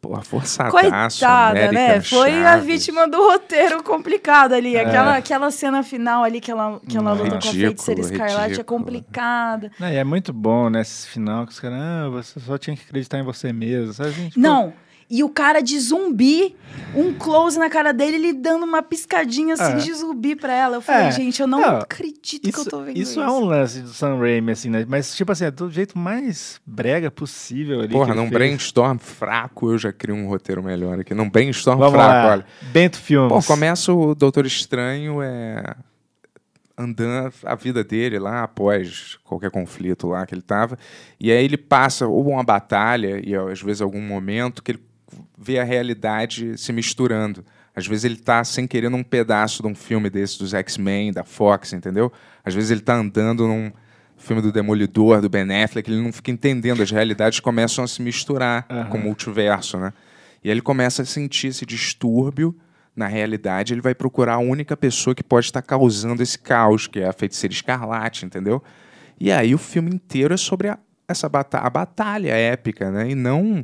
Porra, forçadaço,
coitada, né?
American
Foi a
Chaves. É.
vítima do roteiro complicado ali. Aquela, aquela cena final ali que ela, que ela luta com a
Ridículo,
feiticeira escarlate é
ridículo.
complicada.
Não, e é muito bom nesse final que os caras, ah, você só tinha que acreditar em você mesmo, sabe? Gente, pô,
Não. E o cara de zumbi, um close na cara dele, ele dando uma piscadinha assim
É.
de zumbi pra ela. Eu falei,
É.
gente, eu não,
Não,
acredito que eu
Isso,
tô vendo
isso
isso.
é um lance do Sam Raimi, assim, né? Mas, tipo assim, é do jeito mais brega possível ali. que
Porra,
ele
num
fez.
brainstorm fraco eu já crio um roteiro melhor aqui. Num brainstorm
Vamos
fraco,
lá.
olha.
Bento Filmes.
Pô, começa o Doutor Estranho é, andando a vida dele lá após qualquer conflito lá que ele tava. E aí ele passa ou uma batalha, e ó, às vezes algum momento, que ele vê a realidade se misturando. Às vezes ele tá sem querer num pedaço de um filme desse dos X-Men, da Fox, entendeu? Às vezes ele tá andando num filme do Demolidor, do Ben Affleck, ele não fica entendendo, as realidades começam a se misturar com o multiverso, né? E aí ele começa a sentir esse distúrbio na realidade, ele vai procurar a única pessoa que pode estar causando esse caos, que é a feiticeira escarlate, entendeu? E aí o filme inteiro é sobre a- essa bata a batalha épica, né? E não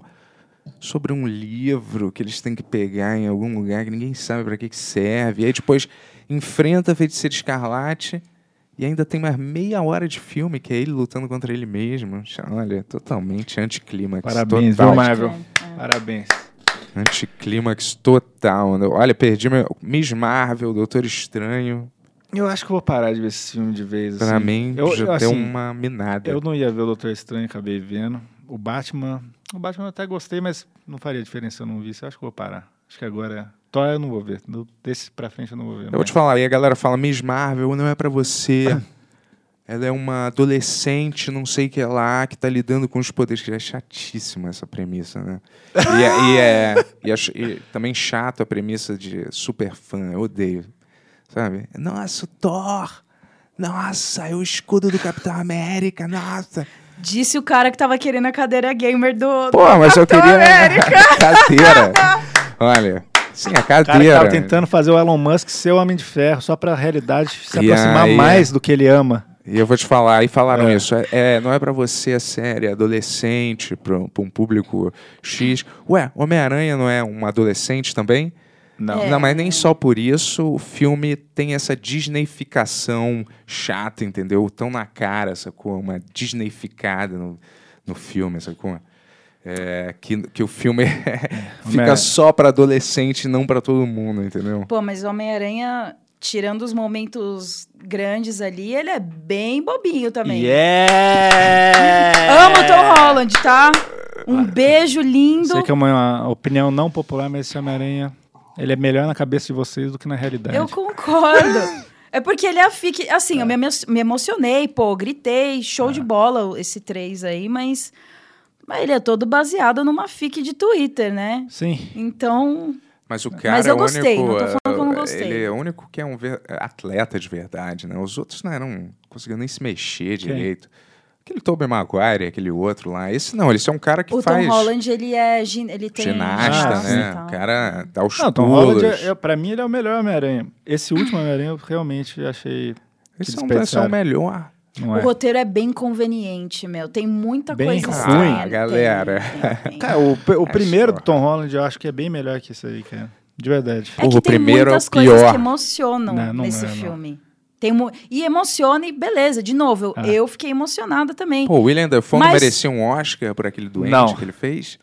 sobre um livro que eles têm que pegar em algum lugar que ninguém sabe para que, que serve. E aí depois enfrenta a feiticeira escarlate e ainda tem mais meia hora de filme que é ele lutando contra ele mesmo. Olha, totalmente anticlímax.
Parabéns,
total.
viu,
Pode
Marvel?
crer, é.
Parabéns.
Anticlímax total. né? Olha, perdi meu Miss Marvel, Doutor Estranho.
Eu acho que eu vou parar de ver esse filme de vez,
Pra
assim.
mim,
eu-
já
eu,
deu
assim,
uma minada.
Eu não ia ver o Doutor Estranho, acabei vendo. O Batman... O Batman eu até gostei, mas não faria diferença se eu não visse. Eu acho que eu vou parar. Acho que agora... Thor eu não vou ver. Do- Desse pra frente eu não vou ver.
Eu vou te falar, e a galera fala, Miss Marvel não é pra você. Ela é uma adolescente, não sei o que lá, que tá lidando com os poderes. Que é chatíssima essa premissa, né? E, é- e é, e acho- e também chato a premissa de super fã, eu odeio. Sabe? Nossa, o Thor! Nossa, é o escudo do Capitão América, nossa!
Disse o cara que tava querendo a cadeira gamer do.
Pô, mas eu queria a cadeira. Olha, sim, a
O cara que
cadeira.
tava tentando fazer o Elon Musk ser o Homem de Ferro só pra realidade se
E
aproximar
aí- é.
mais do que ele ama.
E eu vou te falar, e falaram
É.
isso. É, é, não é pra você, é sério, é adolescente, pra, um- pra um público X. Ué, Homem-Aranha não é um adolescente também?
É,
Não.
Ah, Não, mas nem só por isso o filme tem essa disneyficação chata, entendeu? Tão na cara, sacou? Uma disneyficada no, no filme, sacou? É, que, que o filme fica
Homem-Aranha.
só pra adolescente, não pra todo mundo, entendeu?
Pô, mas o Homem-Aranha, tirando os momentos grandes ali, ele é bem bobinho também.
Yeah!
Amo o Tom Holland, tá? Um beijo lindo.
Sei que é uma opinião não popular, mas esse Homem-Aranha, ele é melhor na cabeça de vocês do que na realidade.
Eu concordo. É porque ele é a fique. Assim, eu me, emo- me emocionei, pô, gritei, show
É.
de bola o- esse 3 aí, mas. Mas ele é todo baseado numa fic de Twitter, né?
Sim.
Então.
Mas o cara
Mas
é
eu
o
gostei,
único.
não tô falando que eu não gostei.
Ele é o único que é um ver- atleta de verdade, né? Os outros não eram conseguindo nem se mexer direito. Aquele Tobey Maguire, aquele outro lá. Esse não, esse é um cara que
O
faz
Tom Holland, ele é. gin- Ele tem.
ginasta,
Ah,
ginástica
né?
e tal.
O cara dá os
Não, Tom
pulos.
Holland, é- é- pra mim, ele é o melhor Homem-Aranha. Esse último Homem-Aranha eu realmente achei.
Esse é um
Desperdiçaram.
pessoal melhor.
Não
O
é.
roteiro é bem conveniente, meu. Tem muita
Bem
coisa
ruim,
estranha. Tem,
galera.
tem, tem.
Cara, o, pe- o primeiro
porra.
do Tom Holland eu acho que é bem melhor que isso aí, cara. De verdade.
É que
O
tem
primeiro é o
muitas coisas
pior.
que emocionam
Não, não
nesse
é, não.
filme. Tem mu- E emociona e beleza, de novo, eu,
Ah.
eu fiquei emocionada também.
É. Pô, o William Dafoe não
Mas-
merecia um Oscar por aquele doente
Não.
que ele fez?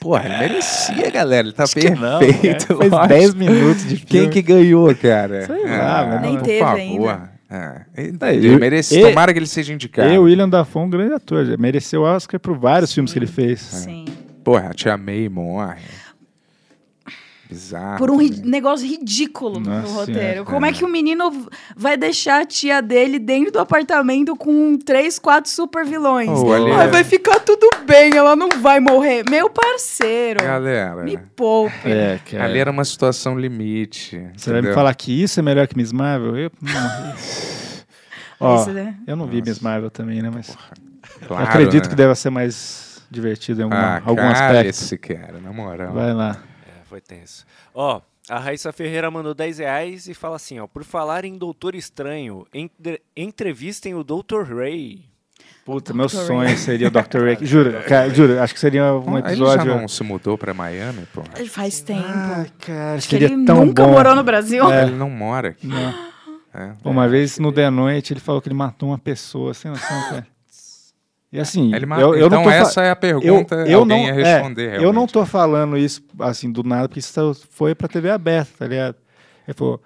Porra, ele merecia, galera. Ele tá
que não, cara.
perfeito.
É, Fez
Oscar.
10 minutos de
Quem
filme.
que ganhou, cara? Ah,
Sei lá, mas
Nem
por
teve
favor.
ainda.
Ah, ele,
É,
ele
eu-
merece,
eu-
tomara que ele seja indicado.
E o William Dafoe é um grande ator. já Mereceu Oscar por vários filmes que ele fez.
é.
Sim.
Porra, a Tia May morre. Bizarro.
Por um ri-
também.
negócio ridículo no
Ah, Nossa
roteiro.
Senhora,
Como é que o menino vai deixar a tia dele dentro do apartamento com três, quatro super vilões?
Ô, ali- é,
Ai, então. vai ficar tudo bem, ela não vai morrer. Meu parceiro,
Galera,
me poupe.
É, cara.
ali era uma situação limite.
Você vai me
entendeu?
falar que isso é melhor que Miss Marvel? Eu, não. Ó,
Isso, né?
eu não vi Miss Marvel também, né? Mas
Claro,
eu acredito
né?
que deve ser mais divertido em algum,
Ah,
algum
cara,
aspecto.
esse um cara, na moral.
Vai lá.
É, foi tenso. Ó, a Raíssa Ferreira mandou 10 reais e fala assim, ó. Por falar em Doutor Estranho, entre- entrevistem o Doutor Ray.
Puta, meu
Dr. Ray.
sonho seria o Dr. Ray. Juro, cara, juro, acho que seria um
Ah, Ele já
episódio.
não se mudou pra Miami, pô.
É.
Ele faz tempo.
Ai, cara,
Acho que
Ah, seria
ele
tão
nunca
bom.
morou no Brasil.
Ele não mora aqui. É.
Uma vez no The Noite ele falou que ele matou uma pessoa, sem noção, cara. E assim,
Ele ma-
eu, eu não
então
tô fa-
essa é a pergunta que alguém
é,
ia responder. realmente.
eu não tô falando isso assim do nada, porque isso tá- foi pra TV aberta, tá ligado? Ele falou,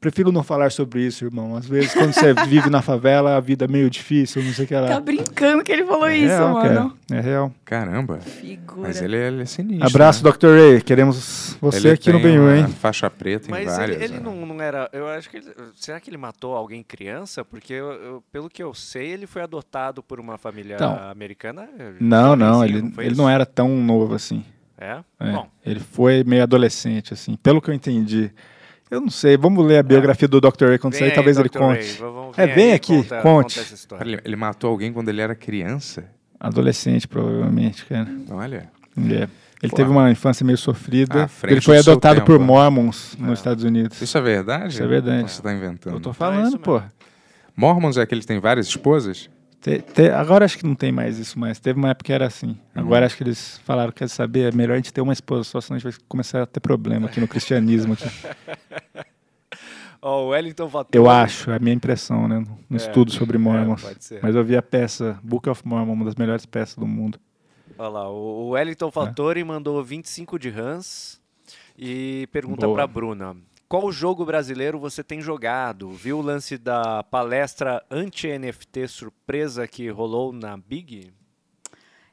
prefiro não falar sobre isso, irmão. Às vezes, quando você vive na favela, a vida é meio difícil, não sei o que lá.
Tá brincando que ele falou
é
isso,
real,
mano.
Cara. É real.
Caramba.
Figura.
Mas ele, ele é sinistro.
Abraço,
né?
Dr. Ray. Queremos você
Ele
aqui no
tem
Benhu,
uma
hein?
Faixa preta em
Mas
várias.
ele, ele
é.
né?
não, não era... Eu acho que ele... Será que ele matou alguém criança? Porque, eu- eu- pelo que eu sei, ele foi adotado por uma família
Então.
americana. eh,
Não, não,
jovenzinho,
ele não,
foi
ele
isso?
não era tão novo assim.
É?
É,
Bom,
ele foi meio adolescente, assim, pelo que eu entendi. Eu não sei, vamos ler a biografia do Dr. Ray quando
vem
sair,
aí,
talvez ele
Dr.
conte.
Ray, vamos-
É, vem
aí,
aqui,
conta-
conte.
conta essa história.
Ele, ele matou alguém quando ele era criança?
Adolescente, provavelmente, cara.
Olha.
É. Ele
Pô,
teve uma infância meio sofrida.
à frente
Ele foi
do seu
adotado
tempo,
por
né?
mormons nos Estados Unidos.
Isso é verdade?
Isso é verdade.
Ou Você tá inventando.
Eu tô
É
falando,
isso
pô.
Mormons é que eles têm várias esposas?
Te- te- agora acho que não tem mais isso, mas teve uma época que era
Uhum.
assim. Agora acho que eles falaram, quer saber, é melhor a gente ter uma esposa só, senão a gente vai começar a ter problema aqui no cristianismo. Aqui.
Ó, o Wellington Vatel.
Eu acho, é a minha impressão, né? No no
É,
estudo sobre Mormons.
pode ser.
Mas eu vi a peça Book of Mormon, uma das melhores peças do mundo.
Olha lá, o o Wellington
É.
Fattori mandou 25 de Hans e pergunta
Boa.
pra Bruna. Qual jogo brasileiro você tem jogado? Viu o lance da palestra anti-NFT surpresa que rolou na Big?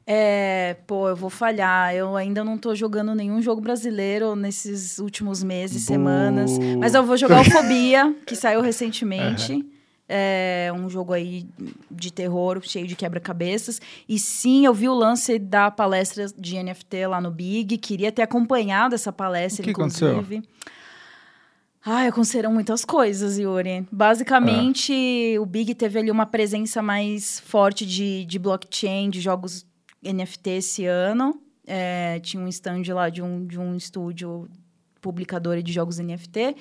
É, pô, eu vou falhar. Eu ainda não tô jogando nenhum jogo brasileiro nesses últimos meses,
Bu.
semanas. Mas eu vou jogar o Fobia, que saiu recentemente. É um jogo aí de terror, cheio de quebra-cabeças. E sim, eu vi o lance da palestra de NFT lá no Big. Queria ter acompanhado essa palestra,
O que aconteceu?
inclusive. Ah, aconteceram muitas coisas, Yuri. Basicamente, o Big teve ali uma presença mais forte de, de blockchain, de jogos NFT esse ano. É, tinha um stand lá de um, de um estúdio publicador de jogos NFT.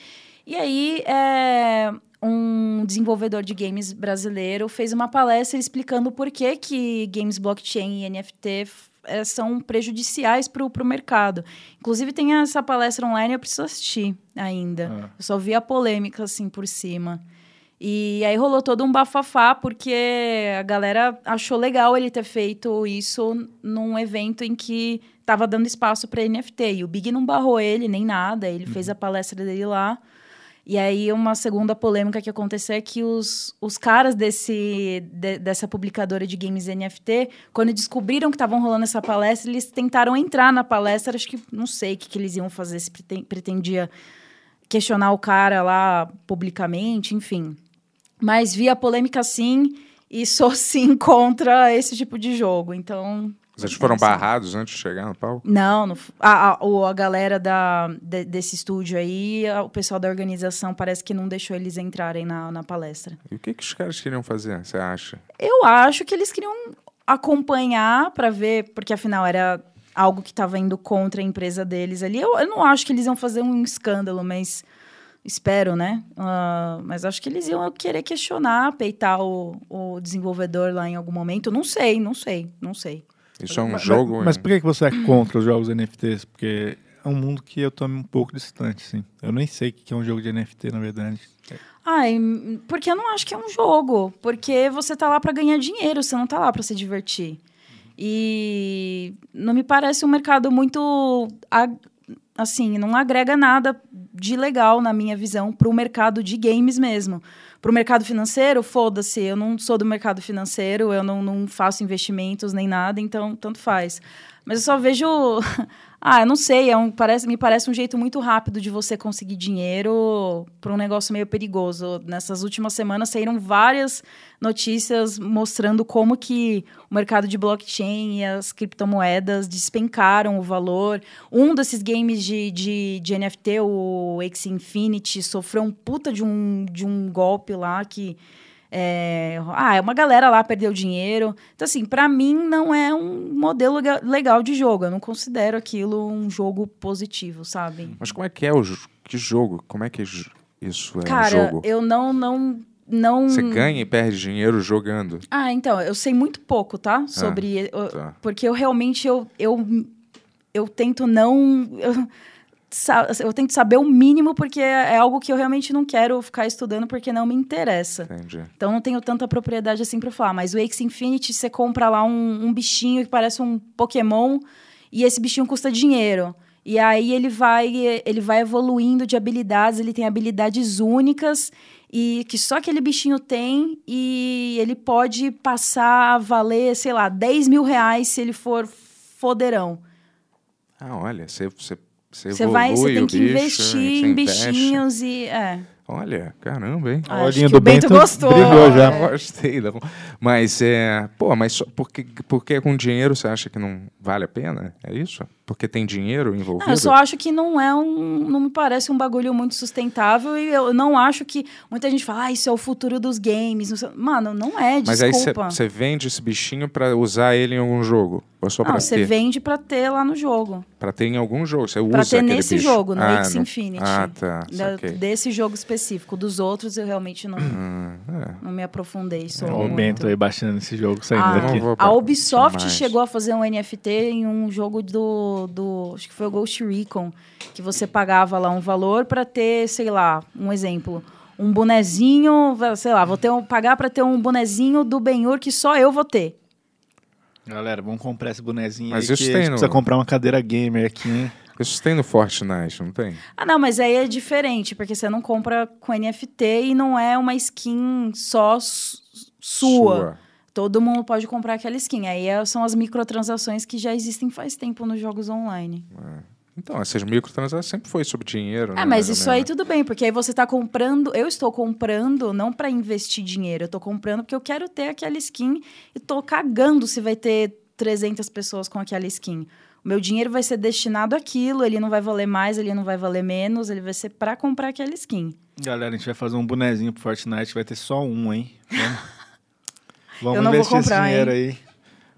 E aí, é, um desenvolvedor de games brasileiro fez uma palestra explicando por que, que games blockchain e NFT f- é, são prejudiciais para o mercado. Inclusive, tem essa palestra online, eu preciso assistir ainda.
Ah.
Eu só vi a polêmica, assim, por cima. E aí rolou todo um bafafá, porque a galera achou legal ele ter feito isso num evento em que tava dando espaço para NFT. E o Big não barrou ele, nem nada. Ele
Uhum.
fez a palestra dele lá. E aí, uma segunda polêmica que aconteceu é que os, os caras desse, de- dessa publicadora de games NFT, quando descobriram que estavam rolando essa palestra, eles tentaram entrar na palestra. Acho que não sei o que, que eles iam fazer, se preten- pretendia questionar o cara lá publicamente, enfim. Mas vi a polêmica sim e sou sim contra esse tipo de jogo. Então.
Vocês foram
assim,
barrados antes de chegar no palco?
não, não f- a, a, o- a galera da, de- desse estúdio aí, a- o pessoal da organização parece que não deixou eles entrarem na, na palestra.
E o que, que os caras queriam fazer, você acha?
Eu acho que eles queriam acompanhar para ver, porque afinal era algo que estava indo contra a empresa deles ali. Eu, eu não acho que eles iam fazer um escândalo, mas espero, né? Ah, mas acho que eles iam querer questionar, peitar o, o desenvolvedor lá em algum momento. Não sei, não sei, não sei.
Isso é um
Mas-
jogo.
Mas, mas
em-
por que que você é contra os jogos NFTs? Porque é um mundo que eu tô um pouco distante, assim. Eu nem sei o que que é um jogo de NFT, na verdade.
Ai, hum, porque eu não acho que é um jogo. Porque você tá lá para ganhar dinheiro, você não tá lá para se divertir. E não me parece um mercado muito. a- Assim, não agrega nada de legal, na minha visão, para o mercado de games mesmo. Para o mercado financeiro, foda-se, eu não sou do mercado financeiro, eu não, não faço investimentos nem nada, então tanto faz. Mas eu só vejo. ah, eu não sei, é um, parece, me parece um jeito muito rápido de você conseguir dinheiro para um negócio meio perigoso. Nessas últimas semanas saíram várias notícias mostrando como que o mercado de blockchain e as criptomoedas despencaram o valor. Um desses games de, de, de NFT, o Axie Infinity, sofreu um puta de um, de um golpe lá que É, ah, é uma galera lá perdeu dinheiro. Então, assim, para mim não é um modelo ga- legal de jogo. Eu não considero aquilo um jogo positivo, sabe?
Mas como é que é o jo- que jogo? Como é que j- isso é um
Cara,
jogo?
eu não, não, não.
Você ganha e perde dinheiro jogando.
Ah, então, eu sei muito pouco, tá? Sobre. eu-
tá.
Porque eu realmente eu, eu, eu tento não. Eu, sa- eu tento saber o mínimo, porque é algo que eu realmente não quero ficar estudando porque não me interessa.
Entendi.
Então não tenho tanta propriedade assim pra falar. Mas o Axe Infinity, você compra lá um, um bichinho que parece um Pokémon e esse bichinho custa dinheiro. E aí ele vai, ele vai evoluindo de habilidades, ele tem habilidades únicas e que só aquele bichinho tem e ele pode passar a valer, sei lá, 10 mil reais se ele for foderão.
Ah, olha, você, você, você,
Você vai, você
evolui
tem
o
que
bicho, né?
investir
você
em
investe.
bichinhos e. É.
Olha, caramba, hein?
Ah,
Ah,
Acho
olhinho
que
do
o Bento,
Bento
gostou.
brilhou já.
É.
Gostei. Não. Mas é. Pô, mas só porque, porque com dinheiro você acha que não vale a pena? É isso? Porque tem dinheiro envolvido?
Não, eu só acho que não é um. Não me parece um bagulho muito sustentável e eu não acho que. Muita gente fala, ah, isso é o futuro dos games. não sei- Mano, não é,
Mas
desculpa.
aí você vende esse bichinho pra usar ele em algum jogo? Ou só pra
não, você
ter?
vende pra ter lá no jogo.
Pra ter em algum jogo, você
Pra
usa
ter
aquele
nesse
bicho.
jogo, né? no
ah,
Axe
não-
Infinity.
Ah, tá.
Da-
saquei.
desse jogo específico. Dos outros eu realmente não,
Hum, é.
não me aprofundei sobre.
Olha É, o
É, muito.
Bento aí baixando esse jogo, saindo
Ah,
Eu
daqui.
não vou
A
pra-
Ubisoft
mais.
chegou a fazer um NFT em um jogo do, do. Acho que foi o Ghost Recon. Que você pagava lá um valor pra ter, sei lá, um exemplo. Um bonezinho, sei lá, vou ter um, pagar pra ter um bonezinho do Benhur que só eu vou ter.
Galera, vamos comprar esse bonezinho
Mas
aí
isso
que a
tem
gente
no-
precisa comprar uma cadeira gamer aqui, hein?
Isso tem no Fortnite, não tem?
Ah, não, mas aí é diferente, porque você não compra com NFT e não é uma skin só su- sua. Todo mundo pode comprar aquela skin. Aí é- são as microtransações que já existem faz tempo nos jogos online.
Então, essas microtransações sempre foi sobre dinheiro, né?
É, mas
mais ou
isso aí
menos.
tudo bem, porque aí você tá comprando. Eu estou comprando não para investir dinheiro, eu tô comprando porque eu quero ter aquela skin e tô cagando se vai ter 300 pessoas com aquela skin. O meu dinheiro vai ser destinado àquilo, ele não vai valer mais, ele não vai valer menos, ele vai ser para comprar aquela skin.
Galera, a gente vai fazer um bonezinho pro Fortnite, vai ter só um, hein? Vamos, Vamos
Eu não vou
investir esse
comprar,
dinheiro aí.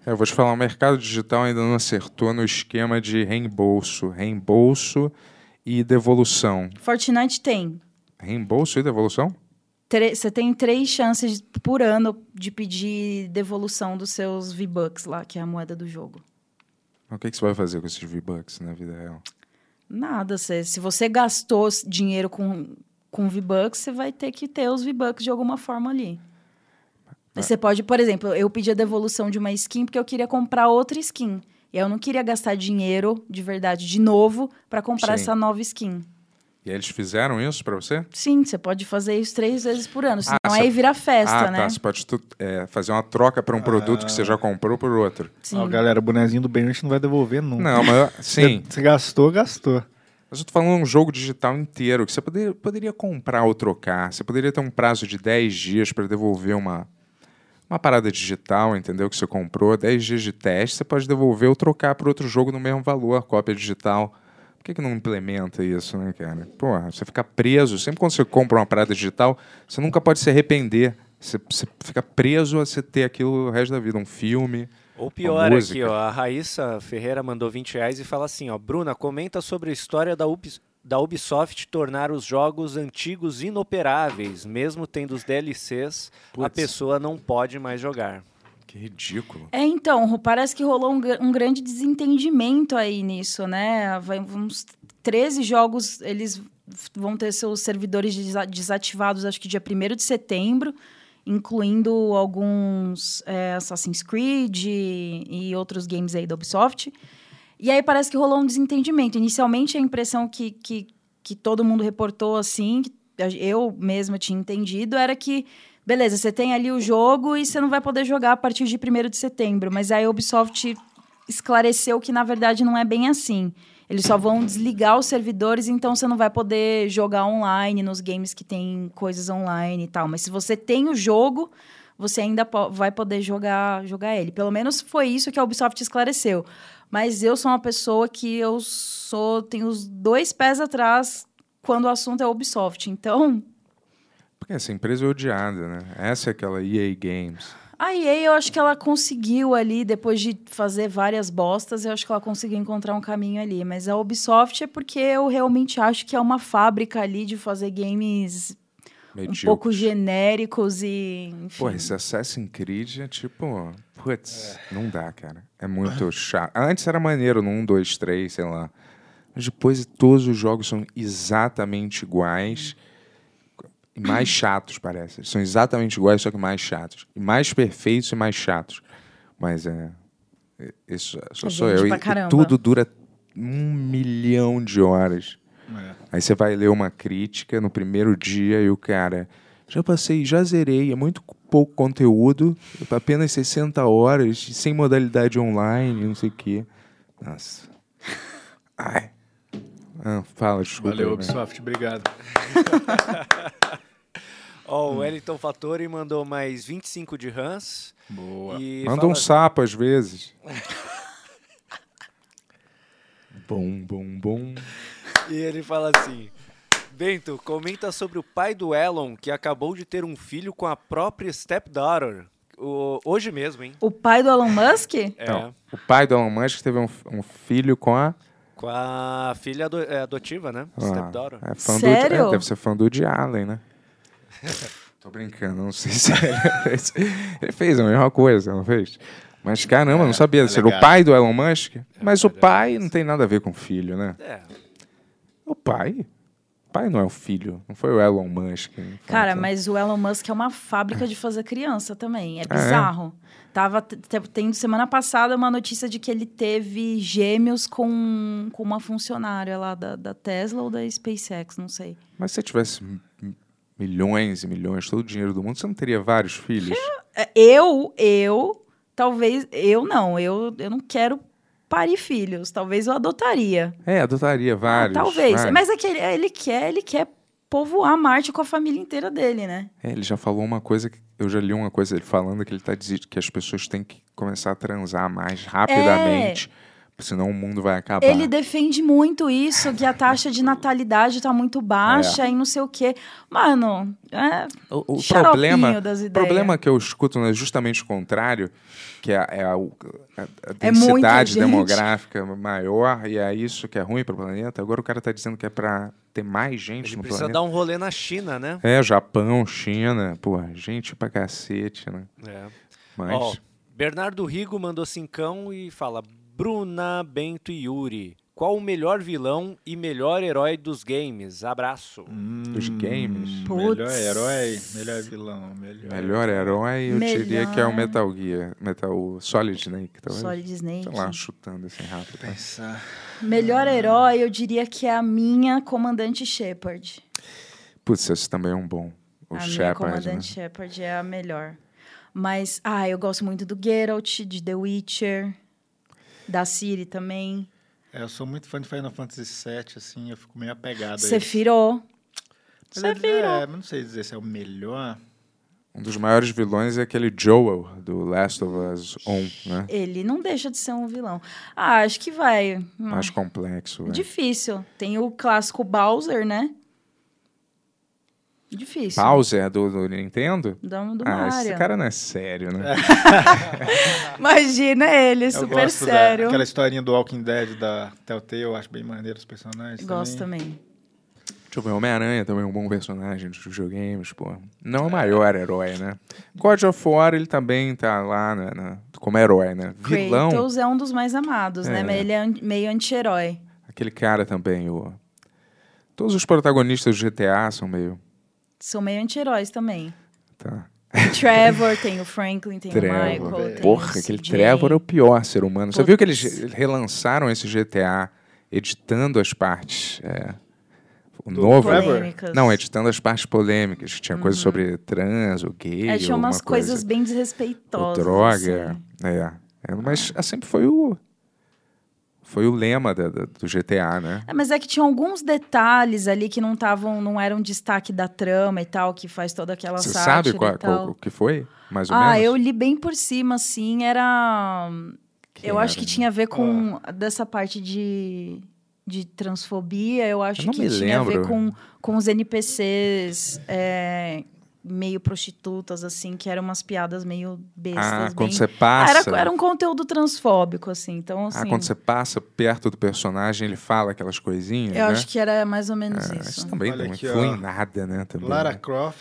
É, Eu vou te falar, o mercado digital ainda não acertou no esquema de reembolso. Reembolso e devolução.
Fortnite tem.
Reembolso e devolução?
tre- Você tem três chances por ano de pedir devolução dos seus V-Bucks lá, que é a moeda do jogo.
O que, que você vai fazer com esses V-Bucks na vida real?
Nada. cê- se você gastou s- dinheiro com, com V-Bucks, você vai ter que ter os V-Bucks de alguma forma ali.
Ah.
Aí Você pode, por exemplo, eu pedi a devolução de uma skin porque eu queria comprar outra skin. E eu não queria gastar dinheiro de verdade de novo pra comprar
Sim.
essa nova skin.
E eles fizeram isso pra você?
Sim, você pode fazer isso três vezes por ano. Senão
cê-
aí vira festa,
ah,
né?
tá. Você pode tu- é, fazer uma troca pra um produto que você já comprou por outro.
Sim.
Ó, galera, o bonezinho do Ben a gente não vai devolver nunca.
Não, mas eu- sim.
Você gastou, gastou.
Mas eu tô falando um jogo digital inteiro que você poderia, poderia comprar ou trocar. Você poderia ter um prazo de 10 dias para devolver uma, uma parada digital, entendeu? Que você comprou. 10 dias de teste, você pode devolver ou trocar para outro jogo no mesmo valor, cópia digital. Por que, que não implementa isso, né, cara? Porra, você fica preso. Sempre quando você compra uma parada digital, você nunca pode se arrepender. Você, você fica preso a você ter aquilo o resto da vida. Um filme.
Ou
Uma
pior
música.
aqui, ó, a Raíssa Ferreira mandou 20 reais e fala assim, ó, Bruna, comenta sobre a história da, Ubis- da Ubisoft tornar os jogos antigos inoperáveis, mesmo tendo os DLCs, a
Putz.
pessoa não pode mais jogar.
Que ridículo.
É, então, ro- parece que rolou um, gr- um grande desentendimento aí nisso, né? Vai- uns 13 jogos, eles f- vão ter seus servidores desa- desativados, acho que dia 1 de setembro, incluindo alguns é, Assassin's Creed e, e outros games aí da Ubisoft. E aí parece que rolou um desentendimento. Inicialmente, a impressão que, que, que todo mundo reportou, assim, que a- eu mesma tinha entendido, era que Beleza, você tem ali o jogo e você não vai poder jogar a partir de 1 de setembro. Mas aí a Ubisoft esclareceu que, na verdade, não é bem assim. Eles só vão desligar os servidores, então você não vai poder jogar online nos games que tem coisas online e tal. Mas se você tem o jogo, você ainda po- vai poder jogar, jogar ele. Pelo menos foi isso que a Ubisoft esclareceu. Mas eu sou uma pessoa que eu sou tenho os dois pés atrás quando o assunto é Ubisoft. Então,
Porque essa empresa é odiada, né? Essa é aquela EA Games.
A EA, eu acho que ela conseguiu ali, depois de fazer várias bostas, eu acho que ela conseguiu encontrar um caminho ali. Mas a Ubisoft é porque eu realmente acho que é uma fábrica ali de fazer games um
Medíocre.
pouco genéricos e. Enfim.
Pô, esse Assassin's Creed é tipo. Putz, não dá, cara. É muito chato. Antes era maneiro no 1, 2, 3, sei lá. Mas depois todos os jogos são exatamente iguais. E mais chatos, parece. São exatamente iguais, só que mais chatos. E mais perfeitos e mais chatos. Mas é. é- Isso só
É
sou
gente
eu. E,
pra
e
caramba.
tudo dura um milhão de horas. Aí você vai ler uma crítica no primeiro dia e o cara. Já passei, já zerei, é muito pouco conteúdo, apenas 60 horas, sem modalidade online, não sei o quê. Nossa. Ai. Ah, fala, desculpa.
Valeu,
né?
Ubisoft, obrigado.
Hum.
Ó, o Wellington Fattori mandou mais 25 de Hans.
Boa.
E
Manda
fala- assim,
um sapo às vezes. bom, bom, bom.
E ele fala assim: Bento, comenta sobre o pai do Elon que acabou de ter um filho com a própria stepdaughter. O- hoje mesmo, hein?
O pai do Elon Musk?
É,
Não. O pai do Elon Musk teve um, um filho com a.
com a filha ado- é, adotiva, né? Stepdaughter.
Ah, é fã do-
Sério?
é, deve ser fã do Woody Allen, né? Tô brincando, não sei se ele fez. Ele fez a mesma coisa, não fez? Mas caramba, não sabia. Ser o
alegado.
pai do Elon Musk? Mas o pai não tem nada a ver com o filho, né?
É.
O pai? O pai não é o filho. Não foi o Elon Musk. né?
Cara,
Então,
mas o Elon Musk é uma fábrica de fazer criança também. É
Ah, é?
bizarro. Tava te- te- tendo semana passada uma notícia de que ele teve gêmeos com, com uma funcionária lá da, da Tesla ou da SpaceX, não sei.
Mas se você tivesse m- m- milhões e milhões, todo o dinheiro do mundo, você não teria vários filhos?
É, Eu, eu, talvez. Eu não, eu, eu não quero parir filhos. Talvez eu adotaria.
É, adotaria
Ah,
vários.
talvez.
vários.
Mas é que ele, ele quer, ele quer povoar Marte com a família inteira dele, né?
É, ele já falou uma coisa que eu já li uma coisa ele falando que ele tá dizendo que as pessoas têm que começar a transar mais rapidamente, senão o mundo vai acabar.
É. Ele defende muito isso, que a taxa de natalidade tá muito baixa
É.
e não sei o quê. Mano, é
o o
xaropinho
problema,
das
o
ideias.
problema que eu escuto né, é justamente o contrário, que é, é a, o- a- a
É muita
densidade
gente.
demográfica maior e é isso que é ruim para o planeta. Agora o cara tá dizendo que é para ter mais gente
Ele
no
precisa
planeta.
dar um rolê na China, né?
É, Japão, China, porra, gente pra cacete, né?
É.
Mas
Ó, Bernardo Rigo mandou cincão e fala: Bruna, Bento e Yuri, qual o melhor vilão e melhor herói dos games? Abraço.
dos games.
Hum, Melhor
Putz.
herói, melhor vilão, melhor.
Melhor herói, eu diria
Melhor.
que é o Metal Gear. Metal, o Solid Snake, talvez.
Solid Snake.
Então, Sei lá, chutando assim rápido.
Pensar.
Melhor herói, eu diria que é a minha comandante Shepard.
Putz, esse também é um bom. O
a minha
Shepard, né?
comandante Shepard é a melhor. Mas, ah, eu gosto muito do Geralt, de The Witcher, da Ciri também.
É, eu sou muito fã de Final Fantasy VII, assim, eu fico meio apegado a ele.
Sephiroth.
Mas ele-
Sephiroth.
É, mas não sei dizer se é o melhor.
Um dos maiores vilões é aquele Joel, do Last of Us 1, né?
Ele não deixa de ser um vilão. Ah, acho que vai. Hum,
Mais complexo, né. velho.
Difícil. Tem o clássico Bowser, né? Difícil.
Bowser, é do, do Nintendo?
Dama do
ah,
Mario.
esse cara não é sério, né?
Imagina ele,
Eu
super
gosto da-
sério.
aquela historinha do Walking Dead da Telltale, eu acho bem maneiro os personagens.
Gosto
também.
também.
Deixa eu ver, Homem-Aranha também é um bom personagem dos videogames, pô. Não é o maior herói, né? God of War, ele também tá lá né, na- como herói, né? Vilão,
Kratos é um dos mais amados, né?
É.
Mas ele é an- meio anti-herói.
Aquele cara também, o. Todos os protagonistas do GTA são meio.
São meio anti-heróis também.
Tá.
Trevor, tem o Franklin, tem
Trevor,
o Michael.
velho.
tem
Porra,
o
aquele
CJ.
Trevor é o pior ser humano. Você
Putz.
viu que eles relançaram esse GTA editando as partes. É, o novo. né?
Polêmicas.
Não, é editando as partes polêmicas. Tinha coisa sobre trans, o gay.
Uhum. É, tinha umas
alguma coisa.
coisas bem desrespeitosas.
Ou droga.
assim. Ah.
É. É, Mas é, sempre foi o. Foi o lema da- da- do GTA, né?
É, mas é que tinha alguns detalhes ali que não estavam, não eram destaque da trama e tal, que faz toda aquela
Você
sátira
sabe qual,
e tal.
qual- o que foi? Mais ou
ah,
menos?
eu li bem por cima, assim, era.
Que
eu acho
era,
que
né?
tinha a ver com dessa parte de, de transfobia, eu acho
Eu não
que
me
tinha a ver
lembro.
com, com os NPCs é, meio prostitutas, assim, que eram umas piadas meio bestas.
Ah,
bem-
quando você
Ah,
passa.
era, era um conteúdo transfóbico, assim. Então,
Ah,
assim,
quando você passa perto do personagem, ele fala aquelas coisinhas,
eu
né?
acho que era mais ou menos
Ah,
isso.
também
Olha
não
aqui,
influi
ó.
em nada, né? Também,
Lara
né?
Croft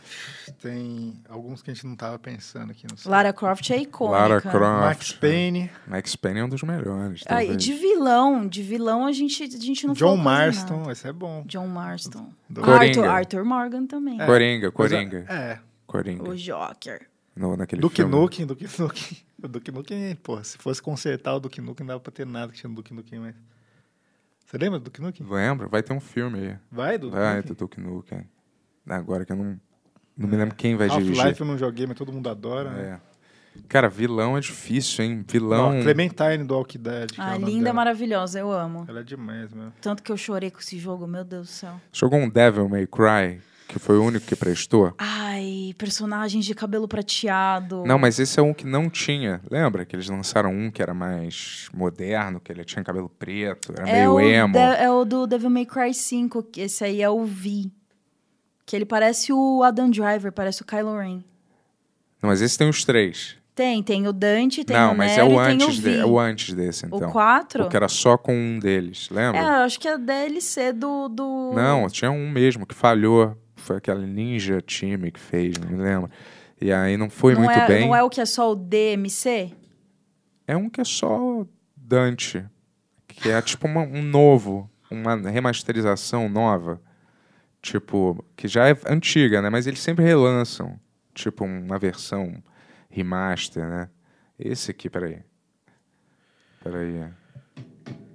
tem alguns que a gente não tava pensando aqui. Não sei.
Lara Croft é icônica.
Lara Croft.
Max Payne,
Max Payne é um dos melhores.
Ah, e
talvez.
de vilão, de vilão a gente, a gente não
John
falou quase nada.
Marston, esse é bom.
John Marston.
Do-
Arthur,
Coringa.
Arthur Morgan também.
É,
Coringa,
Mas,
Coringa.
É,
Coringa.
O Joker.
No, naquele
Duke
filme.
Nukem, Duke Nukem. O Duke Nukem, pô, se fosse consertar o Duke Nukem, não dava pra ter nada que tinha no Duke Nukem, mas... Você lembra do Duke Nukem?
Lembra? Vai ter um filme aí.
Vai, Duke
Vai, do
Nukem? É.
Duke Nukem. Agora que eu não... Não me lembro quem vai dirigir.
Half-Life eu não joguei, mas todo mundo adora, né?
É. Cara, vilão é difícil, hein? Vilão...
Ó, Clementine do Walking Dead. que é
Ah,
o nome
linda,
dela.
maravilhosa, eu amo.
Ela é demais mesmo.
Tanto que eu chorei com esse jogo, meu Deus do céu.
Jogou um Devil May Cry, que foi o único que prestou.
Ai, personagens de cabelo prateado.
Não, mas esse é um que não tinha. Lembra que eles lançaram um que era mais moderno, que ele tinha cabelo preto, era
é
meio
o
emo.
de- é o do Devil May Cry 5, que esse aí é o V. Que ele parece o Adam Driver, parece o Kylo Ren.
Não, mas esse tem os três.
Tem, tem o Dante, tem
não,
o
mas
Nero
é o
e tem
antes
o
de-
V.
é o antes desse, então.
O 4?
Porque era só com um deles,
É,
lembra?
eu acho que é a DLC do... do...
Não, tinha um mesmo que falhou. Foi aquele ninja time que fez, não me lembro. E aí não foi
não
muito
é,
bem.
Não é o que é só o DMC?
É um que é só Dante, que é tipo uma- um novo, uma remasterização nova, tipo, que já é antiga, né? Mas eles sempre relançam, tipo, uma versão remaster, né? Esse aqui, peraí. Peraí,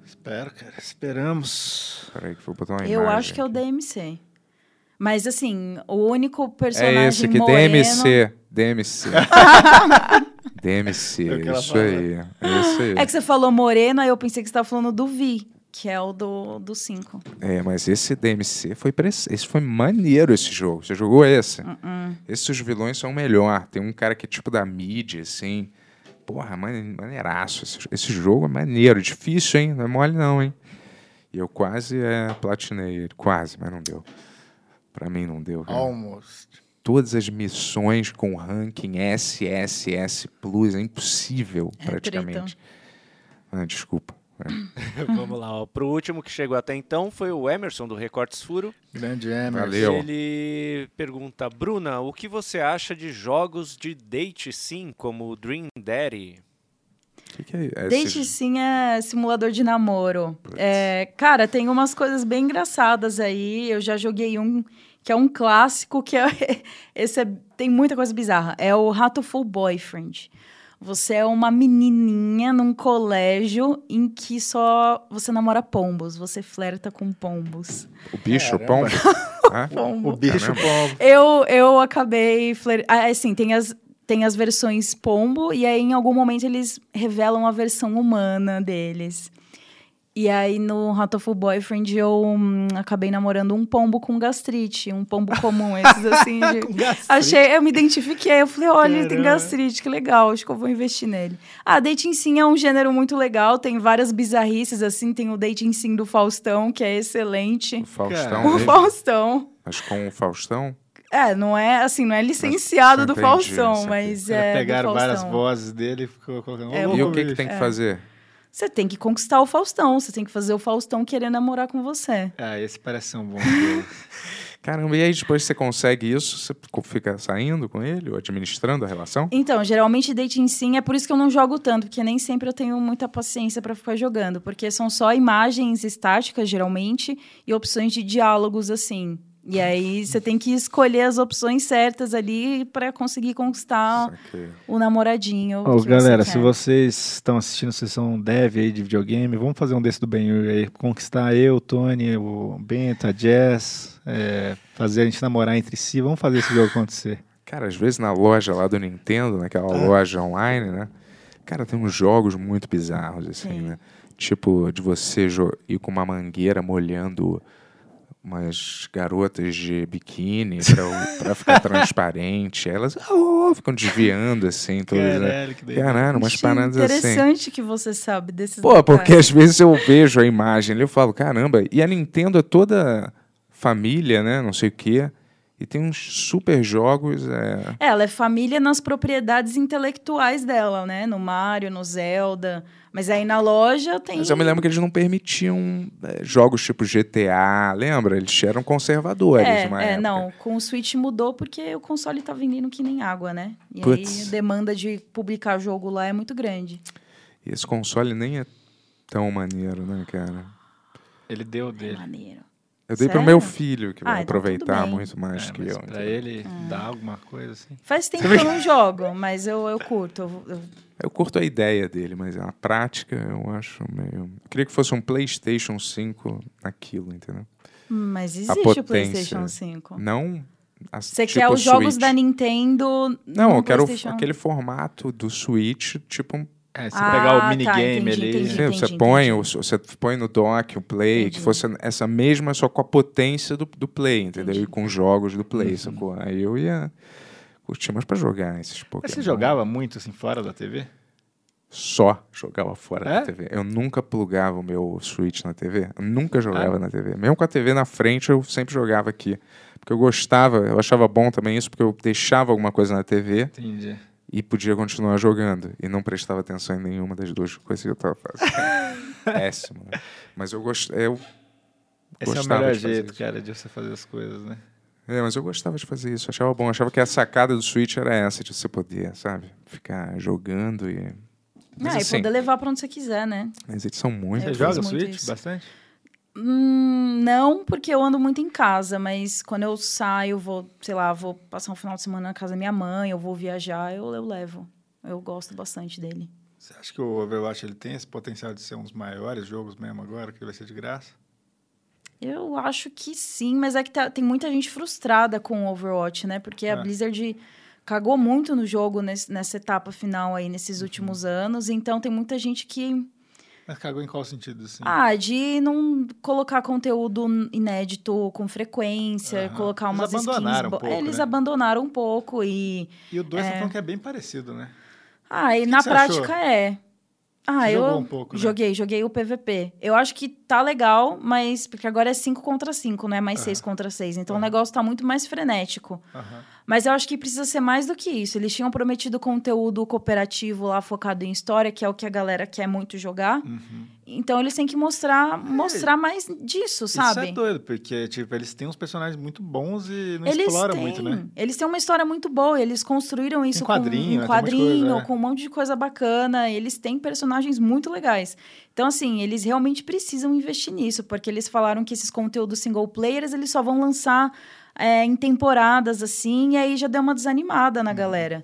Espero, cara. Esperamos.
peraí, que eu vou botar uma
Eu
imagem
acho que é o
aqui.
DMC. Mas, assim, o único personagem
É esse aqui,
moreno...
DMC. DMC. DMC,
É o que ela
isso
fala.
aí. É isso aí.
É que você falou moreno, aí eu pensei que você tava falando do Vi, que é o do 5. Do cinco.
É, mas esse DMC foi preci- esse foi maneiro esse jogo. Você jogou esse?
Uh-uh.
Esses vilões são o melhor. Tem um cara que é tipo da mídia, assim. Porra, mane- maneiraço. Esse, esse jogo é maneiro. Difícil, hein? Não é mole, não, hein? E eu quase é, platinei ele. Quase, mas não deu. Pra mim não deu. cara.
Almost.
Todas as missões com ranking SSS Plus é impossível,
É
praticamente. Ah, desculpa. É.
Vamos lá, ó. Pro último que chegou até então foi o Emerson do Recortes Furo.
Grande Emerson.
Valeu.
Ele pergunta, Bruna, o que você acha de jogos de date sim, como Dream Daddy?
O que, que é esse-
Date sim é simulador de namoro. É, cara, tem umas coisas bem engraçadas aí. Eu já joguei um que é um clássico, que é, esse é- tem muita coisa bizarra. É o Ratoful Boyfriend. Você é uma menininha num colégio em que só você namora pombos, você flerta com pombos.
O bicho, o pombo? Hã?
O bicho
Caramba.
pombo.
Eu, eu acabei. Fler... Ah, assim, tem as, tem as versões pombo, e aí em algum momento eles revelam a versão humana deles. E aí no Ratoful Boyfriend eu hum, acabei namorando um pombo com gastrite, um pombo comum, esses assim. de- Achei, eu me identifiquei, eu falei, olha, ele tem
Caramba.
gastrite, que legal, acho que eu vou investir nele. Ah, dating sim é um gênero muito legal, tem várias bizarrices, assim, tem o dating sim do Faustão, que é excelente.
O Faustão.
Cara,
O
mesmo?
Faustão.
Mas com o Faustão?
É, não é assim, não é licenciado do
entendi,
Faustão,
saquei.
mas
Cara,
é. do
pegaram várias
Faustão.
vozes dele e ficou colocando.
É,
"Ô,
e
louco,
o que, que
bicho."
tem que fazer?
Você tem que conquistar o Faustão, você tem que fazer o Faustão querer namorar com você.
Ah, esse parece ser um bom jogo.
Caramba, e aí depois você consegue isso, você co- fica saindo com ele, ou administrando a relação?
Então, geralmente dating sim, é por isso que eu não jogo tanto, porque nem sempre eu tenho muita paciência pra ficar jogando, porque são só imagens estáticas, geralmente, e opções de diálogos assim. E aí você tem que escolher as opções certas ali pra conseguir conquistar
Saquei.
o namoradinho.
Ó,
que você
galera,
quer.
se vocês estão assistindo, vocês são dev aí de videogame, vamos fazer um desse do Ben Yuri aí. Conquistar eu, o Tony, o Bento, a Jazz, é, fazer a gente namorar entre si, vamos fazer esse jogo acontecer.
Cara, às vezes na loja lá do Nintendo, naquela loja online, né? Cara, tem uns jogos muito bizarros, assim,
Tem.
né? Tipo, de você jo- ir com uma mangueira molhando umas garotas de biquíni pra, o- pra ficar transparente. Elas "Ah, oh", ficam desviando, assim, todas, né?
Caralho, que doido.
Caralho, umas
Achei
paradas assim.
interessante que você sabe desses
Pô, porque
detalhes.
às vezes eu vejo a imagem ali, eu falo, caramba, e a Nintendo é toda família, né? Não sei o quê. E tem uns super jogos. É...
Ela é família nas propriedades intelectuais dela, né? No Mario, no Zelda. Mas aí na loja tem.
Mas eu me lembro que eles não permitiam é, jogos tipo GTA, lembra? Eles eram conservadores
é,
numa
é,
época.
não. Com o Switch mudou porque o console tá vendendo que nem água, né? E
Puts.
aí a demanda de publicar jogo lá é muito grande.
E esse console nem é tão maneiro, né, cara?
Ele deu
É
dele.
maneiro.
Eu dei pro
Sério?
meu filho, que vai
Ah, então tudo
aproveitar
bem.
muito mais
É,
que
mas
eu.
pra ele
Ah.
dar alguma coisa assim.
Faz tempo que eu não jogo, mas eu, eu curto. Eu- eu-
Eu curto a ideia dele, mas a prática eu acho meio. Eu queria que fosse um PlayStation 5 naquilo, entendeu?
hum, Mas existe
potência.
o PlayStation 5.
Não. a-
Você
tipo
quer os jogos
Switch.
da Nintendo.
Não,
no
eu quero o-
PlayStation? um.
aquele formato do Switch, tipo, um-
É, se
Ah,
pegar o
tá,
minigame
entendi,
ali.
entendi.
você põe, o- você põe no dock o play,
Entendi.
que fosse essa mesma, só com a potência do, do play, entendeu? E com os jogos do play,
Uhum.
sacou? Aí eu ia curtir mais pra jogar esses Pokémon.
Mas você jogava muito assim fora da TV?
Só jogava fora
É?
da TV. Eu nunca plugava o meu Switch na TV. Eu
Ah.
nunca jogava na TV. Mesmo com a TV na frente, eu sempre jogava aqui. Porque eu gostava, eu achava bom também isso, porque eu deixava alguma coisa na TV
Entendi.
e podia continuar jogando. E não prestava atenção em nenhuma das duas coisas que eu tava fazendo. Péssimo. né? Mas eu gostava. Eu...
Esse
Gostava
é o melhor
de fazer
jeito,
isso.
cara, de você fazer as coisas, né?
É, mas eu gostava de fazer isso, achava bom. Achava que a sacada do Switch era essa, de você poder, sabe? Ficar jogando e. Mas,
Ah,
assim,
e poder levar pra onde você quiser, né?
mas eles são muito.
Você
Eu
joga
fiz muito
Switch
isso.
bastante?
Hum, não, porque eu ando muito em casa, mas quando eu saio, vou, sei lá, vou passar um final de semana na casa da minha mãe, eu vou viajar, eu, eu levo. Eu gosto bastante dele.
Você acha que o Overwatch ele tem esse potencial de ser um dos maiores jogos mesmo agora, que vai ser de graça?
Eu acho que sim, mas é que tá- tem muita gente frustrada com o Overwatch, né? Porque
É.
a Blizzard cagou muito no jogo nesse- nessa etapa final aí, nesses
Uhum.
últimos anos. Então tem muita gente que.
Mas cagou em qual sentido, assim?
Ah, de não colocar conteúdo inédito com frequência,
Aham.
colocar
Eles
umas
abandonaram um
skins. bo-
pouco,
É, eles
né?
abandonaram um pouco e.
e o 2
é.
tá falando que é bem parecido, né?
Ah, e
que
na
você
prática
achou?
é. Ah,
Você
eu
jogou um pouco, né?
joguei, joguei o PVP. Eu acho que tá legal, mas porque agora é 5 contra 5, não é mais
Aham.
6 contra 6. Então o
Aham.
negócio tá muito mais frenético.
Aham.
Mas eu acho que precisa ser mais do que isso. Eles tinham prometido conteúdo cooperativo lá focado em história, que é o que a galera quer muito jogar.
Uhum.
Então eles têm que mostrar, mostrar mais
É.
disso,
Isso
sabe?
é doido, porque, tipo, eles têm uns personagens muito bons e não
Eles
exploram
têm,
muito, né?
eles têm uma história muito boa, eles construíram isso
quadrinho, né?
com um
Tem um monte de
quadrinho,
coisa, é.
com um monte de coisa bacana, eles têm personagens muito legais. Então assim, eles realmente precisam investir nisso, porque eles falaram que esses conteúdos single players, eles só vão lançar é, em temporadas assim, e aí já deu uma desanimada
Uhum.
na galera.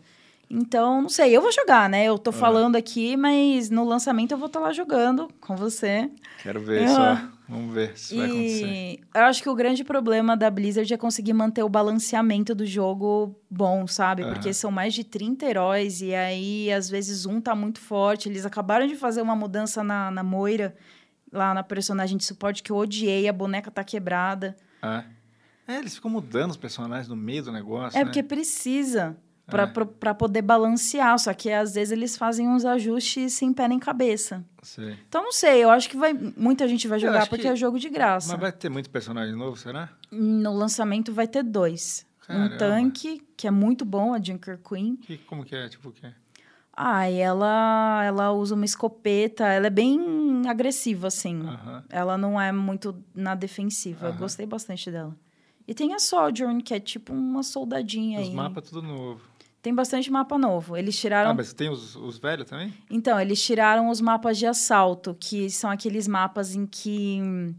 Então, não sei, eu vou jogar, né? Eu tô
É.
falando aqui, mas no lançamento eu vou estar lá jogando com você.
Quero ver
Eu-
só. Vamos ver se vai acontecer.
E eu acho que o grande problema da Blizzard é conseguir manter o balanceamento do jogo bom, sabe?
Aham.
Porque são mais de 30 heróis e aí, às vezes, um tá muito forte. Eles acabaram de fazer uma mudança na, na Moira, lá na personagem de suporte, que eu odiei, a boneca tá quebrada.
Ah. É, eles ficam mudando os personagens no meio do negócio,
é
né?
porque precisa. Pra,
É.
pra, pra poder balancear, só que às vezes eles fazem uns ajustes sem pé nem cabeça.
Sei.
Então não sei, eu acho que vai, muita gente vai
Eu
jogar
acho
porque
que-
é jogo de graça.
Mas vai ter muito personagem novo, será?
No lançamento vai ter dois.
Caramba.
Um tanque, que é muito bom, a Junker Queen.
Que, como que é? Tipo, o quê?
Ah, e ela, ela usa uma escopeta, ela é bem agressiva, assim.
Aham.
Ela não é muito na defensiva. Eu
Ah. Aham.
gostei bastante dela. E tem a Sojourn, que é tipo uma soldadinha
Os
aí.
mapas tudo novo.
Tem bastante mapa novo. Eles tiraram.
Ah, mas tem os, os velhos também?
Então, eles tiraram os mapas de assalto, que são aqueles mapas em que hum,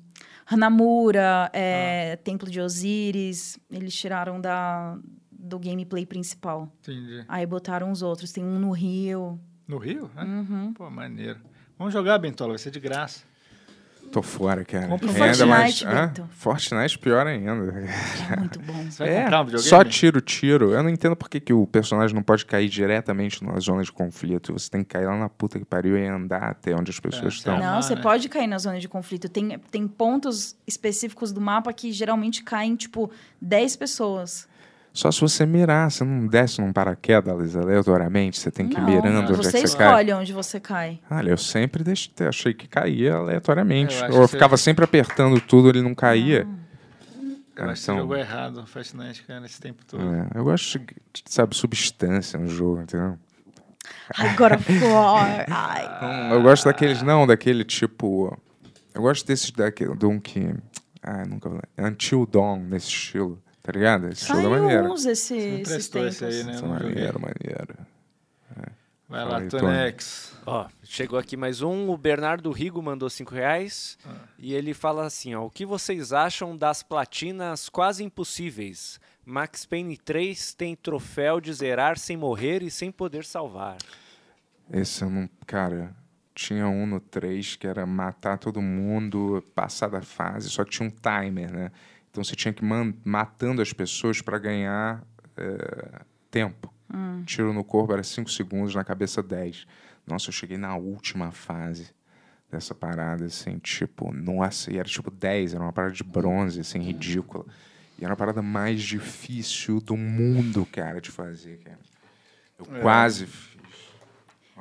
Hanamura,
Ah.
é, Templo de Osíris, eles tiraram da, do gameplay principal.
Entendi.
Aí botaram os outros. Tem um no Rio.
No Rio? né?
Ah,
Uhum.
Pô, maneiro. Vamos jogar, Bentola, vai ser de graça.
Tô fora, cara.
Compra um
Renda,
Fortnite,
hã?
Bento.
Fortnite pior ainda.
É muito bom.
Você vai comprar um videogame?
só tiro, tiro. Eu não entendo por que, que o personagem não pode cair diretamente numa zona de conflito. Você tem que cair lá na puta que pariu e andar até onde as pessoas
certo.
estão.
Não,
amar,
você
né?
pode cair na zona de conflito. Tem, tem pontos específicos do mapa que geralmente caem, tipo, 10 pessoas.
Só se você mirar, você não desce num paraquedas Liz, aleatoriamente, você tem que ir
Não,
mirando onde é
você
que você cai.
escolhe onde você cai.
Olha, eu sempre deixei, achei que caía aleatoriamente.
Eu acho
Ou eu
que
ficava sempre apertando tudo, ele não caía.
Eu acho que
Então-
você jogou errado Fortnite, cara, esse tempo todo.
É, eu gosto de, sabe, substância no jogo, entendeu?
Ai, God of War. Ai.
Eu gosto daqueles, não, daquele tipo. Eu gosto desses daquele, de um que. Ah, nunca vou lembrar. Until Dawn, nesse estilo, tá ligado? Esse estilo é
Saiu
maneiro.
uns esse, assim,
Você me
esses
prestou
tempos.
esse aí, né? Eu
Esse é
não joguei.
maneiro, maneiro.
Vai
Fala
lá,
aí,
Tonex.
Ó, chegou aqui mais um. O Bernardo Rigo mandou 5 reais. E ele fala assim: ó, o que vocês acham das platinas quase impossíveis? Max Payne 3 tem troféu de zerar sem morrer e sem poder salvar.
Esse eu não. Cara, tinha um no 3 que era matar todo mundo, passar da fase, só que tinha um timer, né? Então você tinha que ir man- matando as pessoas pra ganhar eh, tempo. Um Tiro no corpo era 5 segundos, na cabeça 10. Nossa, eu cheguei na última fase dessa parada, assim, tipo, nossa, e era tipo 10, era uma parada de bronze, assim, ridícula. E era a parada mais difícil do mundo, cara, de fazer, cara. Eu quase fiz.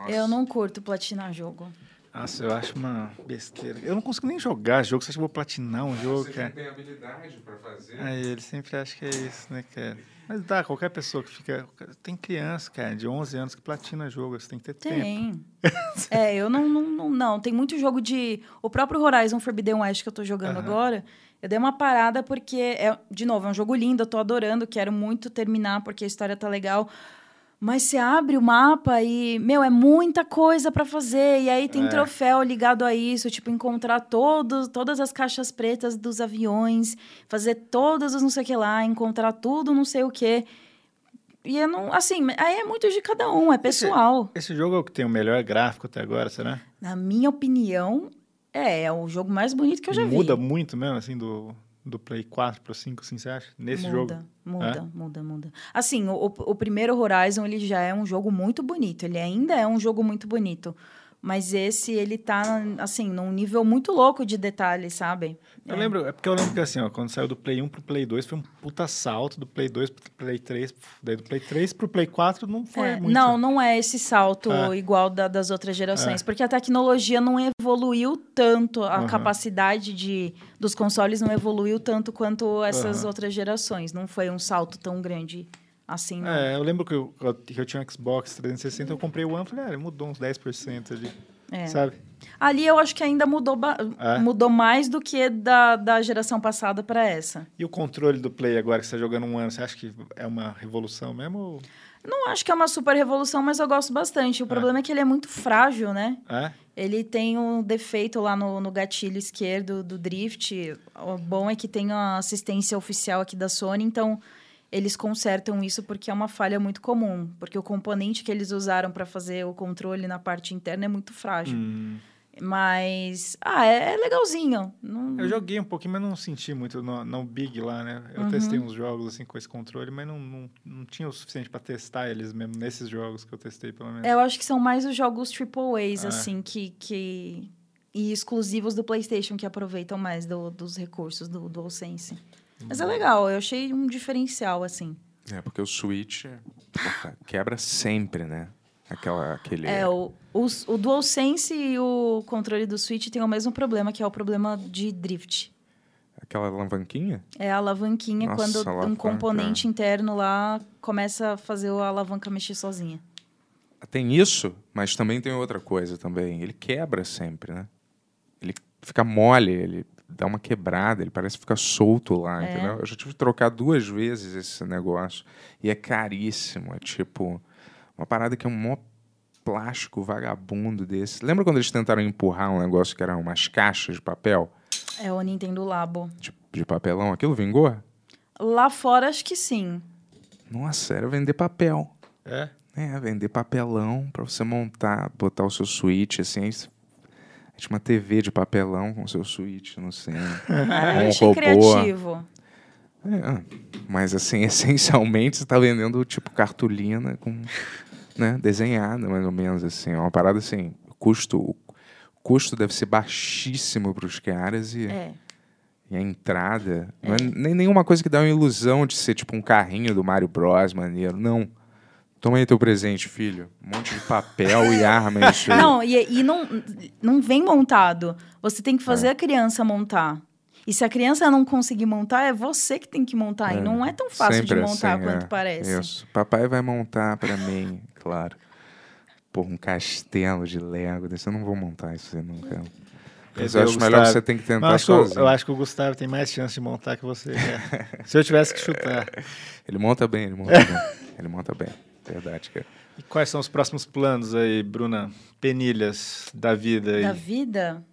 Eu não curto platinar jogo.
Nossa, eu acho uma besteira. Eu não consigo nem jogar jogo, você acha que eu vou platinar um jogo,
Você não
cara?
tem habilidade pra fazer.
Aí ele sempre acha que é isso, né, cara? Mas dá, qualquer pessoa que fica... Tem criança, cara, de 11 anos que platina jogo, você tem que ter tempo.
Tem. é, eu não, não, não, não. Tem muito jogo de. O próprio Horizon Forbidden West que eu tô jogando agora. Eu dei uma parada porque, é, de novo, é um jogo lindo, eu tô adorando, quero muito terminar porque a história tá legal. Mas você abre o mapa e, meu, é muita coisa pra fazer. E aí tem troféu ligado a isso, tipo, encontrar todos, todas as caixas pretas dos aviões, fazer todas as não sei o que lá, encontrar tudo, não sei o que. E eu não. Assim, aí é muito de cada um, é pessoal.
Esse jogo é o que tem o melhor gráfico até agora, será?
Na minha opinião, é, é o jogo mais bonito que eu já vi.
Muda muito mesmo, assim, do, do Play 4 pro 5, assim, você acha? Nesse
muda,
jogo? É?
Muda, muda, muda. Assim, o, o- o primeiro Horizon, ele já é um jogo muito bonito. Ele ainda é um jogo muito bonito. Mas esse, ele tá, assim, num nível muito louco de detalhes, sabe?
Eu
É.
lembro, é porque eu lembro que assim, ó, quando saiu do Play 1 pro Play 2, foi um puta salto do Play 2 pro Play 3, daí do Play 3 pro Play 4 não foi
É,
muito.
Não, não é esse salto
É.
igual da- das outras gerações, porque a tecnologia não evoluiu tanto, a
Aham.
capacidade de, dos consoles não evoluiu tanto quanto essas
Aham.
outras gerações. Não foi um salto tão grande assim. não.
É, eu lembro que eu, que eu tinha um Xbox 360, eu comprei o One, falei, ah, mudou uns 10% ali,
É.
sabe?
Ali eu acho que ainda mudou, ba-
É.
mudou mais do que da, da geração passada para essa.
E o controle do Play agora que você tá jogando um ano, você acha que é uma revolução mesmo? ou-
Não acho que é uma super revolução, mas eu gosto bastante. O problema é que ele é muito frágil, né?
É?
Ele tem um defeito lá no, no gatilho esquerdo do drift. O bom é que tem a assistência oficial aqui da Sony, então eles consertam isso porque é uma falha muito comum. Porque o componente que eles usaram para fazer o controle na parte interna é muito frágil. Mas, ah, é, é legalzinho. Não-
Eu joguei um pouquinho, mas não senti muito no, no Big lá, né? Eu testei uns jogos assim com esse controle, mas não, não, não tinha o suficiente pra testar eles mesmo, nesses jogos que eu testei, pelo menos.
É, Eu acho que são mais os jogos triple A's,
Ah.
assim, que, que... E exclusivos do PlayStation, que aproveitam mais do- dos recursos do DualSense. Mas é legal, eu achei um diferencial, assim.
É, porque o Switch porra, quebra sempre, né? Aquela, aquele...
É, o, os- o DualSense e o controle do Switch têm o mesmo problema, que é o problema de drift.
Aquela alavanquinha?
É a alavanquinha
Nossa,
quando um
alavanca.
componente interno lá começa a fazer a alavanca mexer sozinha.
Tem isso, mas também tem outra coisa também. Ele quebra sempre, né? Ele fica mole, ele dá uma quebrada, ele parece ficar solto lá, entendeu? Eu já tive que trocar duas vezes esse negócio. E é caríssimo, é tipo... Uma parada que é um mó plástico vagabundo desse. Lembra quando eles tentaram empurrar um negócio que eram umas caixas de papel?
É o Nintendo Labo.
De, de papelão? Aquilo vingou?
Lá fora, acho que sim.
Nossa, era vender papel.
É?
né, É, vender papelão pra você montar, botar o seu switch, assim. aí você- Tinha uma TV de papelão com seu switch no centro.
Ah,
um
eu achei
robô.
criativo.
É, mas assim, essencialmente você tá vendendo tipo cartolina com, né, desenhada mais ou menos assim, é uma parada assim, o custo o custo deve ser baixíssimo para os caras e,
É.
e a entrada não é nem nenhuma coisa que dá uma ilusão de ser tipo um carrinho do Mario Bros maneiro, não. Toma aí teu presente, filho. Um monte de papel e arma e
É.
isso. aí.
Não, e, e não, não vem montado. Você tem que fazer
É.
a criança montar. E se a criança não conseguir montar, é você que tem que montar. E não é tão fácil
Sempre
de montar
assim,
quanto
é.
parece.
Isso. Papai vai montar pra mim, claro. Por um castelo de Lego. desse Eu não vou montar isso aí nunca. Mas eu
Entendeu,
acho melhor que
Gustavo?
você tem que
Eu
tentar
acho, que o,
sozinho.
eu acho que o Gustavo tem mais chance de montar que você. cara. Se eu tivesse que chutar.
Ele monta bem, ele monta bem. Ele monta bem. Verdade, cara.
E quais são os próximos planos aí, Bruna? Penilhas da vida aí.
Da vida,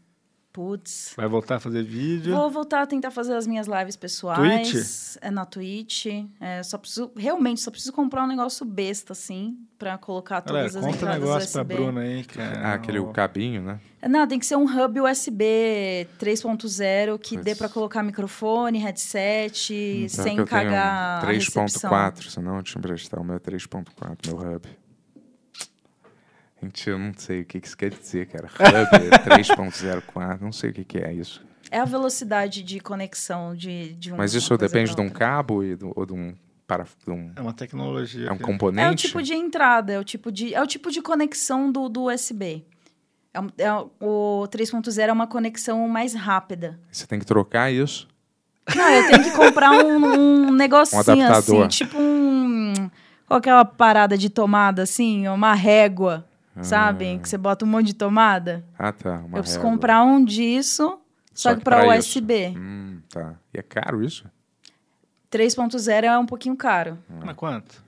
putz.
Vai voltar a fazer vídeo?
Vou voltar a tentar fazer as minhas lives pessoais.
Twitch?
É na Twitch. É, só preciso, realmente, só preciso comprar um negócio besta, assim, pra colocar
Galera,
todas as
conta um
entradas
negócio pra
USB.
Bruna aí, é cara.
Ah, aquele
O-
cabinho, né?
Não, tem que ser um hub USB 3.0 que dê pra colocar microfone, headset,
Hum, Pior que
sem
eu tenho um
cagar a recepção.
3.4, senão eu te emprestar o meu 3.4, meu hub. Gente, eu não sei o que que isso quer dizer, cara. Hub é 3.04, não sei o que que é isso.
É a velocidade de conexão de, de um.
Mas isso depende de um cabo e do, ou de um, para, de um,
É uma tecnologia.
é um
cara.
componente?
É o tipo de entrada, é o tipo de, é o tipo de conexão do, do USB. É, um- é um- o 3.0 é uma conexão mais rápida.
Você tem que trocar isso.
Não, eu tenho que comprar um, um negocinho
adaptador.
assim, tipo um. Qual aquela parada de tomada assim? Uma régua, sabe? Que você bota um monte de tomada.
Ah, tá. Ah. Uma
eu preciso
régua.
comprar um disso, só, que para
pra isso.
USB.
Hum, tá. E é caro isso?
3.0 é um pouquinho caro.
Mas quanto?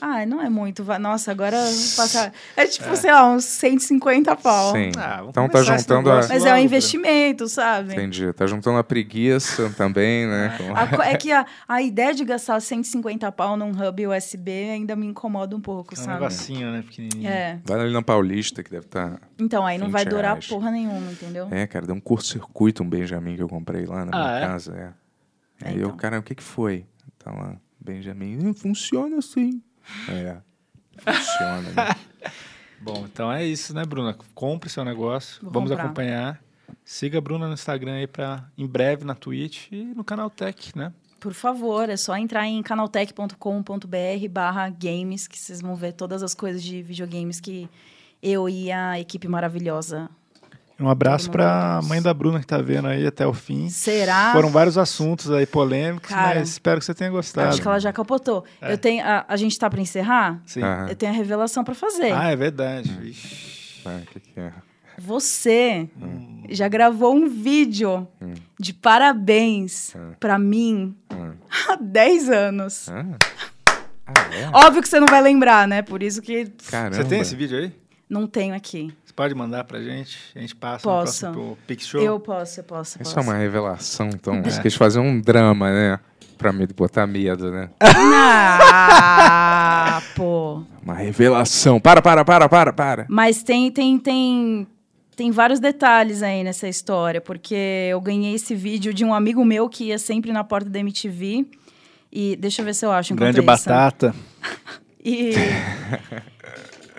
Ah, não é muito. va- Nossa, agora eu vou passar. É tipo, sei lá, uns 150 pau.
Sim.
Ah, vamos
então tá
começar esse
juntando a...
negócio.
Mas é um
Logo,
investimento, sabe?
Entendi. Tá juntando a preguiça também, né?
Ah.
Com-
A co- é que a, a ideia de gastar 150 pau num hub USB ainda me incomoda um pouco,
É um
sabe?
negocinho, né? Pequenininho.
É.
Vai ali na Paulista, que deve estar...
Então, aí não vai
20
durar
reais.
porra nenhuma, entendeu?
É, cara, deu um curto-circuito um Benjamin que eu comprei lá na
Ah,
minha
é?
casa. É.
É,
Aí eu,
então.
cara, o que que foi? Tá lá, Benjamin. "Hum, Funciona assim. É. Funciona, né?
Bom, então é isso, né, Bruna? Compre seu negócio.
Vou
Vamos
comprar.
acompanhar. Siga a Bruna no Instagram aí pra em breve na Twitch e no canal Tech, né?
Por favor, é só entrar em canaltech.com.br barra games, que vocês vão ver todas as coisas de videogames que eu e a equipe maravilhosa.
Um abraço
Todo mundo
pra
junto.
mãe da Bruna que tá vendo aí até o fim.
Será?
Foram vários assuntos aí polêmicos,
Cara,
mas espero que você tenha gostado.
Acho que ela já capotou.
É.
Eu tenho, a, a gente tá pra encerrar?
Sim.
Ah.
Eu tenho a revelação pra fazer.
Ah, é verdade. Ixi.
Tá, o que que é?
Você já gravou um vídeo de parabéns pra mim há 10 anos.
Hã? Ah, é?
Óbvio que você não vai lembrar, né? Por isso que pff,
Caramba.
Você tem esse vídeo aí?
não tenho aqui.
Você pode mandar pra gente? A gente passa
Posso.
no próximo Pix Show.
Eu posso, eu posso, eu
Isso
posso.
é uma revelação, então. Você quis fazer um drama, né? Pra me botar medo, né?
Ah, pô.
Uma revelação. Para, para, para, para, para.
Mas tem, tem, tem, tem vários detalhes aí nessa história, porque eu ganhei esse vídeo de um amigo meu que ia sempre na porta da MTV. E deixa eu ver se eu acho. enquanto
Grande
isso.
batata.
E.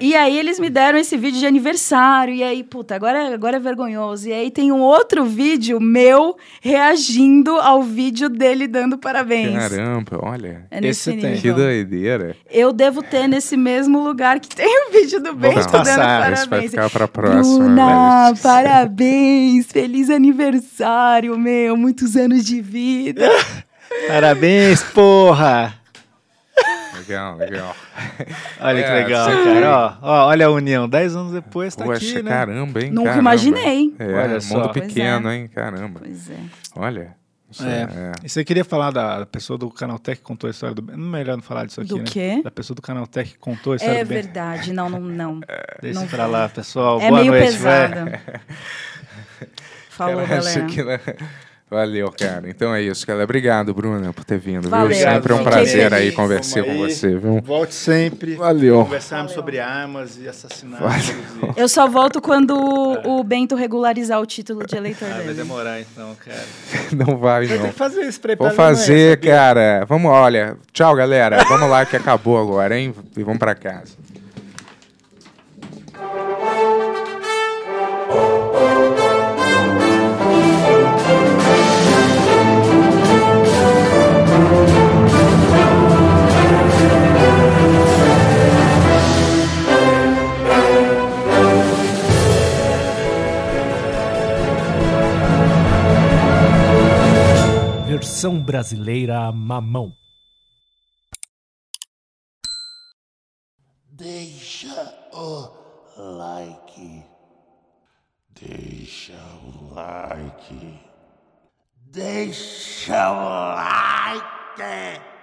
E aí eles me deram esse vídeo de aniversário, e aí, puta, agora, agora é vergonhoso. E aí tem um outro vídeo meu reagindo ao vídeo dele dando parabéns.
Caramba, olha.
É nesse
Esse tem.
Que
nível.
doideira.
Eu devo ter nesse mesmo lugar que tem o vídeo do Ben
Vamos
dando
passar,
Isso vai
parabéns.
ficar pra próxima. né?
Bruna,
mas-
parabéns, feliz aniversário, meu, muitos anos de vida.
Parabéns, porra!
Legal, legal.
Olha que
É,
legal,
você
cara. Ó, ó, olha a união. Dez anos depois tá
Poxa,
aqui, né?
caramba, hein?
Nunca
caramba.
imaginei.
É,
Olha
mundo
só.
Pois é.
pequeno, hein? Caramba.
Pois é.
Olha. Isso
É.
é-
E você queria falar da pessoa do Canaltech que contou a história do Ben? Melhor não falar disso aqui,
Do
né?
quê?
Da pessoa do Canaltech que contou a história
É
do Ben.
verdade, não, não, não.
Deixa
não
pra
fala.
lá, pessoal.
É
Boa
meio
noite, vai.
pesada. Falou,
Cara, acho
galera.
que, né, Valeu, cara. Então é isso, cara. Obrigado, Bruna, por ter vindo.
Valeu.
Viu? Sempre é um
Fiquei
prazer
feliz.
aí conversar com
Vamos aí.
você, viu?
Volte sempre.
Valeu.
Conversarmos sobre armas e assassinatos. e-
Eu só volto quando o Bento regularizar o título de eleitor
É. Ah, vai
dele.
demorar então, cara.
Não vai, não.
Tem que fazer né, isso pra ir pra
Vou
Alemanha,
fazer,
sabia?
cara. Vamos, olha. Tchau, galera. Vamos lá que acabou agora, hein? E vamos pra casa.
Versão brasileira mamão.
Deixa o like. Deixa o like. Deixa o like.